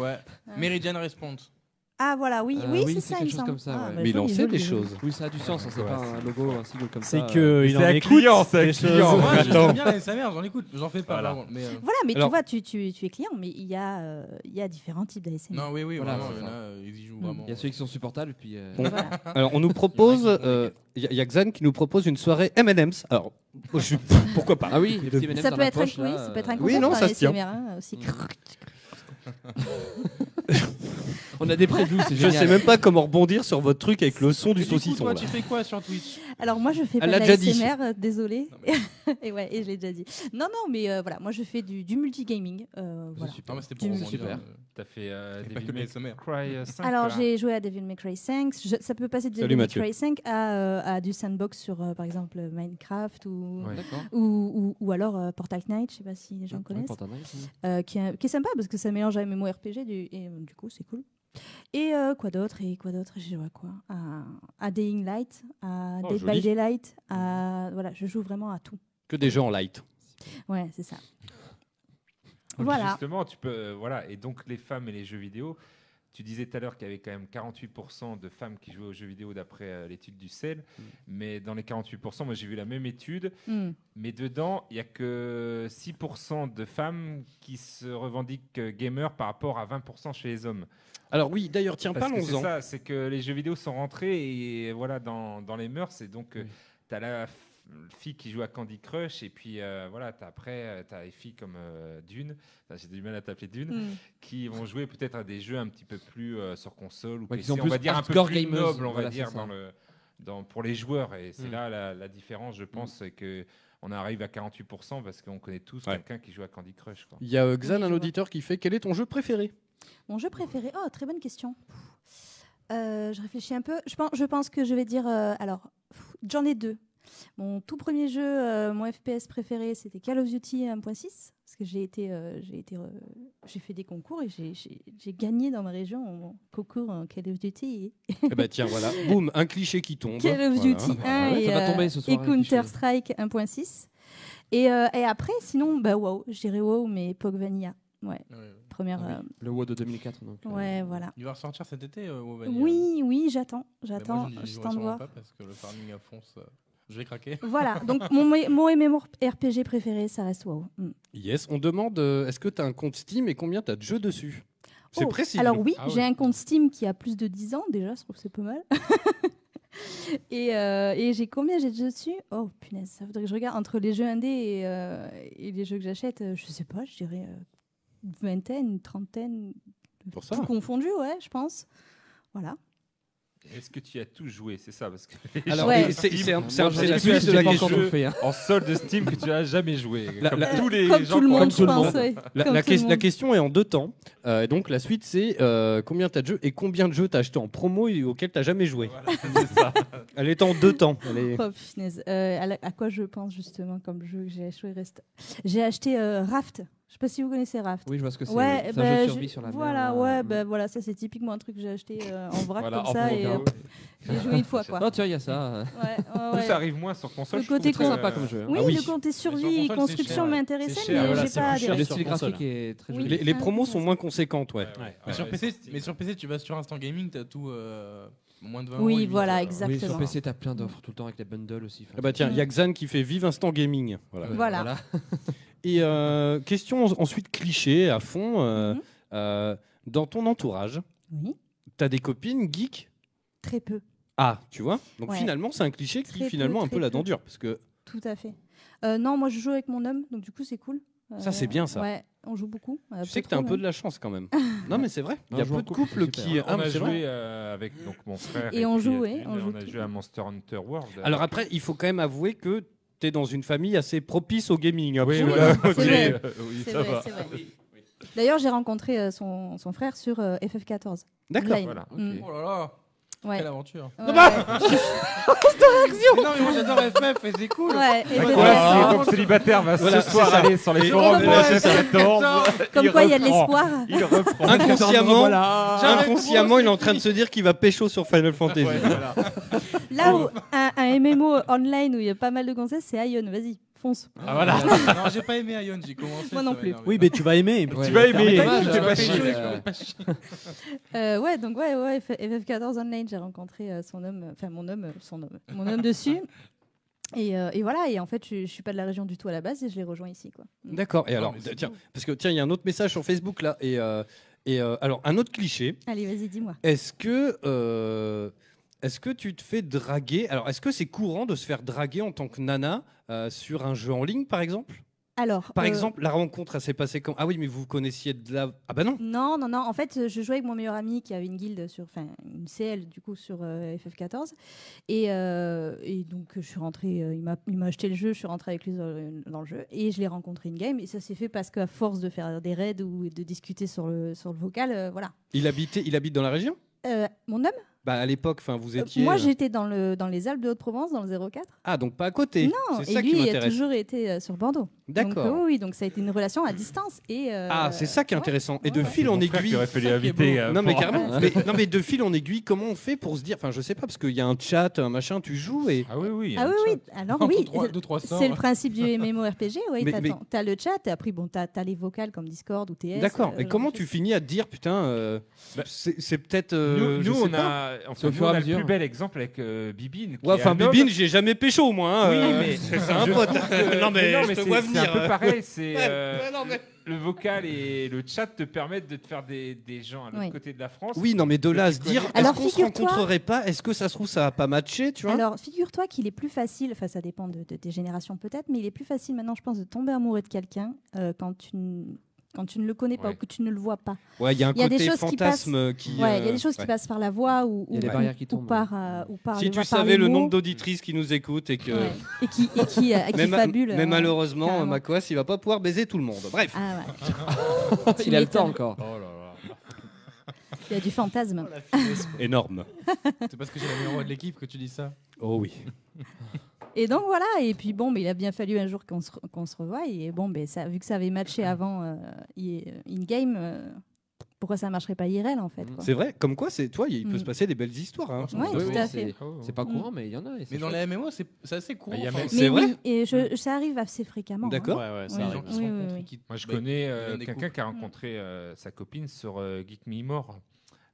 S10: ouais. Meridian Response.
S1: Ah voilà, oui,
S7: Euh,
S1: oui,
S7: oui,
S1: c'est
S7: c'est
S1: ça, il
S7: quelque
S1: me
S7: chose
S1: semble.
S7: comme ça,
S1: Ah,
S7: ouais.
S1: bah,
S7: Mais il en
S1: joli,
S7: sait
S1: joli,
S7: des
S1: joli.
S7: choses. Oui, ça a du sens, hein, c'est pas un logo, un sigle comme
S6: C'est
S7: ça,
S6: que
S7: euh.
S6: il
S7: C'est
S6: en
S7: un
S6: écoute
S7: client, c'est un
S6: des
S7: client.
S6: choses.
S7: Moi,
S10: J'aime bien les SMR, j'en écoute. J'en fais pas,
S6: Voilà.
S10: par contre, mais, euh,
S1: Voilà, mais
S10: Alors-
S1: tu vois, tu, tu, tu es client, mais il y, a, euh, il y a différents types d'ASMR.
S10: Non, oui, oui,
S7: Voilà,
S10: vraiment,
S7: c'est
S10: il y en
S7: ça.
S10: a, euh, ils y jouent
S1: Hmm.
S7: Mm.
S10: vraiment.
S7: Il y a ceux qui sont supportables, puis. euh,
S8: Bon.
S7: voilà.
S8: Alors, on nous propose. euh, Il y, a- y a Xan qui nous propose une soirée MM's. Alors, je suis- pourquoi pas
S7: Ah oui, les petits M&M's
S1: Ça peut, être, un- oui, ça peut être un
S7: euh,
S8: Oui,
S1: concept
S8: non,
S1: dans
S8: ça se tient.
S1: ASMR, hein, aussi.
S7: On a des previews, c'est
S8: Je
S7: génial.
S8: sais même pas comment rebondir sur votre truc avec le son du
S10: Et du coup,
S8: saucisson.
S10: toi,
S8: là.
S10: tu fais quoi sur Twitch
S1: Alors moi je fais
S8: Elle
S1: pas
S8: l'a déjà dit.
S1: d'ASMR, euh, désolée. et ouais, et je l'ai déjà dit. Non non, mais euh, voilà, moi je fais du, du multigaming. euh, voilà.
S10: Non, mais c'était pour
S1: Du-
S10: rebondir.
S7: Super.
S9: T'as fait euh,
S10: pas que
S9: Devil
S10: les
S9: May
S10: SMR.
S9: Cry euh, 5.
S1: Alors
S9: là.
S1: j'ai joué à Devil May Cry 5. Je- ça peut passer de
S8: Salut,
S1: Devil May
S8: Mathieu.
S1: Cry 5 à, euh, à du sandbox sur euh, par exemple euh, Minecraft ou
S7: Ouais. D'accord.
S1: ou, ou- ou alors euh, Portal Knight, je sais pas si les gens
S7: Ouais,
S1: connaissent.
S7: Portal Knight, oui.
S1: Euh, qui, est, qui est sympa parce que ça mélange à MMORPG du, et euh, du coup c'est cool. Et euh, quoi d'autre Et quoi d'autre J'ai joué à quoi à, à Dying Light, à
S8: Oh,
S1: Dead
S8: joli.
S1: by
S8: Mm.
S1: Daylight, à voilà, je joue vraiment à tout.
S8: Que des jeux en light.
S1: Ouais, c'est ça.
S9: Donc,
S1: Voilà.
S9: Justement, tu peux. euh, voilà. Et donc, les femmes et les jeux vidéo. Tu disais tout à l'heure qu'il y avait quand même 48% de femmes qui jouaient aux jeux vidéo d'après euh, l'étude du CEL. Mais dans les 48%, moi j'ai vu la même étude.
S1: Mm.
S9: Mais dedans, il n'y a que 6% de femmes qui se revendiquent euh, gamers par rapport à 20% chez les hommes.
S8: Alors oui, d'ailleurs, tiens,
S9: Parce que
S8: parlons-en.
S9: C'est ça, c'est que les jeux vidéo sont rentrés et voilà dans, dans les mœurs. Et donc, tu as la f- fille qui joue à Candy Crush, et puis euh, voilà, t'as après, tu as les filles comme euh, Dune, Enfin, j'ai du mal à t'appeler Dune,
S7: Mm.
S9: qui vont jouer peut-être à des jeux un petit peu plus euh, sur console ou
S7: Ouais, qui
S9: PC,
S7: sont
S9: on
S7: plus
S9: va dire un peu
S7: hardcore
S9: plus
S7: gameuses,
S9: noble, on
S7: voilà,
S9: va dire,
S7: c'est ça.
S9: dans le, dans, pour les joueurs. Et c'est
S7: Mm.
S9: là la, la différence,
S7: Hmm.
S9: je pense, c'est que. On arrive à 48% parce qu'on connaît tous quelqu'un qui joue à Candy Crush. quoi.
S8: Il y a euh, Xan, un auditeur, qui fait Quel est ton jeu préféré
S1: Mon jeu préféré Oh, très bonne question. Euh, je réfléchis un peu. Je pense, je pense que je vais dire. euh, alors, pff, j'en ai deux. Mon tout premier jeu, euh, mon FPS préféré, c'était Call of Duty 1.6. Parce que j'ai été, euh, j'ai été, euh, j'ai fait des concours et j'ai- j'ai j'ai gagné dans ma région mon concours en Call of Duty.
S8: Eh ben tiens, voilà. Boum, un cliché qui tombe.
S1: Call of
S8: Voilà.
S1: Duty 1
S7: Ah,
S8: Ouais,
S1: et,
S8: ça va
S1: euh,
S8: tomber ce soir,
S1: et
S8: hein,
S1: Counter Strike 1.6. Et, euh, et après, sinon, bah wow, je dirais wow, mais Pog Vanilla. Ouais. Première.
S7: Ah oui.
S1: euh,
S7: Le WoW de 2004. Donc, euh,
S1: Ouais, voilà.
S10: Il va ressortir cet été, euh, au Vanilla.
S1: Ah. Oui, oui, j'attends,
S10: Mais moi,
S1: j'attends,
S10: je n'y jouerai
S1: j'attends de
S10: sûrement
S1: voir.
S10: pas parce que le farming à fond, ça- je vais
S7: Ah
S10: craquer.
S1: Voilà, donc mon, mé- mon MMORPG préféré, ça reste WoW. Mm.
S8: Yes, on demande euh, Est-ce que tu as un compte Steam et combien tu as de jeux dessus C'est
S1: Oh,
S8: précis.
S1: Alors oui,
S8: Ah ouais.
S1: j'ai un compte Steam qui a plus de 10 ans déjà, je trouve que c'est pas mal. et euh, et j'ai combien j'ai de jeux dessus Oh punaise, ça faudrait que je regarde entre les jeux indés et, euh, et les jeux que j'achète, euh, je sais pas, je dirais euh, une vingtaine, une trentaine,
S8: Pour
S9: ça.
S1: tout confondu, ouais, je pense. Voilà.
S9: Est-ce que tu as tout joué C'est ça, parce que.
S8: Alors,
S1: Ouais.
S8: et c'est- c'est un-
S9: Moi,
S8: c'est un-
S9: je
S8: c'est
S9: sais
S8: la
S9: que
S8: suite
S9: tu
S8: de
S9: as
S8: la
S9: des
S8: question.
S9: jeux
S7: hein.
S9: En solde Steam que tu n'as jamais joué.
S8: La-
S9: comme
S8: la-
S9: tous les
S1: Comme
S9: gens
S1: tout le
S9: qu'on
S1: monde,
S9: rencontre.
S1: je pense, ouais.
S8: La,
S1: Comme
S8: la
S1: tout le
S8: ques- la
S1: monde.
S8: question est en deux temps. Euh, donc la suite c'est euh, combien t'as de jeux et combien de jeux t'as acheté en promo et auxquels t'as jamais joué. Elle est en deux temps. Elle est-
S1: Oh, punaise. Euh, à, la- à quoi je pense justement comme jeu que j'ai acheté reste- J'ai acheté euh, Raft. Je sais pas si vous connaissez Raft.
S7: Oui, je vois ce que c'est,
S1: Ouais,
S7: oui. C'est un
S1: bah,
S7: jeu de survie
S1: je-
S7: sur la mer,
S1: Voilà,
S7: là.
S1: ouais, bah, voilà, ça c'est typiquement un truc que j'ai acheté euh, en vrac
S7: Voilà,
S1: comme
S7: en
S1: ça
S7: promo,
S1: et
S7: au cas
S1: euh,
S7: où.
S1: j'ai joué une fois quoi.
S7: Non, tiens, il y a ça.
S1: Ouais, ouais,
S9: Tout
S1: ouais.
S9: ça arrive moins sur console.
S1: Le
S9: je trouve
S1: côté
S9: très
S1: con-
S9: sympa comme jeu.
S7: Ah
S1: Oui, le côté survie et construction m'intéressait, mais j'ai pas adhéré.
S7: Le style graphique est très joli.
S8: les, les promos sont moins conséquentes, ouais.
S10: Mais, sur PC, mais sur PC, tu vas sur Instant Gaming, t'as tout euh, moins de 20
S1: Oui,
S10: euros, limite.
S1: voilà,
S7: Oui, sur
S1: exactement.
S7: PC, t'as plein d'offres tout le temps avec les bundles aussi.
S8: Ah bah tiens, il y a Xan qui fait Vive Instant Gaming. Voilà.
S1: Voilà. Voilà.
S8: et euh, question en- ensuite cliché à fond. euh,
S1: Mhm.
S8: euh, dans ton entourage,
S1: Oui.
S8: t'as des copines geeks
S1: Très peu.
S8: Ah, tu vois Donc
S1: Ouais.
S8: finalement, c'est un cliché qui
S1: Très peu,
S8: finalement un
S1: très
S8: peu la
S1: peu.
S8: dent dure. Parce que
S1: Tout à fait. Euh, non, moi je joue avec mon homme, donc du coup c'est cool. Euh,
S8: Ça, c'est bien, ça.
S1: Ouais, on joue beaucoup. Euh,
S8: tu sais
S1: pas
S8: que t'as un
S1: trop,
S8: peu
S1: mais-
S8: de la chance quand même. non, mais c'est vrai. Il y a
S9: Non,
S8: peu de couples qui. Ah,
S9: On
S8: mais
S9: a
S8: c'est vrai.
S9: joué euh, avec donc, mon frère.
S1: Et on
S9: puis,
S1: joue,
S9: euh,
S1: ouais,
S9: Dune,
S1: on joue
S9: a
S1: tout.
S9: joué à Monster Hunter World.
S8: Alors après, il faut quand même avouer que t'es dans une famille assez propice au gaming. hein.
S9: Oui,
S8: après.
S9: voilà.
S8: Ok.
S9: C'est vrai.
S8: Oui,
S1: C'est
S8: ça
S1: vrai,
S8: va.
S1: c'est vrai. D'ailleurs, j'ai rencontré euh, son, son frère sur euh, FF14.
S8: D'accord.
S1: Online.
S8: Voilà, ok.
S1: Mm.
S10: Oh là là
S1: Ouais.
S10: Quelle aventure
S1: Ouais. ta réaction
S10: Mais Non mais moi j'adore FF et c'est cool
S1: Ouais, et
S9: D'accord, voilà, c'est donc célibataire va
S8: Voilà,
S9: ce soir
S8: c'est ça.
S9: aller sur les
S8: Et
S9: forums de
S8: voilà, c'est
S9: la
S8: ça.
S9: FF14.
S1: Comme quoi, il y a de l'espoir.
S9: Il reprend.
S8: Inconsciemment,
S9: Voilà.
S8: inconsciemment, il est en train de se dire qu'il va pécho sur Final Fantasy.
S1: Là où un, un MMO online où il y a pas mal de gonzesses, c'est Ion. Vas-y, fonce.
S10: Ah, voilà. Non, j'ai pas aimé Ion, j'ai commencé.
S1: Moi non plus.
S14: Oui, mais tu vas aimer.
S10: Ouais,
S14: Tu
S10: mais
S14: vas aimer.
S10: t'as raison,
S14: tu
S10: j'aurais
S14: vas
S10: fait
S14: chier.
S10: chier, j'aurais pas chier.
S1: Euh, ouais, donc ouais, ouais, F- FF14 online, j'ai rencontré euh, son homme, enfin mon homme, euh, son homme, mon homme dessus. Et, euh, et voilà, et en fait, je, je suis pas de la région du tout à la base et je l'ai rejoint ici, quoi.
S8: D'accord. Et alors, tiens, parce que tiens, il y a un autre message sur Facebook là. Et, euh, et euh, alors, un autre cliché.
S1: Allez, vas-y, dis-moi.
S8: Est-ce que, euh, est-ce que tu te fais draguer Alors, est-ce que c'est courant de se faire draguer en tant que nana euh, sur un jeu en ligne, par exemple
S1: Alors.
S8: Par
S1: euh,
S8: exemple, la rencontre, elle s'est passée quand Ah oui, mais vous vous connaissiez de la. Ah bah non
S1: Non, non, non. En fait, euh, je jouais avec mon meilleur ami qui avait une guilde sur, enfin, une CL du coup sur euh, FF14. Et, euh, et donc, je suis rentrée, euh, il m'a il m'a acheté le jeu, je suis rentrée avec lui dans, le- dans le jeu et je l'ai rencontré in-game. Et ça s'est fait parce qu'à force de faire des raids ou de discuter sur le, sur le vocal, euh, voilà.
S8: Il, habitait, il habite dans la région
S1: Euh, mon homme
S8: Bah à l'époque, enfin, vous
S1: Euh,
S8: étiez.
S1: Moi,
S8: euh,
S1: j'étais dans, le, dans les Alpes de Haute-Provence, dans le 04.
S8: Ah, donc pas à côté
S1: Non,
S8: C'est
S1: et
S8: ça
S1: lui,
S8: qui
S1: il a
S8: m'intéresse.
S1: toujours été euh, sur Bordeaux.
S8: D'accord.
S1: Donc, euh, oui, donc ça a été une relation à distance. Et, euh,
S8: Ah, c'est ça qui est intéressant. Et de
S9: ouais.
S8: fil en
S9: Mon frère qui
S8: aiguille.
S9: aurait fait les inviter, euh,
S8: Non mais
S9: pour-
S8: carrément. mais- non mais de fil en aiguille, comment on fait pour se dire Enfin, je sais pas parce qu'il y a un chat, un machin, tu joues et.
S9: Ah oui oui.
S1: Ah oui, oui, alors
S8: Entre
S1: oui,
S8: trois- deux, trois sorts.
S1: c'est le principe du MMORPG, oui,
S8: Mais-
S1: Ah t'as
S8: mais-
S1: ton- t'as le chat, et après, bon, t'as as les vocales comme Discord ou TS.
S8: D'accord.
S1: euh,
S8: Et comment tu finis à te dire putain, euh, c'est c'est peut-être.
S9: Bah, Nous,
S8: euh, je
S9: nous,
S8: sais
S9: on
S8: pas.
S9: a, enfin, nous, on a le plus bel exemple avec euh, Bibine. qui
S8: Ouais,
S9: est
S8: enfin,
S9: un homme-
S8: Bibine, j'ai jamais pécho, au moins.
S9: Oui,
S8: euh,
S9: mais
S8: c'est un
S9: je
S8: pote.
S9: trouve que-
S8: Euh, Non, mais, je te
S9: c'est-
S8: vois
S9: C'est
S8: venir. hein.
S9: un peu pareil. C'est
S8: Ouais,
S9: euh,
S8: ouais, non, mais-
S9: le vocal et le chat te permettent de te faire des, des gens à l'autre
S1: Oui.
S9: côté de la France.
S8: Oui, non, mais de
S9: que
S8: là à
S9: tu
S8: se dire,
S9: connais.
S8: est-ce
S1: Alors,
S8: qu'on se
S1: figure-toi-
S8: rencontrerait pas Est-ce que ça se trouve, ça a pas matché, tu vois
S1: Alors, figure-toi qu'il est plus facile, enfin, ça dépend de, de tes générations peut-être, mais il est plus facile maintenant, je pense, de tomber amoureux de quelqu'un euh, quand tu n- quand tu ne le connais pas
S9: Ouais.
S1: ou que tu ne le vois pas.
S8: Ouais, il y a un
S1: des
S8: côté
S1: choses
S8: fantasme
S1: qui.
S8: qui,
S1: passent- Ouais, il y a
S8: euh,
S1: des choses
S8: ouais.
S1: qui passent par la voix ou,
S8: Il y a
S1: ou-
S8: des barrières qui
S1: ou par euh, ou par
S8: Si
S1: les
S8: tu
S1: voix, par
S8: savais
S1: les
S8: le
S1: mots.
S8: nombre d'auditrices qui nous écoutent et que.
S1: Ouais. et qui et qui, euh, qui
S8: mais, ma-
S1: fabule,
S8: mais
S1: euh,
S8: malheureusement,
S1: carrément.
S8: Macoas, il va pas pouvoir baiser tout le monde. Bref.
S1: Ah ouais.
S7: Il a le temps encore.
S1: Il y a du fantasme. Ah.
S8: Énorme.
S10: C'est parce que j'ai la meilleure voix de l'équipe que tu dis ça.
S8: Oh oui.
S1: Et donc voilà, et puis bon, mais il a bien fallu un jour qu'on se, re- qu'on se revoie. Et bon, ben, ça, vu que ça avait matché avant euh, i- in-game, euh, pourquoi ça ne marcherait pas IRL en fait quoi.
S8: C'est vrai, comme quoi, c'est toi, il peut
S1: Mm.
S8: se passer des belles histoires. hein.
S1: Ouais, tout à fait.
S9: Oh,
S7: C'est pas
S1: Mm.
S7: courant, mais il y en a. et c'est
S10: Mais dans les
S7: chouette.
S10: MMO, c'est Bah, c'est assez courant.
S9: Il y a
S10: enfin,
S9: même-
S1: Mais
S8: C'est
S1: oui,
S8: vrai
S1: et je, ça arrive assez fréquemment.
S8: D'accord.
S1: hein.
S6: Ouais, ouais, ça
S1: Oui,
S10: les
S6: arrive.
S10: gens qui se
S1: Oui, oui,
S10: rencontrent
S1: oui.
S10: et qui-
S9: Moi, je
S10: bah,
S9: connais euh,
S10: deviennent des
S9: quelqu'un
S10: couples.
S8: Mm.
S9: qui a rencontré euh, sa copine sur euh, Geek Me More,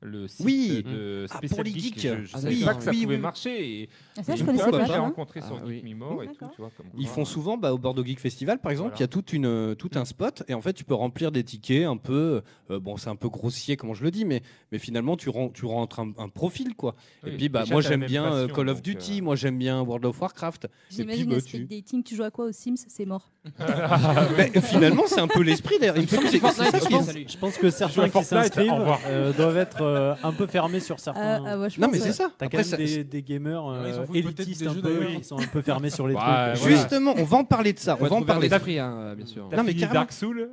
S9: le site
S8: Oui.
S9: de
S8: Ah,
S9: spécial
S8: pour les
S9: geek.
S8: geeks.
S9: Je, je
S7: Ah,
S9: savais
S7: d'accord.
S9: pas que ça
S8: Oui, oui,
S9: pouvait
S8: oui.
S9: marcher. Et,
S1: Ah, ça,
S9: et
S1: je
S9: une
S1: connaissais
S9: fois,
S1: pas.
S9: j'ai
S1: ça.
S9: rencontré sur
S7: Ah, oui.
S9: Geek Me More et tout.
S1: D'accord.
S9: Tu vois, comme Ah,
S8: Ils
S9: quoi.
S8: font souvent bah, au Bordeaux Geek Festival, par exemple, il y a toute une, euh, tout un spot et en fait tu peux remplir des tickets un peu. euh, bon, c'est un peu grossier, comment je le dis, mais, mais finalement tu, ren- tu rentres un, un profil quoi.
S9: Oui,
S8: et puis bah,
S9: déjà,
S8: moi
S9: t'as la
S8: j'aime
S9: même
S8: bien euh,
S9: passion,
S8: Call of
S9: donc, euh,
S8: Duty, moi j'aime bien World of Warcraft. Et puis
S1: J'imagine
S8: bah,
S1: un
S8: tu-
S1: speed dating, tu joues à quoi aux Sims C'est mort.
S9: Ah
S8: Mais euh, finalement c'est un peu l'esprit d'ailleurs. Il me semble que c'est c'est ça
S14: Je
S8: qui
S14: pense,
S8: est-
S14: je pense que certains qui
S9: Fortnite,
S14: s'inscrivent
S9: au revoir.
S14: euh, doivent être euh, un peu fermés sur
S1: Ah,
S6: Euh,
S1: ah
S14: certains.
S1: ouais, je
S8: Non
S1: pense,
S8: mais c'est
S1: ouais.
S8: ça.
S14: T'as quand
S8: Après,
S14: même
S8: ça-
S14: des, des gamers euh,
S10: Ouais, ils s'en foutent peut-être
S14: élitistes
S10: des
S14: un
S10: jeux
S14: peu,
S10: d'ailleurs.
S14: ils sont un peu fermés sur les
S9: Ouais,
S14: trucs.
S9: Bah, voilà.
S8: Justement, on va en parler de ça.
S7: Faut
S8: on va en
S7: trouver
S8: parler.
S7: un esprit, hein, euh, bien sûr.
S9: T'as
S8: Non, mais
S9: fini
S8: carrément.
S9: Dark Souls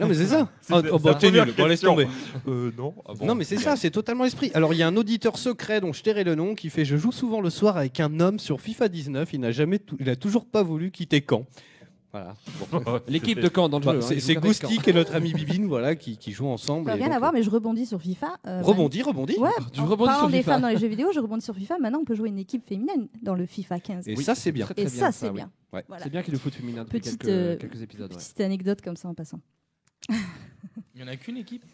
S8: Non mais c'est ça.
S9: C'est-
S8: Ah, oh,
S9: c'est
S8: bah,
S9: la
S8: t'es
S9: première
S8: nul. Bon, laisse
S9: question.
S8: tomber.
S9: Euh, non. Ah bon.
S8: Non, mais c'est ça, c'est totalement l'esprit. Alors, il y a un auditeur secret dont je tairai le nom qui fait Je joue souvent le soir avec un homme sur FIFA 19. Il n'a jamais, tou- il a toujours pas voulu quitter Caen. Voilà.
S7: L'équipe de camp dans le
S8: Bah,
S7: jeu. hein,
S8: c'est
S7: ils
S8: c'est
S7: jouent avec Caen.
S8: Goustic et notre ami Bibine voilà, qui, qui jouent ensemble.
S1: Ça n'a
S8: et
S1: rien
S8: donc,
S1: à voir, mais je rebondis sur FIFA. euh,
S8: euh, Rebondis, rebondis.
S1: maintenant- Ouais,
S7: Tu
S1: en
S7: rebondis
S1: parlant
S7: sur
S1: des
S7: FIFA.
S1: femmes dans les jeux vidéo, je rebondis sur FIFA. Maintenant, on peut jouer une équipe féminine dans le FIFA 15.
S8: Et ça, c'est bien.
S7: Très, très
S1: Et ça,
S7: oui.
S1: c'est bien.
S8: Ouais.
S1: Voilà.
S7: C'est bien qu'il nous foute féminin depuis
S1: Petite,
S7: quelques,
S1: euh,
S7: quelques épisodes. ouais.
S1: Petite anecdote comme ça en passant.
S10: Il y en a qu'une équipe.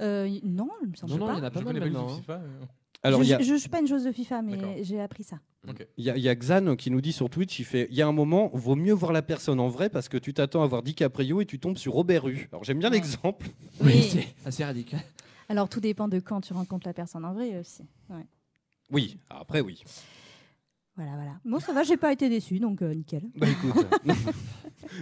S1: Euh, y- non, il me semble
S7: Non, non,
S1: pas.
S7: il y en a pas
S10: je
S7: mal
S10: connais pas du tout
S7: maintenant. hein.
S10: FIFA, euh. mais-
S8: Alors, il y a-
S1: je, je- je suis pas une joueuse de FIFA,
S10: D'accord.
S1: mais j'ai appris ça.
S8: Il y, a- il y a Xan qui nous dit sur Twitch, il fait, il y a un moment, vaut mieux voir la personne en vrai parce que tu t'attends à voir DiCaprio et tu tombes sur Robert Rue. Alors j'aime bien l'exemple.
S1: Mais-
S7: Oui, c'est assez radical.
S1: Alors tout dépend de quand tu rencontres la personne en vrai aussi. Ouais.
S8: Oui, ah, après oui.
S1: Voilà, voilà. Moi ça va, j'ai pas été déçue, donc euh, nickel.
S8: Bah écoute,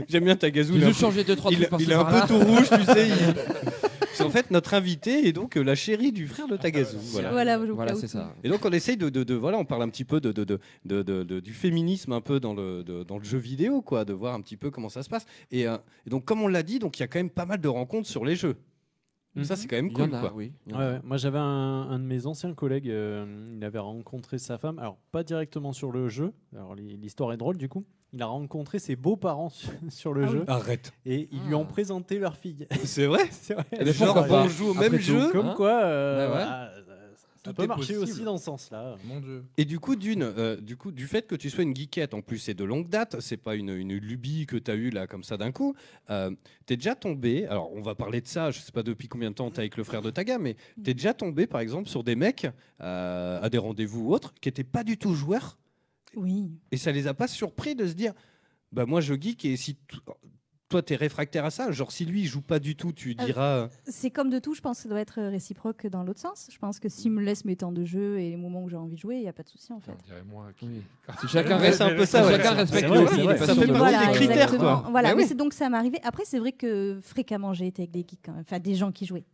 S8: j'aime bien ta gazou.
S7: Ils ont changé deux, trois
S8: Il,
S7: trucs par
S8: il est un peu tout rouge, tu sais. il- C'est en fait notre invité et donc euh, la chérie du frère de Tagazu. Voilà,
S1: Voilà, je vous Voilà, plains c'est
S7: ça.
S8: Et donc on essaye de, de- de- voilà, on parle un petit peu de, de- de- de- de- de- du féminisme un peu dans le, de- dans le jeu vidéo, quoi, de voir un petit peu comment ça se passe. Et, euh, et donc comme on l'a dit, donc il y a quand même pas mal de rencontres sur les jeux. Ça c'est quand même
S6: Il y en
S8: cool,
S6: a,
S8: quoi.
S6: oui. Ouais, ouais. Moi, j'avais un, un de mes anciens collègues, euh, il avait rencontré sa femme, alors pas directement sur le jeu, alors l'hi- l'histoire est drôle du coup. Il a rencontré ses beaux-parents sur- sur le
S8: Ah oui. Ah.
S6: jeu.
S8: Arrête.
S6: Et ils lui ont présenté leur fille.
S8: C'est vrai Eh ben,
S6: Genre,
S8: pourquoi pas
S6: on joue au
S8: Après
S6: même
S8: tout,
S6: jeu.
S8: hein.
S6: Comme quoi, euh,
S8: Ouais, ouais.
S6: ah, euh, ça
S10: Tout
S6: peut
S10: est
S6: marcher
S10: possible.
S6: aussi dans ce sens-là.
S10: Mon dieu.
S8: Et du coup, d'une, euh, du coup, du fait que tu sois une geekette en plus et de longue date, c'est pas une, une lubie que tu as eue là comme ça d'un coup, euh, t'es déjà tombé, alors on va parler de ça, je sais pas depuis combien de temps t'es avec le frère de Taga, mais t'es déjà tombé par exemple sur des mecs euh, à des rendez-vous ou autres qui étaient pas du tout joueurs
S1: Oui.
S8: et ça les a pas surpris de se dire bah moi je geek et si t- toi t'es réfractaire à ça, genre si lui il joue pas du tout, tu
S1: Euh,
S8: diras. euh,
S1: C'est comme de tout, je pense que ça doit être réciproque dans l'autre sens. Je pense que s'il me laisse mes temps de jeu et les moments où j'ai envie de jouer, il n'y a pas de souci en fait.
S7: Si chacun reste-
S8: c'est un peu
S7: si
S8: ça, ouais.
S7: chacun respecte
S8: C'est vrai,
S7: le hobby,
S8: c'est
S7: les
S8: vrai. Ça
S7: passions
S8: fait
S7: de
S8: partie
S7: l'autre.
S8: des critères, quoi.
S1: Exactement. Voilà,
S8: Bah
S1: mais
S8: oui.
S1: c'est donc ça m'est arrivé. Après, c'est vrai que fréquemment j'ai été avec des geeks, quand même. enfin des gens qui jouaient.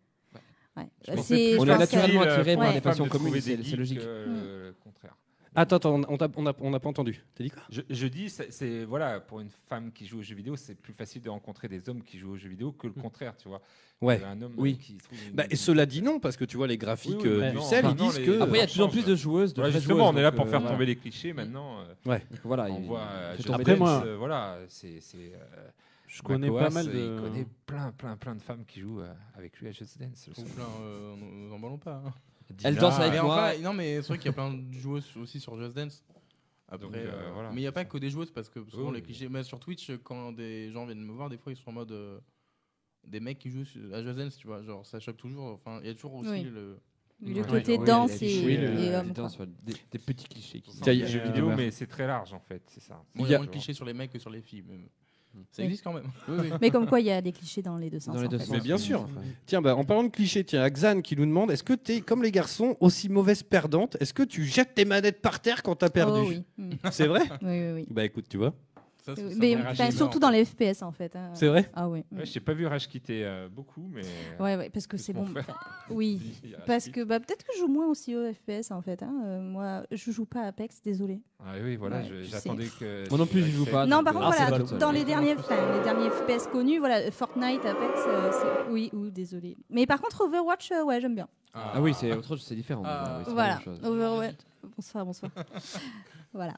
S1: Ouais. Euh, c'est-
S7: On
S1: je
S7: est
S1: pense
S7: naturellement
S1: que-
S7: attiré par
S1: Ouais.
S7: les passions communes,
S9: trouver
S7: c'est
S9: des
S7: c'est
S9: geeks,
S7: logique.
S9: euh,
S10: Mm.
S9: le contraire.
S8: Attends, attends, on- on t'a- on n'a on n'a pas entendu. T'as dit quoi
S9: Je, je dis, c'est- c'est voilà, pour une femme qui joue aux jeux vidéo, c'est plus facile de rencontrer des hommes qui jouent aux jeux vidéo que le
S10: Mm.
S9: contraire, tu vois.
S8: Ouais.
S9: Un homme
S8: Oui.
S9: euh, qui trouve une-
S8: Bah, et cela dit non, parce que tu vois les graphiques
S9: Oui, oui,
S8: euh,
S9: mais
S8: du
S9: non,
S8: sel, ils
S9: maintenant,
S8: disent
S9: les-
S8: que.
S7: Après, il y a de plus en plus de joueuses, de
S9: Ouais,
S7: vraies
S9: justement,
S7: joueuses,
S9: on est là
S7: donc,
S9: pour
S7: euh,
S9: faire
S7: voilà.
S9: tomber les clichés maintenant. euh,
S8: Ouais.
S7: Voilà,
S9: on
S7: il-
S9: voit.
S7: il
S9: euh,
S7: fait
S9: Jeff
S7: tomber
S9: Bezos,
S7: les- Après, moi-
S9: euh, voilà, c'est. c'est, euh,
S6: Je connais
S9: Macoas,
S6: pas mal de-
S9: Il connaît plein, plein, plein de femmes qui jouent euh, avec lui à Just Dance.
S10: Ou plein, euh, nous- nous emballons pas. hein.
S7: Elle
S9: Ah
S7: danse avec
S10: Mais
S7: moi.
S10: enfin, non, mais c'est vrai qu'il y a plein de joueuses aussi sur Just Dance. Après,
S9: Donc, euh,
S10: euh,
S9: voilà.
S10: Mais il n'y a pas que des joueuses parce que souvent
S9: Oui,
S10: les
S9: mais-
S10: clichés. Mais sur Twitch, quand des gens viennent me voir, des fois ils sont en mode euh, des mecs qui jouent sur- à Just Dance, tu vois. Genre ça choque toujours. Enfin, il y a toujours aussi
S1: Oui.
S10: le.
S1: Le côté danse et-
S7: Oui, le-
S1: et homme,
S7: les
S1: quoi.
S7: danses, voilà, des- Des petits clichés. qui
S9: C'est
S7: sortent.
S9: jeux vidéo, mais c'est très large en fait, c'est ça.
S10: Moi, il y a moins de clichés sur les mecs que sur les filles. Même. Ça
S1: Oui.
S10: existe quand même.
S1: Mais comme quoi, il y a des clichés dans les deux sens. en fait. Oh
S8: Mais bien sûr. Tiens, bah, en parlant de clichés, tiens, Axan qui nous demande est-ce que t'es, comme les garçons, aussi mauvaise perdante Est-ce que tu jettes tes manettes par terre quand t'as perdu
S1: Oh oui. Mm.
S8: C'est vrai
S1: Oui, oui, oui.
S8: Bah écoute, tu vois.
S10: Ça,
S1: Euh,
S10: ça
S1: mais
S10: m'a
S1: enfin,
S10: ragé,
S1: surtout
S10: non.
S1: dans les FPS en fait. hein.
S8: C'est vrai
S1: Ah oui.
S9: Ouais, je t'ai pas vu Rage quitter euh, beaucoup, mais.
S1: Ouais, ouais, parce que
S9: Plus
S1: c'est
S9: mon
S1: bon.
S9: frère.
S1: enfin, Oui,
S9: Il y a Rage
S1: parce
S9: Quit.
S1: que bah, peut-être que je joue moins aussi au FPS en fait. hein. Euh, moi, je joue pas à Apex, désolé.
S9: Ah oui, voilà,
S1: Ouais,
S9: je-
S1: je sais.
S9: j'attendais que.
S7: Moi non plus,
S9: je
S7: j'y joue pas.
S1: Non, par
S7: Ah,
S1: contre,
S7: c'est
S1: voilà,
S7: pas le
S1: dans
S7: seul.
S1: les derniers, enfin, les derniers FPS connus, voilà, Fortnite, Apex, euh, c'est- oui, ou désolé. Mais par contre, Overwatch, euh, ouais, j'aime bien.
S7: Ah oui, c'est autre chose, c'est différent.
S10: Ah.
S7: oui, c'est pas la
S1: Voilà,
S7: même chose.
S1: Overwatch. Bonsoir, bonsoir. voilà.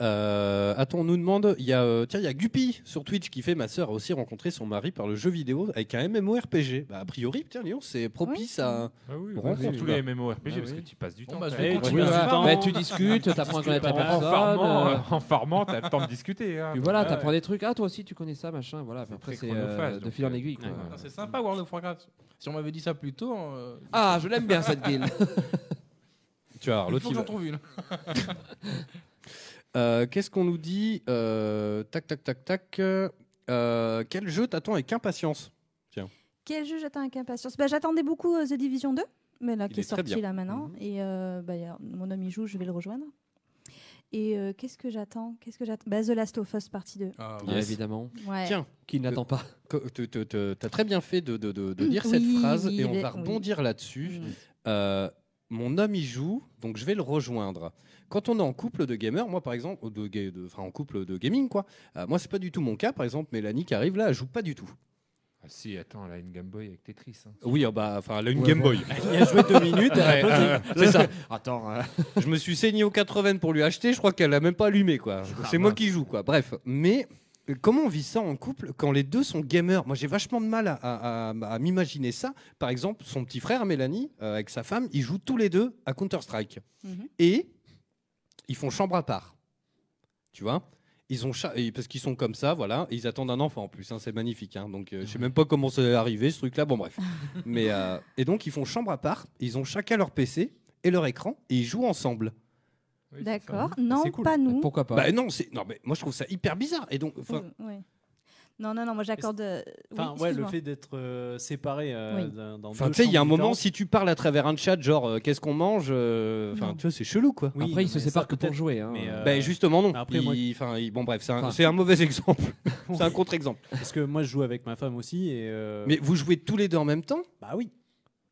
S8: Euh, attends, on nous demande il y a, euh, tiens, il y a Guppy sur Twitch qui fait ma sœur a aussi rencontré son mari par le jeu vidéo avec un MMORPG. Bah, a priori, tiens, Lyon, c'est propice à.
S9: Ah oui,
S8: on
S9: bah Ah
S8: rencontre,
S9: oui, tous
S8: quoi.
S9: les MMORPG,
S8: Bah
S9: parce
S8: oui.
S9: que tu passes du
S10: Bon,
S9: temps.
S10: bah, je
S9: quand
S10: vais
S9: même.
S10: Et
S7: tu passes du temps. Bah, tu discutes, t'apprends à connaître la
S9: hein. En
S7: personne,
S9: farmant,
S7: euh.
S9: en farmant, t'as le temps de discuter. hein.
S7: Puis voilà,
S9: Ouais.
S7: t'apprends des trucs. Ah, toi aussi, tu connais ça, machin. Voilà, puis après,
S9: très
S7: c'est euh,
S9: chronophage,
S7: de
S9: donc,
S7: fil en
S9: euh,
S7: aiguille. quoi.
S9: ouais.
S10: Ah, C'est sympa World of Warcraft. Si on m'avait dit ça plus tôt. euh,
S7: Ah, je l'aime bien cette guilde.
S8: Tu vois,
S10: il
S8: l'autre
S10: faut
S8: il
S10: que
S8: va-
S10: j'en trouve une.
S8: Euh, Qu'est-ce qu'on nous dit Euh, Tac, tac, tac, tac. Euh, quel jeu t'attends avec impatience
S1: Quel jeu j'attends avec impatience bah, J'attendais beaucoup euh, The Division 2, mais là,
S8: Il
S1: qui est,
S8: est très bien.
S1: sorti là maintenant. Et euh, bah, y a- mon homme y joue, je vais le rejoindre. Et euh, qu'est-ce que j'attends Qu'est-ce que j'attends Bah, The Last of Us partie 2.
S7: Bien évidemment.
S1: Ouais.
S8: Tiens,
S7: Qui n'attend pas.
S8: Co- te- te- te- T'as très bien fait de, de- de- de lire
S1: Mm, Oui,
S8: cette phrase
S1: oui,
S8: et on
S1: il
S8: va
S1: est- oui.
S8: rebondir là-dessus.
S1: Mm.
S8: Euh, mon homme y joue, donc je vais le rejoindre. Quand on est en couple de gamers, moi par exemple, ou de, ga- de- enfin en couple de gaming quoi, euh, moi c'est pas du tout mon cas. Par exemple, Mélanie qui arrive là, elle joue pas du tout.
S9: Ah, si, attends, elle a une Game Boy avec Tetris. hein.
S8: Oui, ah bah, enfin elle a une
S7: Ouais,
S8: Game
S7: bon.
S8: Boy.
S7: Il a joué deux minutes. elle a
S8: Ouais,
S7: posé.
S8: euh, c'est ça.
S7: Attends. euh,
S8: Je me suis saigné aux 80 pour lui acheter, je crois qu'elle l'a même pas allumé quoi. C'est moi qui joue quoi. Bref, mais euh, comment on vit ça en couple quand les deux sont gamers Moi j'ai vachement de mal à, à- à- à m'imaginer ça. Par exemple, son petit frère Mélanie euh, avec sa femme, ils jouent tous les deux à Counter Strike
S1: Mhm.
S8: et ils font chambre à part. Tu vois ils ont cha- et- parce qu'ils sont comme ça, voilà. et ils attendent un enfant en plus, hein, c'est magnifique. hein. donc euh, je sais même pas comment c'est arrivé ce truc-là. Bon bref. Mais euh, et donc ils font chambre à part. Ils ont chacun leur PC et leur écran et ils jouent ensemble.
S9: Oui, c'est ça.
S1: D'accord. Non, pas nous.
S7: Pourquoi pas
S8: Bah non, c'est non mais moi je trouve ça hyper bizarre. Et donc, enfin,
S1: Euh, ouais. Non, non, non, moi j'accorde. euh, oui,
S6: Enfin, ouais, le
S1: excuse-moi.
S6: fait d'être euh, séparé euh,
S1: Oui.
S6: d'un- dans
S8: Enfin,
S6: deux
S8: tu sais, il y a un
S6: chambres
S8: moment,
S6: différentes.
S8: si tu parles à travers un chat, genre euh, qu'est-ce qu'on mange, euh, enfin,
S6: Non.
S8: tu vois, c'est chelou quoi.
S6: Oui, Après, ils non, se mais séparent ça, que pour peut-être. jouer, hein. Mais, euh,
S8: Ben justement, non.
S6: après,
S8: Il-
S6: moi-
S8: enfin, il- bon, bref, c'est un, c'est un mauvais exemple. c'est un contre-exemple.
S6: Parce que moi, je joue avec ma femme aussi. Et, euh,
S8: Mais vous jouez tous les deux en même temps
S6: Bah oui.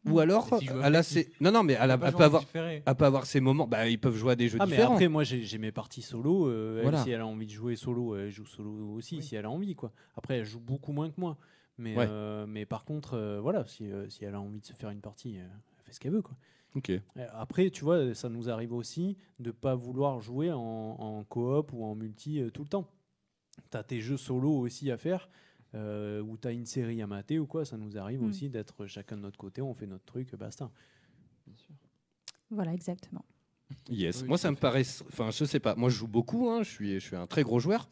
S8: Ou alors, à la, c'est... non, non, mais à la,
S6: pas
S8: à
S6: jouer
S8: pas
S6: en
S8: avoir,
S6: différé.
S8: à pas avoir ces moments, bah, ils peuvent jouer à des jeux
S6: Ah, mais
S8: différents.
S6: après, moi, j'ai j'ai mes parties solo. euh, elle,
S8: Voilà.
S6: si elle a envie de jouer solo, elle joue solo aussi, si elle a envie, quoi. Après, elle joue beaucoup moins que moi. Mais,
S8: Ouais.
S6: euh, mais par contre, euh, voilà, si, euh, si elle a envie de se faire une partie, euh, elle fait ce qu'elle veut, quoi.
S8: Ok.
S6: Euh, Après, tu vois, ça nous arrive aussi de pas vouloir jouer en, en coop ou en multi euh, tout le temps. Tu as tes jeux solo aussi à faire, euh, ou tu as une série à mater ou quoi, ça nous arrive
S1: Mm.
S6: aussi d'être chacun de notre côté, on fait notre truc, basta.
S1: Voilà, exactement.
S8: Yes.
S6: Oui,
S8: moi,
S6: tout
S8: ça me paraît. Enfin, je sais pas. Moi, je joue beaucoup. hein, Je suis, je suis un très gros joueur.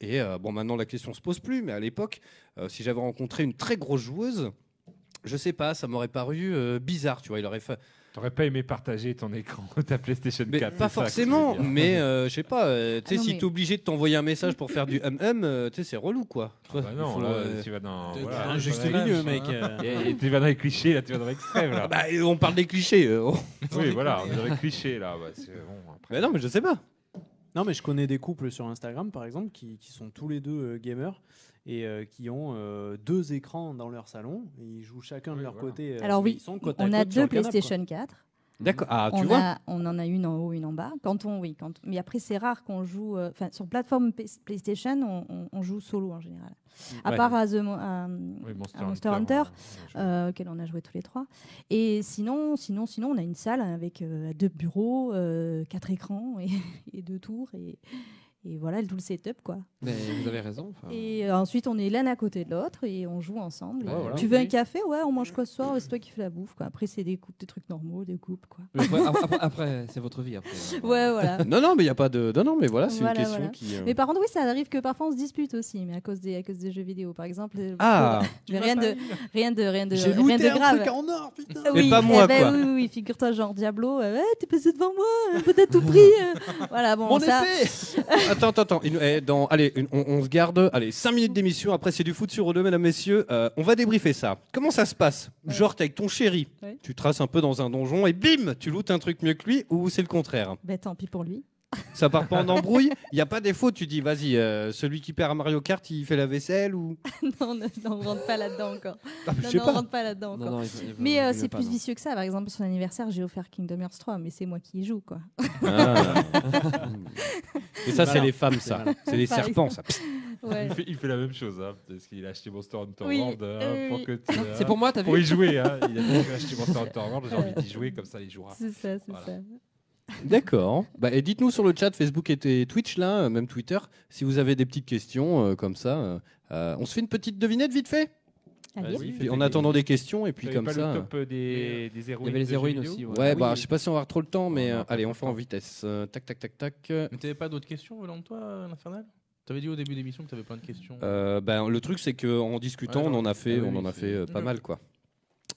S8: Et euh, bon, maintenant, la question se pose plus. Mais à l'époque, euh, si j'avais rencontré une très grosse joueuse, je sais pas, ça m'aurait paru euh, bizarre. Tu vois, il aurait fa-
S9: T'aurais pas aimé partager ton écran, ta PlayStation 4
S8: Pas
S9: c'est ça que je veux
S8: forcément,
S9: dire.
S8: mais euh, je sais pas. euh, tu sais,
S9: Ah non,
S8: si
S9: mais-
S8: t'es obligé de t'envoyer un message pour faire du hum hum, euh, tu sais, c'est relou quoi. Toi,
S9: bah non,
S8: il faut,
S9: là,
S8: euh,
S9: tu vas dans-
S8: te-
S9: voilà,
S8: te-
S9: un juste
S8: voilà,
S9: milieu,
S8: machin.
S9: mec, euh. Et- et tu vas dans les clichés, là, tu vas dans l'extrême, là.
S8: Bah, euh, on parle des clichés. euh, on-
S9: Oui, voilà, on dirait cliché là. Bah, c'est bon.
S8: Mais non, mais je sais pas.
S6: Non, mais je connais des couples sur Instagram, par exemple, qui, qui sont tous les deux euh, gamers et euh, qui ont euh, deux écrans dans leur salon. et ils jouent chacun de leur côté. euh,
S1: Alors
S6: mais
S1: oui,
S6: ils sont côte à
S1: on a
S6: côte sur
S1: deux
S6: le canapé, quoi.
S1: PlayStation 4.
S8: D'accord. Ah,
S1: on,
S8: tu vois.
S1: a- on en a une en haut, une en bas. Quand on, oui, quand, mais après, c'est rare qu'on joue. euh, Enfin, sur plateforme P- PlayStation, on, on- on joue solo en général. À
S15: Ouais.
S1: part à, The Mo- à- à Monster,
S15: Monster
S1: Hunter,
S15: Hunter,
S1: euh, auquel on a joué tous les trois. Et sinon, sinon, sinon, on a une salle avec euh, deux bureaux, euh, quatre écrans et, et deux tours et, et voilà tout le setup quoi.
S7: Mais vous avez raison.
S8: Ah.
S7: enfin.
S1: Et euh, ensuite, on est l'un à côté de l'autre et on joue ensemble.
S7: Ouais,
S1: Et,
S7: voilà.
S1: tu veux un
S7: Oui.
S1: café Ouais, on mange quoi ce soir C'est toi qui fais la bouffe. Quoi. Après, c'est des, coupes, des trucs normaux, des coupes. Quoi.
S7: Mais après, ap- ap- après, c'est votre vie. Après.
S1: Ouais, voilà.
S8: non, non, mais il n'y a pas de. Non, non, mais voilà, c'est
S1: Voilà,
S8: une question
S1: voilà.
S8: qui. euh,
S1: Mais par contre, oui, ça arrive que parfois on se dispute aussi, mais à cause des, à cause des jeux vidéo, par exemple. euh,
S8: Ah.
S1: voilà.
S8: Tu
S1: Mais
S8: m'as
S1: rien,
S8: pas
S1: de, rien de, rien de,
S8: J'ai
S1: rien
S8: looté
S1: de
S8: un
S1: grave.
S8: truc en
S1: or, putain.
S8: Mais pas moi, quoi.
S1: Oui, oui, oui, figure-toi, genre Diablo, euh, Ouais, t'es passé devant moi, euh, peut-être tout pris. euh. Voilà, bon,
S8: Mon
S1: ça.
S8: épée Attends, attends, attends. Il nous- eh, dans- allez, une- on, on se garde. Allez, 5 minutes d'émission. Après, c'est du foot sur deux, mesdames, messieurs. Euh, on va débriefer ça. Comment ça se passe Genre, t'es avec ton chéri.
S1: Ouais.
S8: Tu traces un peu dans un donjon et bim Tu lootes un truc mieux que lui ou c'est le contraire
S1: Bah, tant pis pour lui.
S8: Ça part pas en embrouille Il n'y a pas des fautes. Tu dis, vas-y, euh, celui qui perd à Mario Kart, il fait la vaisselle ou.
S1: non, non, non, on rentre pas là-dedans encore.
S8: Ah,
S1: non,
S8: mais je sais
S1: non,
S8: pas.
S1: on rentre pas là-dedans
S8: Non,
S1: encore.
S8: non, il veut- il veut-
S1: mais euh,
S8: il veut
S1: c'est
S8: pas,
S7: hein.
S1: plus
S8: non.
S1: vicieux que ça. Par exemple, sur son anniversaire, j'ai offert Kingdom Hearts 3, mais c'est moi qui y joue, quoi.
S8: Ah. Et ça, c'est
S9: malin.
S8: les femmes, ça.
S9: malin.
S8: C'est les Par serpents, exemple. ça.
S1: Ouais.
S9: Il, fait, il fait la même chose, hein, parce qu'il a acheté Monster Hunter
S1: Oui,
S9: World hein,
S1: euh,
S9: pour
S1: oui.
S9: que tu-
S1: Non,
S9: hein,
S1: c'est pour moi, t'as vu
S9: Pour y jouer, hein. il a dit, je vais acheter Monster Hunter World, j'ai envie d'y jouer, comme ça il jouera.
S1: C'est ça, c'est ça.
S8: D'accord. Bah, et dites-nous sur le chat Facebook et t- Twitch, là, euh, même Twitter, si vous avez des petites questions euh, comme ça. euh, euh, on se fait une petite devinette vite fait
S9: Allez.
S8: Puis
S9: Vas-y, fais
S8: En
S9: tes-
S8: attendant des questions, et puis
S9: T'avais
S8: comme
S9: pas
S8: ça.
S9: le top euh, des, des héroïnes. de jeux vidéo
S8: Ouais,
S7: Ah
S8: bah, je sais pas si on va avoir trop le temps, mais euh, allez, on fait en vitesse. Euh, tac, tac, tac, tac.
S10: Mais t'avais pas d'autres questions venant de toi, euh, l'Infernal T'avais dit au début de l'émission que t'avais plein de questions.
S8: Euh, ben, le truc, c'est qu'en discutant,
S10: Ouais,
S8: on en
S10: non.
S8: a fait,
S10: Ah oui,
S8: on en
S10: oui,
S8: a
S10: c'est-
S8: fait euh, pas
S10: Ouais.
S8: mal, quoi.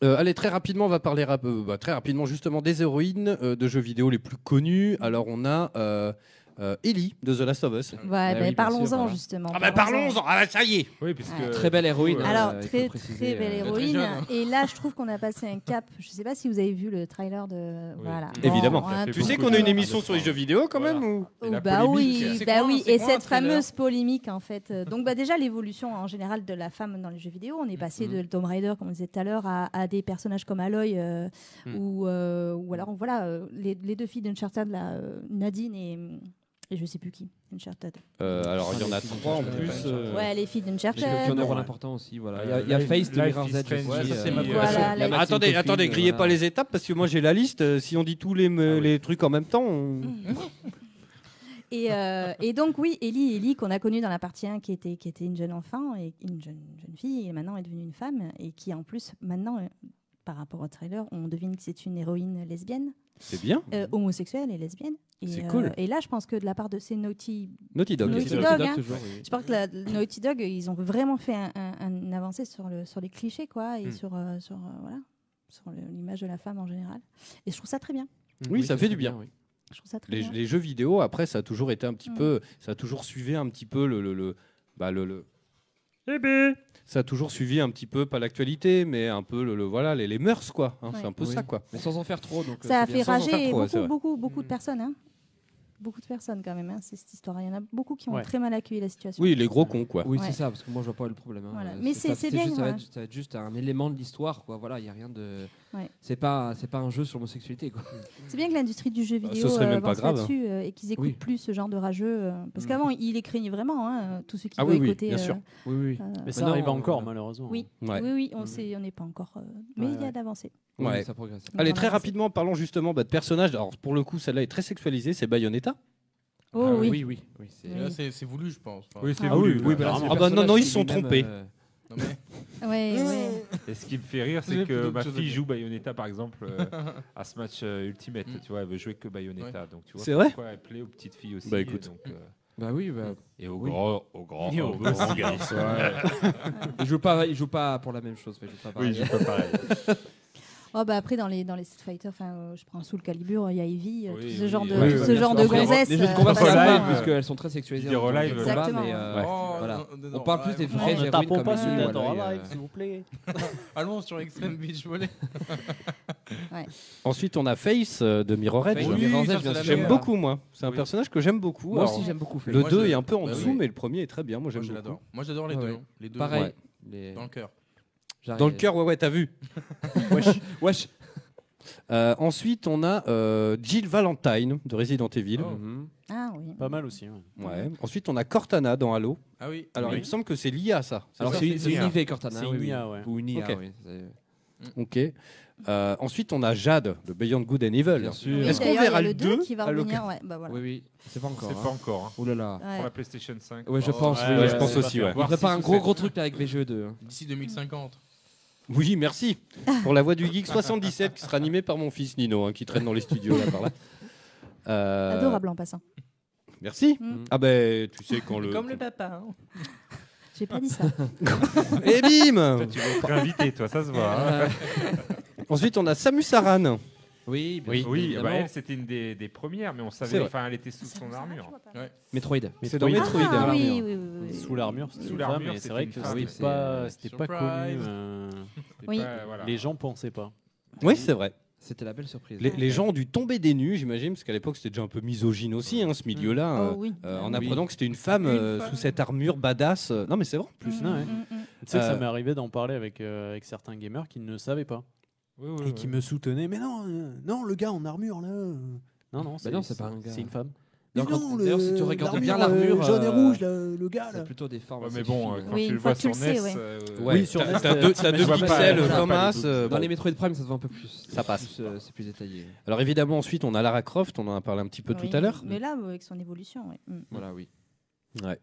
S8: Euh, allez, très rapidement, on va parler rap- euh, bah, très rapidement justement des héroïnes euh, de jeux vidéo les plus connues. Alors, on a euh, euh, Ellie de The Last of Us.
S1: Ouais, ben, parlons-en justement.
S9: ben,
S8: Ah bah parlons-en, ah bah ça y est
S9: Oui, puisque...
S1: Ouais.
S7: Très belle héroïne.
S1: Alors,
S7: euh, il faut
S1: très,
S7: préciser,
S1: très belle
S7: euh,
S1: héroïne. Et là, je trouve qu'on a passé un cap. Je sais pas si vous avez vu le trailer de. Voilà.
S8: Évidemment.
S1: Bon, on a
S8: tu
S1: tout-
S8: sais qu'on a une émission sur les jeux vidéo quand même ou
S1: Oh, bah oui, bah oui. et cette fameuse polémique en fait. Euh, Donc bah déjà l'évolution en général de la femme dans les jeux vidéo, on est passé de Tomb Raider comme on disait tout à l'heure à, à des personnages comme Aloy euh,
S15: Mhm.
S1: ou euh, ou alors voilà euh, les, les deux filles d'Uncharted là, euh, Nadine et, et je sais plus qui, Uncharted.
S8: Euh, alors il y en a trois en plus. euh,
S1: Ouais, les filles d'Uncharted.
S7: Les jeux qui ont un rôle important aussi. Voilà. Il y a, il y a Face de Mirror's Edge aussi.
S9: euh,
S8: attendez, attendez, grillez pas les étapes parce que moi j'ai la liste. euh, Si on dit tous les, me- les trucs en même temps, on-
S1: Mm. Et, euh, et donc oui, Ellie, Ellie qu'on a connue dans la partie 1 qui était, qui était une jeune enfant, et une jeune, jeune fille, et maintenant est devenue une femme, et qui en plus maintenant, euh, par rapport au trailer, on devine que c'est une héroïne lesbienne.
S8: C'est bien.
S1: Euh, homosexuelle et lesbienne. Et,
S8: Mhm.
S1: euh,
S8: C'est cool.
S1: Et là, je pense que de la part de ces Naughty,
S8: Naughty Dog.
S1: Naughty
S8: Naughty
S1: Dog,
S8: Dog,
S1: hein.
S8: toujours, oui.
S1: je pense que la, Naughty Dog, ils ont vraiment fait un, un- un avancée sur, le, sur les clichés, quoi, et
S8: Hmm.
S1: sur, euh, sur, euh, voilà, sur le- l'image de la femme en général. Et je trouve ça très bien.
S8: Oui, ça fait du bien.
S1: Je trouve ça très
S8: les,
S1: bien.
S8: les jeux vidéo, après, ça a toujours été un petit
S1: Mm.
S8: peu, ça a toujours suivi un petit peu le, le, le- bah, le, le- Ça a toujours suivi un petit peu, pas l'actualité, mais un peu le, le- voilà, les, les mœurs, quoi. hein, C'est un peu
S7: Oui.
S8: ça, quoi.
S7: Mais sans en faire trop. Donc,
S1: Ça
S7: euh,
S1: a
S7: c'est
S1: fait
S7: bien. Sans en faire
S1: rager
S7: trop, ouais,
S1: beaucoup,
S7: c'est vrai.
S1: beaucoup, beaucoup de personnes. hein. Beaucoup de personnes quand même, hein, c'est cette histoire. Il y en a beaucoup qui ont
S7: Ouais.
S1: très mal accueilli la situation.
S8: Oui, les gros cons, quoi.
S7: Oui,
S1: Ouais.
S7: c'est ça, parce que moi, je vois pas le problème. hein.
S1: Voilà.
S7: Euh,
S1: Mais c'est-
S7: ça-
S1: c'est bien,
S7: juste- Ça va
S1: ouais.
S7: être, ça va être juste un élément de l'histoire, quoi. Voilà, il y a rien de.
S1: Ouais.
S7: C'est pas, c'est pas un jeu sur l'homosexualité, quoi.
S1: C'est bien que l'industrie du jeu
S7: Bah, ce
S1: vidéo
S7: serait
S1: euh,
S7: même pas
S1: avance
S7: grave, hein.
S1: là-dessus euh, et qu'ils écoutent
S7: Oui.
S1: plus ce genre de rageux. euh, parce
S7: Mm.
S1: qu'avant, ils les craignaient vraiment, hein, euh, tous ceux qui
S6: Ah oui,
S1: voulaient
S6: oui,
S1: boycottaient.
S6: bien sûr.
S7: Oui, oui.
S6: Mais ça arrive encore, malheureusement.
S1: Oui,
S8: Ouais.
S1: oui, oui, on sait- on n'est pas encore. euh, mais
S6: Ouais,
S1: il y a
S6: ouais.
S1: de l'avancée.
S8: Ouais.
S1: Donc,
S8: Allez,
S1: on
S8: très
S1: avance.
S8: rapidement, parlons justement bah, de personnages. Alors, pour le coup, celle-là est très sexualisée, c'est Bayonetta.
S1: Oh Ah oui. oui,
S7: oui,
S10: Mais là, c'est c'est voulu, je pense. Enfin,
S9: Oui, c'est
S8: Ah
S9: voulu.
S8: oui, oui, bah là,
S9: Apparemment.
S8: c'est le Ah bah non, personnage non, ils qui sont lui-même, trompés. euh,
S10: Non, mais-
S1: Ouais, ouais.
S9: Et ce qui me fait rire,
S10: J'ai
S9: c'est
S10: plus
S9: que
S10: d'autres
S9: ma
S10: choses à
S9: fille
S10: dire.
S9: joue Bayonetta, par exemple, euh, à ce match euh, Ultimate.
S8: Mm.
S9: Tu vois, elle veut jouer que Bayonetta.
S10: Ouais.
S9: Donc, tu vois,
S8: C'est vrai
S9: pourquoi elle plaît aux petites filles aussi.
S8: Bah,
S9: et
S8: écoute.
S9: donc, euh,
S7: Bah oui, bah.
S9: Et au
S7: oui.
S9: grand, au grand,
S7: Et
S9: au grand garçon.
S7: Ouais. il joue pas, il joue pas pour la même chose. Il joue pas
S9: Oui,
S7: pareil.
S9: je peux pareil.
S1: Oh, bah, après, dans les, dans les Street Fighter, enfin, euh, je prends Soul Calibur, il y a Ivy, euh,
S9: Oui,
S1: tout ce
S9: oui,
S1: genre de,
S9: oui,
S1: tout
S9: oui,
S1: ce
S9: bien
S1: genre
S9: sûr.
S1: de
S9: Les-
S1: gonzesses.
S7: les jeux de
S1: euh,
S7: combat,
S1: pas
S7: c'est
S1: mal,
S7: pareil,
S1: hein.
S7: parce qu'elles sont très sexualisées.
S9: Des
S7: en
S9: relives.
S7: jeu de combat,
S1: Exactement.
S7: mais, euh,
S9: Ouais.
S10: Oh,
S7: voilà.
S10: non, non, non,
S7: On parle plus
S10: ouais,
S7: des
S10: non,
S7: vraies
S10: ne
S7: héroïnes
S10: tapons
S7: comme
S10: pas
S7: Ellie
S10: sur
S7: ou
S10: Nathan
S7: Aloy,
S10: Relive,
S7: euh,
S10: s'il vous plaît. Allons sur Extreme Beach Volley.
S1: Ouais.
S8: Ensuite, on a Face euh, de Mirror Edge.
S7: Face de Oui, Mirror's Edge, ça, bien c'est sûr. la
S8: j'aime
S7: meilleure.
S8: beaucoup, moi. C'est un
S7: Oui.
S8: personnage que j'aime beaucoup.
S7: Moi
S8: Alors,
S7: aussi, j'aime beaucoup Face.
S8: Le
S7: Moi,
S8: 2
S7: je-
S8: est un peu en
S7: bah
S8: dessous,
S7: oui.
S8: mais le premier est très bien. Moi, j'aime
S10: je
S8: beaucoup.
S10: l'adore. Moi, j'adore les
S7: Ah
S10: deux.
S7: ouais.
S10: hein. Les deux.
S7: Pareil.
S10: ouais.
S7: Les-
S10: Dans le cœur.
S7: J'arrive.
S8: Dans le cœur, ouais, ouais, t'as vu.
S7: Wesh. Wesh.
S8: Euh, ensuite, on a euh, Jill Valentine de Resident Evil.
S7: Oh.
S1: Ah oui.
S6: Pas mal aussi. ouais.
S8: Ouais. Ensuite, on a Cortana dans Halo.
S10: Ah oui.
S8: Alors,
S6: Oui.
S8: il me semble que c'est l'IA, ça.
S7: Alors,
S8: ça
S7: c'est c'est une
S8: IA.
S7: IV Cortana.
S6: C'est
S7: oui,
S6: une
S7: oui.
S6: IA, ouais.
S7: Ou une IA,
S8: Ok.
S7: oui. c'est-
S8: Ok. Euh, ensuite, on a Jade de Beyond Good and Evil.
S7: Bien sûr.
S1: Oui,
S8: Est-ce
S1: d'ailleurs,
S8: qu'on
S1: il y a
S8: verra
S1: le
S8: le
S1: 2
S8: 2
S1: qui va
S8: à l'oc-
S1: revenir. Ouais, bah voilà.
S7: Oui, oui. C'est pas encore.
S9: C'est
S7: hein.
S9: pas encore. hein.
S7: Ouh là là.
S1: Ouais.
S9: Pour la PlayStation 5.
S7: Ouais, je
S9: Oh,
S7: pense.
S9: ouais,
S7: oui,
S8: ouais,
S7: ouais,
S8: je
S7: ouais.
S8: pense aussi, ouais.
S7: On
S9: Voir
S7: prépare
S9: si
S7: un
S9: sous
S7: gros
S9: cette-
S7: gros truc là avec VGE2.
S10: D'ici 2050.
S8: Oui, merci. Pour la voix du geek 77 qui sera animée par mon fils Nino, hein, qui traîne dans les studios là par là. Euh,
S1: Adorable en passant.
S8: Merci.
S1: Mm.
S8: Ah ben, tu sais quand le.
S10: Comme le papa. hein.
S1: J'ai pas dit ça.
S8: Et bim.
S9: Toi, tu veux être invité, toi, ça se voit. hein.
S8: Ensuite, on a Samus Aran.
S7: Oui, bien
S8: Oui.
S7: sûr,
S9: Oui, bah,
S7: évidemment.
S9: elle, c'était une des, des premières, mais on
S8: C'est
S9: savait,
S8: vrai.
S9: enfin, elle était sous son armure.
S7: Metroid.
S8: C'est dans Metroid.
S1: Ah
S8: hein.
S1: oui, oui, oui, oui.
S6: Sous l'armure, c'était
S9: Sous
S6: une
S9: l'armure,
S6: femme, et c'est
S9: c'était
S6: vrai
S9: une
S6: que
S9: femme.
S7: Oui,
S6: c'était
S7: c'est-
S6: pas, c'était pas connu.
S10: Surprise.
S6: euh,
S9: C'était
S1: Oui.
S9: pas- voilà.
S6: Les gens pensaient pas.
S8: Oui, c'est vrai.
S7: C'était la belle surprise.
S8: Les, les gens ont dû tomber des nues, j'imagine, parce qu'à l'époque c'était déjà un peu misogyne aussi, hein, ce milieu-là.
S1: Oh
S8: euh,
S1: oui.
S8: euh, en
S1: Oui.
S8: apprenant que c'était une femme euh, sous cette armure badass. euh, Non, mais c'est vrai. en Plus.
S6: non, ouais.
S1: Mm, mm, mm.
S6: hein. Tu sais que ça
S8: Euh,
S6: m'est arrivé d'en parler avec, euh, avec certains gamers qui ne le savaient pas
S9: Oui, oui,
S6: et qui
S9: oui.
S6: me soutenaient. Mais non, euh, non, le gars en armure là. euh. Non, non, c'est
S7: Bah non, c'est pas un gars.
S6: c'est une femme.
S7: D'ailleurs,
S6: Mais
S7: quand-
S6: non,
S7: d'ailleurs,
S6: le-
S7: si tu regardes bien
S6: euh,
S7: l'armure,
S6: jaune et
S7: euh,
S6: rouge, là, le gars là.
S7: C'est plutôt des formes.
S9: Ouais,
S7: assez
S9: mais bon, euh,
S7: fines,
S9: quand
S1: Oui,
S9: tu
S1: une
S9: le
S1: fois
S9: vois
S1: que tu
S9: sur
S1: le
S9: NES,
S1: sais, ouais.
S9: euh,
S8: Ouais,
S6: sur
S8: t'as-
S6: Nest,
S8: t'as deux,
S6: tu
S8: t'as deux
S9: vois pas,
S8: pixels
S9: tu vois pas
S8: comme
S9: les
S8: as, euh,
S7: Dans
S8: bon.
S7: les Metroid Prime, ça se voit un peu plus.
S8: Ça passe.
S7: C'est plus, euh, C'est plus détaillé.
S8: Alors évidemment, ensuite on a Lara Croft, on en a parlé un petit peu
S1: Ah Oui,
S8: tout à l'heure.
S1: Mais là, avec son évolution, oui. Mm.
S7: Voilà, oui.
S8: Ouais.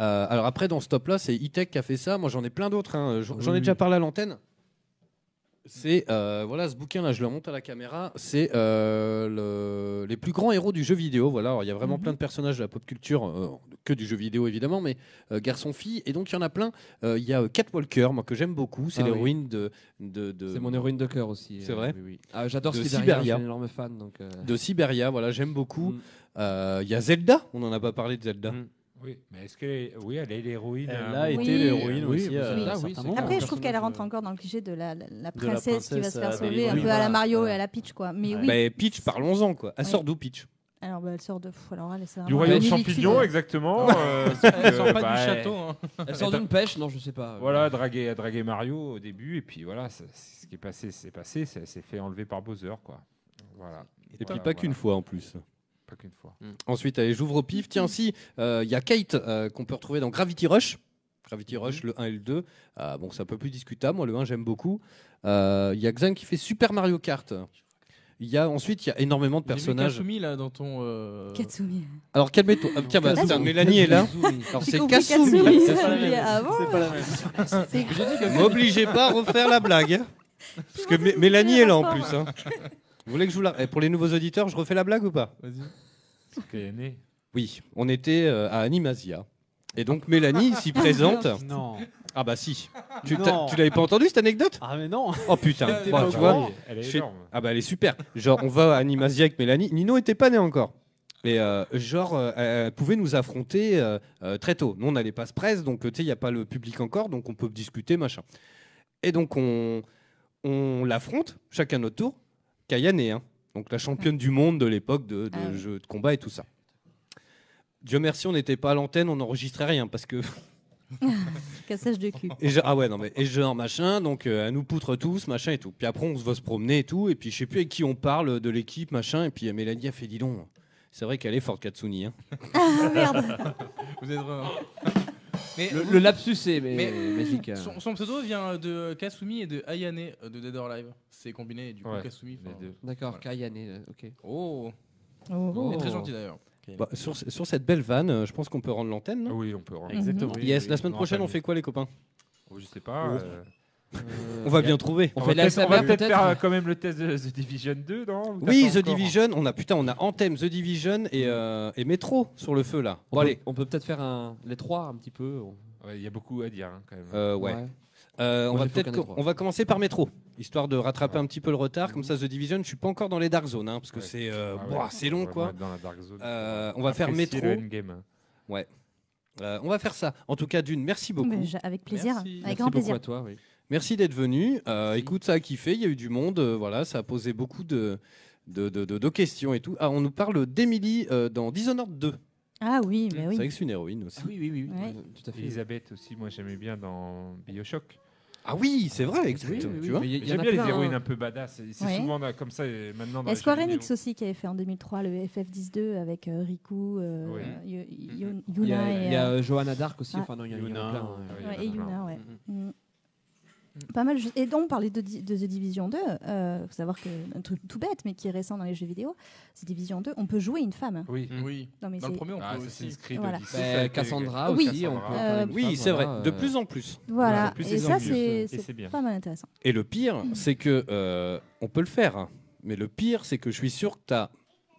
S8: Euh, alors après, dans ce top-là, c'est E-Tech qui a fait ça. Moi, j'en ai plein d'autres. hein. J'en j'en ai
S7: Oui.
S8: déjà parlé à l'antenne. C'est euh, voilà ce bouquin là, je le monte à la caméra. C'est euh, le- les plus grands héros du jeu vidéo. Voilà, Alors, il y a
S7: Mhm.
S8: vraiment plein de personnages de la pop culture, euh, que du jeu vidéo évidemment, mais euh, garçon fille. Et donc il y en a plein. Euh, Il y a euh, Catwalker, moi que j'aime beaucoup. C'est
S7: Ah oui.
S8: l'héroïne de de, de-
S7: C'est mon héroïne de cœur aussi.
S8: C'est
S7: euh,
S8: vrai
S7: oui, oui. Ah, J'adore
S8: De
S7: Siberia, je suis
S8: Siberia.
S7: un énorme fan. Donc, euh,
S8: de Siberia. Voilà, j'aime beaucoup.
S7: Mm.
S8: Euh, Il y a Zelda. On en a pas parlé de Zelda.
S7: Mhm.
S6: Mm.
S9: Oui, mais est-ce qu'elle est... Oui, elle est l'héroïne. euh, à
S6: Elle
S9: un
S6: a
S9: moment.
S6: été
S1: Oui.
S6: l'héroïne
S7: Oui,
S6: aussi.
S7: oui,
S6: euh,
S7: oui,
S6: à
S7: oui,
S6: certains
S7: c'est
S6: moments.
S7: clair.
S1: Après, je
S7: personnage,
S1: trouve qu'elle rentre
S7: euh,
S1: encore dans le cliché de la, la- la
S6: de la
S1: princesse, qui va se
S6: princesse,
S1: faire
S6: euh,
S1: sauver,
S6: Bailey,
S1: un
S6: oui,
S1: peu à la
S6: voilà,
S1: Mario et
S6: voilà.
S1: à la Peach, quoi. Mais
S6: Ouais.
S1: oui.
S8: Mais Peach, parlons-en quoi. Elle
S1: Oui.
S8: sort d'où Peach
S1: Alors, bah, elle sort de fou. Alors, elle est
S9: Du
S1: vraiment
S9: royaume
S1: une
S9: champignon,
S1: inutile.
S9: exactement. euh,
S10: Elle
S9: que,
S10: sort pas
S9: bah,
S10: du
S9: elle-
S10: château. hein.
S7: Elle sort d'une pêche Non, je sais pas.
S9: Ah,
S7: Euh,
S9: Voilà, draguer, draguer Mario au début, et puis voilà, ça- c'est ce qui est passé, c'est passé, c'est- elle s'est fait enlever par Bowser, quoi. Voilà.
S8: Et puis pas qu'une fois en plus.
S9: Pas qu'une fois.
S8: Ensuite, allez, j'ouvre au pif. Tiens, si, euh, il y a Kate euh, qu'on peut retrouver dans Gravity Rush. Gravity Rush, le 1 et le 2. Ah, bon, c'est un peu plus discutable. Moi, le 1, j'aime beaucoup. Euh, Il y a Xan qui fait Super Mario Kart. Il y a, ensuite, il y a énormément de
S10: J'ai vu
S8: personnages.
S10: Katsumi là dans ton. euh,
S1: Katsumi.
S8: Alors, calmez-toi. Ah, tiens, bah,
S7: Kazumi.
S8: putain, Mélanie est là.
S7: Kazumi.
S8: Alors,
S1: J'ai
S8: c'est
S1: compris
S8: Kasumi.
S1: Katsumi.
S6: C'est pas la
S1: Je
S6: même.
S1: dis, ah bon
S6: C'est pas la même.
S1: C'est-
S8: M'obligez pas à refaire la blague. hein. Parce que
S1: vois,
S8: Mé-
S1: c'est
S8: Mélanie est là en
S1: rapport.
S8: plus. hein. Vous voulez que je vous la. eh, pour les nouveaux auditeurs, je refais la blague ou pas
S10: Vas-y.
S9: Parce qu'elle est née.
S8: Oui, on était euh, à Animasia. Et donc Mélanie s'y présente.
S6: Non.
S8: Ah bah si. Tu
S6: Non.
S8: t'as- tu l'avais pas entendu cette anecdote
S6: Ah mais non.
S8: Oh putain.
S10: T'es
S8: Bah,
S10: pas au
S8: tu
S10: courant.
S8: vois,
S9: Elle est
S8: je sais-
S9: énorme.
S8: ah bah elle est super. Genre on va à Animasia avec Mélanie. Nino était pas né encore. Mais euh, genre, euh, elle pouvait nous affronter euh, euh, très tôt. Nous, on allait pas se presse, donc euh, tu sais, il n'y a pas le public encore, donc on peut discuter, machin. Et donc, on, on l'affronte, chacun notre tour. Kayane est un, donc la championne du monde de l'époque de, de jeux de combat et tout ça. Dieu merci, on n'était pas à l'antenne, on n'enregistrait rien parce que.
S1: Cassage de cul.
S8: Et je- ah ouais, non, mais et genre machin, donc euh, elle nous poutre tous, machin et tout. Puis après, on se va se promener et tout. Et puis je sais plus avec qui on parle de l'équipe, machin. Et puis euh, Mélanie a fait dis donc, c'est vrai qu'elle est forte Katsuni. Hein.
S1: Ah,
S10: Vous êtes vraiment.
S7: Le- le lapsus est- mais- magique, hein.
S10: Son, son pseudo vient euh, de Kasumi et de Ayane euh, de Dead or Alive. C'est combiné et du coup
S7: Ouais,
S10: Kasumi.
S7: les
S10: enfin,
S7: deux. D'accord, Kayane, euh, ok.
S10: Oh.
S7: Oh.
S10: Elle est très gentille d'ailleurs.
S8: Bah, sur, ce- sur cette belle vanne, euh, je pense qu'on peut rendre l'antenne. non
S9: Ah Oui, on peut rendre.
S6: Exactement. Mhm.
S8: Yes,
S6: Oui,
S8: la
S6: oui,
S8: semaine
S6: on
S8: prochaine, on
S6: rappelle.
S8: fait quoi, les copains
S9: Je sais pas.
S8: Oh.
S9: euh,
S8: On va
S9: y a-
S8: bien trouver.
S9: On, va peut-être- on va peut-être faire euh, quand même le test de The Division 2, non Ou
S8: Oui,
S9: t'attends
S8: The
S9: encore hein
S8: Division. On a putain, on a Anthem, The Division et, euh, et Metro sur le feu là. Bon,
S7: On peut-
S8: allez.
S7: On peut peut-être faire un, les trois un petit peu.
S9: Il y a beaucoup à dire hein, quand même.
S8: Euh, ouais. Euh, on va peut-être co- on va commencer par Metro, histoire de rattraper un petit peu le retard. Comme ça, The Division, je suis pas encore dans les dark zones, hein, parce que c'est euh,
S9: Ah ouais.
S8: boah, c'est long
S9: Vraiment
S8: quoi.
S9: être dans la dark zone.
S8: Euh, on va faire
S9: Apprécier
S8: Metro.
S9: le endgame.
S8: Ouais. Euh, on va faire ça. En tout cas, d'une, merci beaucoup.
S1: Mais je- avec plaisir, Merci. avec
S8: Merci
S1: grand
S8: beaucoup
S1: plaisir.
S8: à toi, oui. Merci d'être venu. Euh, écoute, ça a kiffé. Il y a eu du monde. euh, voilà, ça a posé beaucoup de, de, de- de- de questions et tout. Ah, on nous parle d'Emily euh, dans Dishonored 2.
S1: Ah oui, mais
S8: C'est vrai
S1: oui.
S8: que c'est une héroïne aussi.
S7: Ah oui, oui, euh,
S1: Ouais.
S7: tout à fait.
S9: Elisabeth aussi, moi j'aimais bien dans Bioshock.
S8: Ah oui, c'est vrai, exactement, tu vois.
S9: Mais
S8: Mais y en
S9: J'aime
S8: a
S9: bien les
S8: plein,
S9: héroïnes
S8: hein.
S9: un peu badass. C'est c'est
S1: Ouais.
S9: souvent là, comme ça et maintenant. dans
S1: La
S9: les
S1: Square
S9: jeux vidéo.
S1: Enix aussi qui avait fait en 2003 le FF12 avec euh, Riku, euh,
S9: Oui.
S1: Yo- Yo-
S7: Il y
S1: Yuna
S7: a,
S1: et,
S7: il y a,
S1: euh,
S7: euh, Johanna d'Arc aussi.
S1: ouais.
S7: Enfin, non, il y, en a- il y en
S6: Yuna,
S7: a plein.
S6: ouais.
S1: Ouais,
S7: hein.
S1: et Yuna, ouais. Mm. Pas mal. je- Et donc, on parlait de, Di- de The Division 2. Il faut savoir que un truc tout bête, mais qui est récent dans les jeux vidéo, The Division 2, on peut jouer une femme. hein.
S7: Mmh.
S9: Oui.
S10: oui.
S1: Non, mais
S10: Dans le
S1: c'est-
S10: premier, on
S9: Ah,
S10: peut
S9: Assassin's
S10: aussi.
S9: Creed
S1: Voilà.
S9: Odyssey,
S7: Bah,
S9: ça a été-
S7: Cassandra
S1: aussi, Oui. on peut faire Euh, une
S8: Oui,
S7: femme,
S8: c'est vrai.
S7: voilà,
S8: De
S7: euh,
S8: plus en plus.
S1: Voilà.
S9: plus,
S1: et
S9: c'est
S1: ça,
S9: mieux.
S1: c'est
S9: Et c'est
S1: c'est
S9: bien.
S1: pas mal intéressant.
S8: Et le pire, c'est que euh, on peut le faire. hein. Mais le pire, c'est que je suis sûr que t'as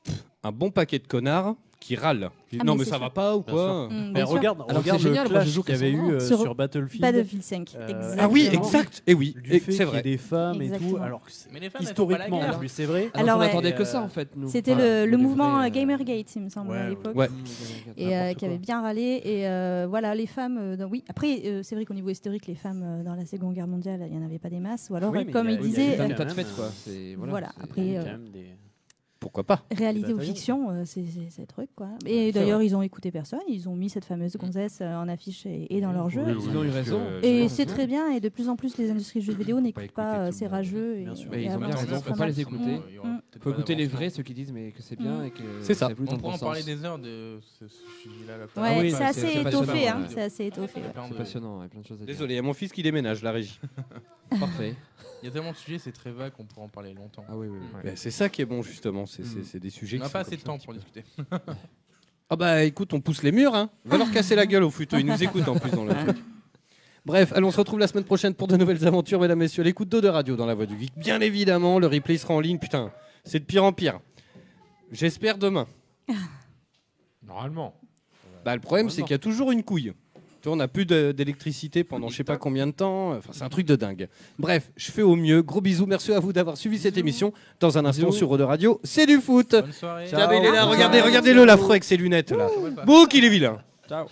S8: pff, un bon paquet de connards qui rrâlent. Qui disent,
S1: Ah,
S8: non
S1: mais
S8: mais
S1: c'est
S8: ça
S1: sûr.
S8: va pas ou
S1: Bien
S8: quoi
S1: sûr. Mm,
S6: Mais
S1: bien sûr.
S6: regarde,
S1: Alors que
S6: regarde
S1: c'est
S6: le
S1: génial, moi, je
S6: clash
S1: joue
S6: qu'il y avait eu
S1: Cassandra.
S6: euh,
S1: Sur-
S6: sur, Battlefield.
S1: Battlefield 5,
S8: Ah oui, exact. Et oui,
S6: Du
S8: et
S6: fait
S8: c'est vrai.
S6: qu'il y ait des femmes et tout.
S1: Exactement.
S6: Alors que c'est-
S10: Mais les femmes, elles font pas la
S6: historiquement,
S10: guerre.
S6: en plus, c'est vrai.
S1: Alors, ouais. C'était le, le mouvement
S6: euh,
S1: euh, Gamergate, il me semble,
S6: Ouais,
S1: à
S6: ouais.
S1: l'époque.
S6: Ouais.
S1: Et euh, qui avait bien râlé. Et euh, voilà, les femmes. euh, dans- Oui, après, euh, c'est vrai qu'au niveau historique, les femmes euh, dans la Seconde Guerre mondiale, il n'y en avait pas des masses. Ou alors,
S7: Oui,
S1: euh,
S7: mais
S1: comme
S7: il y
S1: il
S7: a- il y a
S1: disait.
S7: eu un
S1: euh,
S7: tas de fêtes, quoi. C'est- voilà,
S1: Voilà,
S7: c'est-
S1: après. euh,
S8: Pourquoi pas
S1: Réalité ou
S6: bataillons.
S1: fiction, euh, c'est c'est- c'est truc quoi. Et
S7: c'est
S1: d'ailleurs,
S7: vrai.
S1: ils ont écouté personne, ils ont mis cette fameuse gonzesse euh, en affiche et, et dans leur jeu.
S7: oui, Ils oui, ont eu parce raison. que,
S1: Et
S7: euh,
S1: c'est très bien, et de plus en plus, les industries du jeu vidéo
S7: Bah,
S1: n'écoutent pas euh, ces rageux. et-
S7: Mais
S1: et
S7: ils ont bien
S1: avancent
S7: raison,
S1: pas
S7: faut pas
S1: mal.
S7: les écouter.
S1: Mm,
S10: Il y
S1: mm.
S10: aura
S7: Il
S10: peut-être
S7: faut
S10: pas
S7: écouter les
S10: d'avancement.
S7: vrais, ceux qui disent mais que c'est bien et que
S8: C'est ça.
S7: évolue dans
S10: On
S7: le bon
S10: pourrait en
S7: sens.
S10: parler des heures de ce, ce sujet-là. la fois.
S1: Ouais,
S7: Ah oui,
S1: c'est
S7: bah,
S1: assez
S7: c'est
S1: étoffé,
S7: passionnant,
S1: hein,
S7: ouais.
S1: c'est assez étoffé. ouais.
S10: Plein
S7: C'est
S10: de-
S7: passionnant, il y a plein de choses à dire.
S8: Désolé, il y a mon fils qui déménage, la régie.
S7: Parfait.
S10: Il y a tellement de sujets, c'est très vague qu'on pourrait en parler longtemps.
S7: Ah oui, oui, oui.
S10: Mm.
S8: Ben, c'est ça qui est bon justement, c'est c'est- c'est des sujets.
S10: On n'a
S8: qui
S10: pas
S8: sont
S10: assez de
S8: comme
S10: temps pour discuter.
S8: ça. Ah bah écoute, on pousse les murs, hein. On va leur casser la gueule au futur. Ils nous écoutent en plus dans le truc. Bref, allons, on se retrouve la semaine prochaine pour de nouvelles aventures, mesdames, messieurs. L'écoute d'eau de radio dans la voix du geek. Bien évidemment, le replay sera en ligne. Putain, c'est de pire en pire. J'espère demain.
S9: Normalement.
S8: Bah, le problème, c'est qu'il y a toujours une couille. Tu vois, on n'a plus de- d'électricité pendant je sais pas combien de temps. Enfin, c'est un truc de dingue. Bref, je fais au mieux. Gros bisous. Merci à vous d'avoir suivi cette émission. Dans un instant, sur Eau de Radio, c'est du foot.
S10: Bonne soirée.
S8: Tiens, mais il est là. Regardez, regardez-le, l'afro avec ses lunettes, là. Bouc, il est vilain.
S15: Ciao.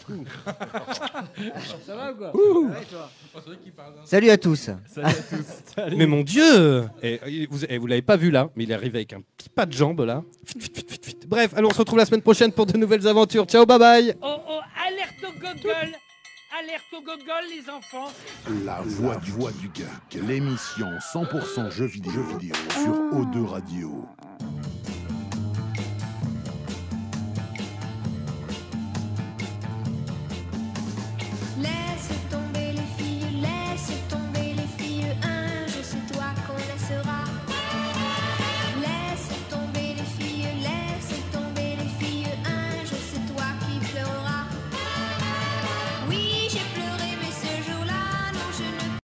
S10: Ça va ou quoi
S15: Ouh. Salut à tous.
S8: Mais mon Dieu et, et Vous, et vous l'avez pas vu là, mais il est arrivé avec un petit pas de jambe là. Fit, fit, fit, fit, fit. Bref, allons, on se retrouve la semaine prochaine pour de nouvelles aventures. Ciao, bye bye
S3: Oh oh, alerte au gogol Alerte au gogol, les enfants
S4: La voix, du, voix du geek. L'émission 100% jeux vidéo, jeux vidéo sur O2 Radio.
S1: hein,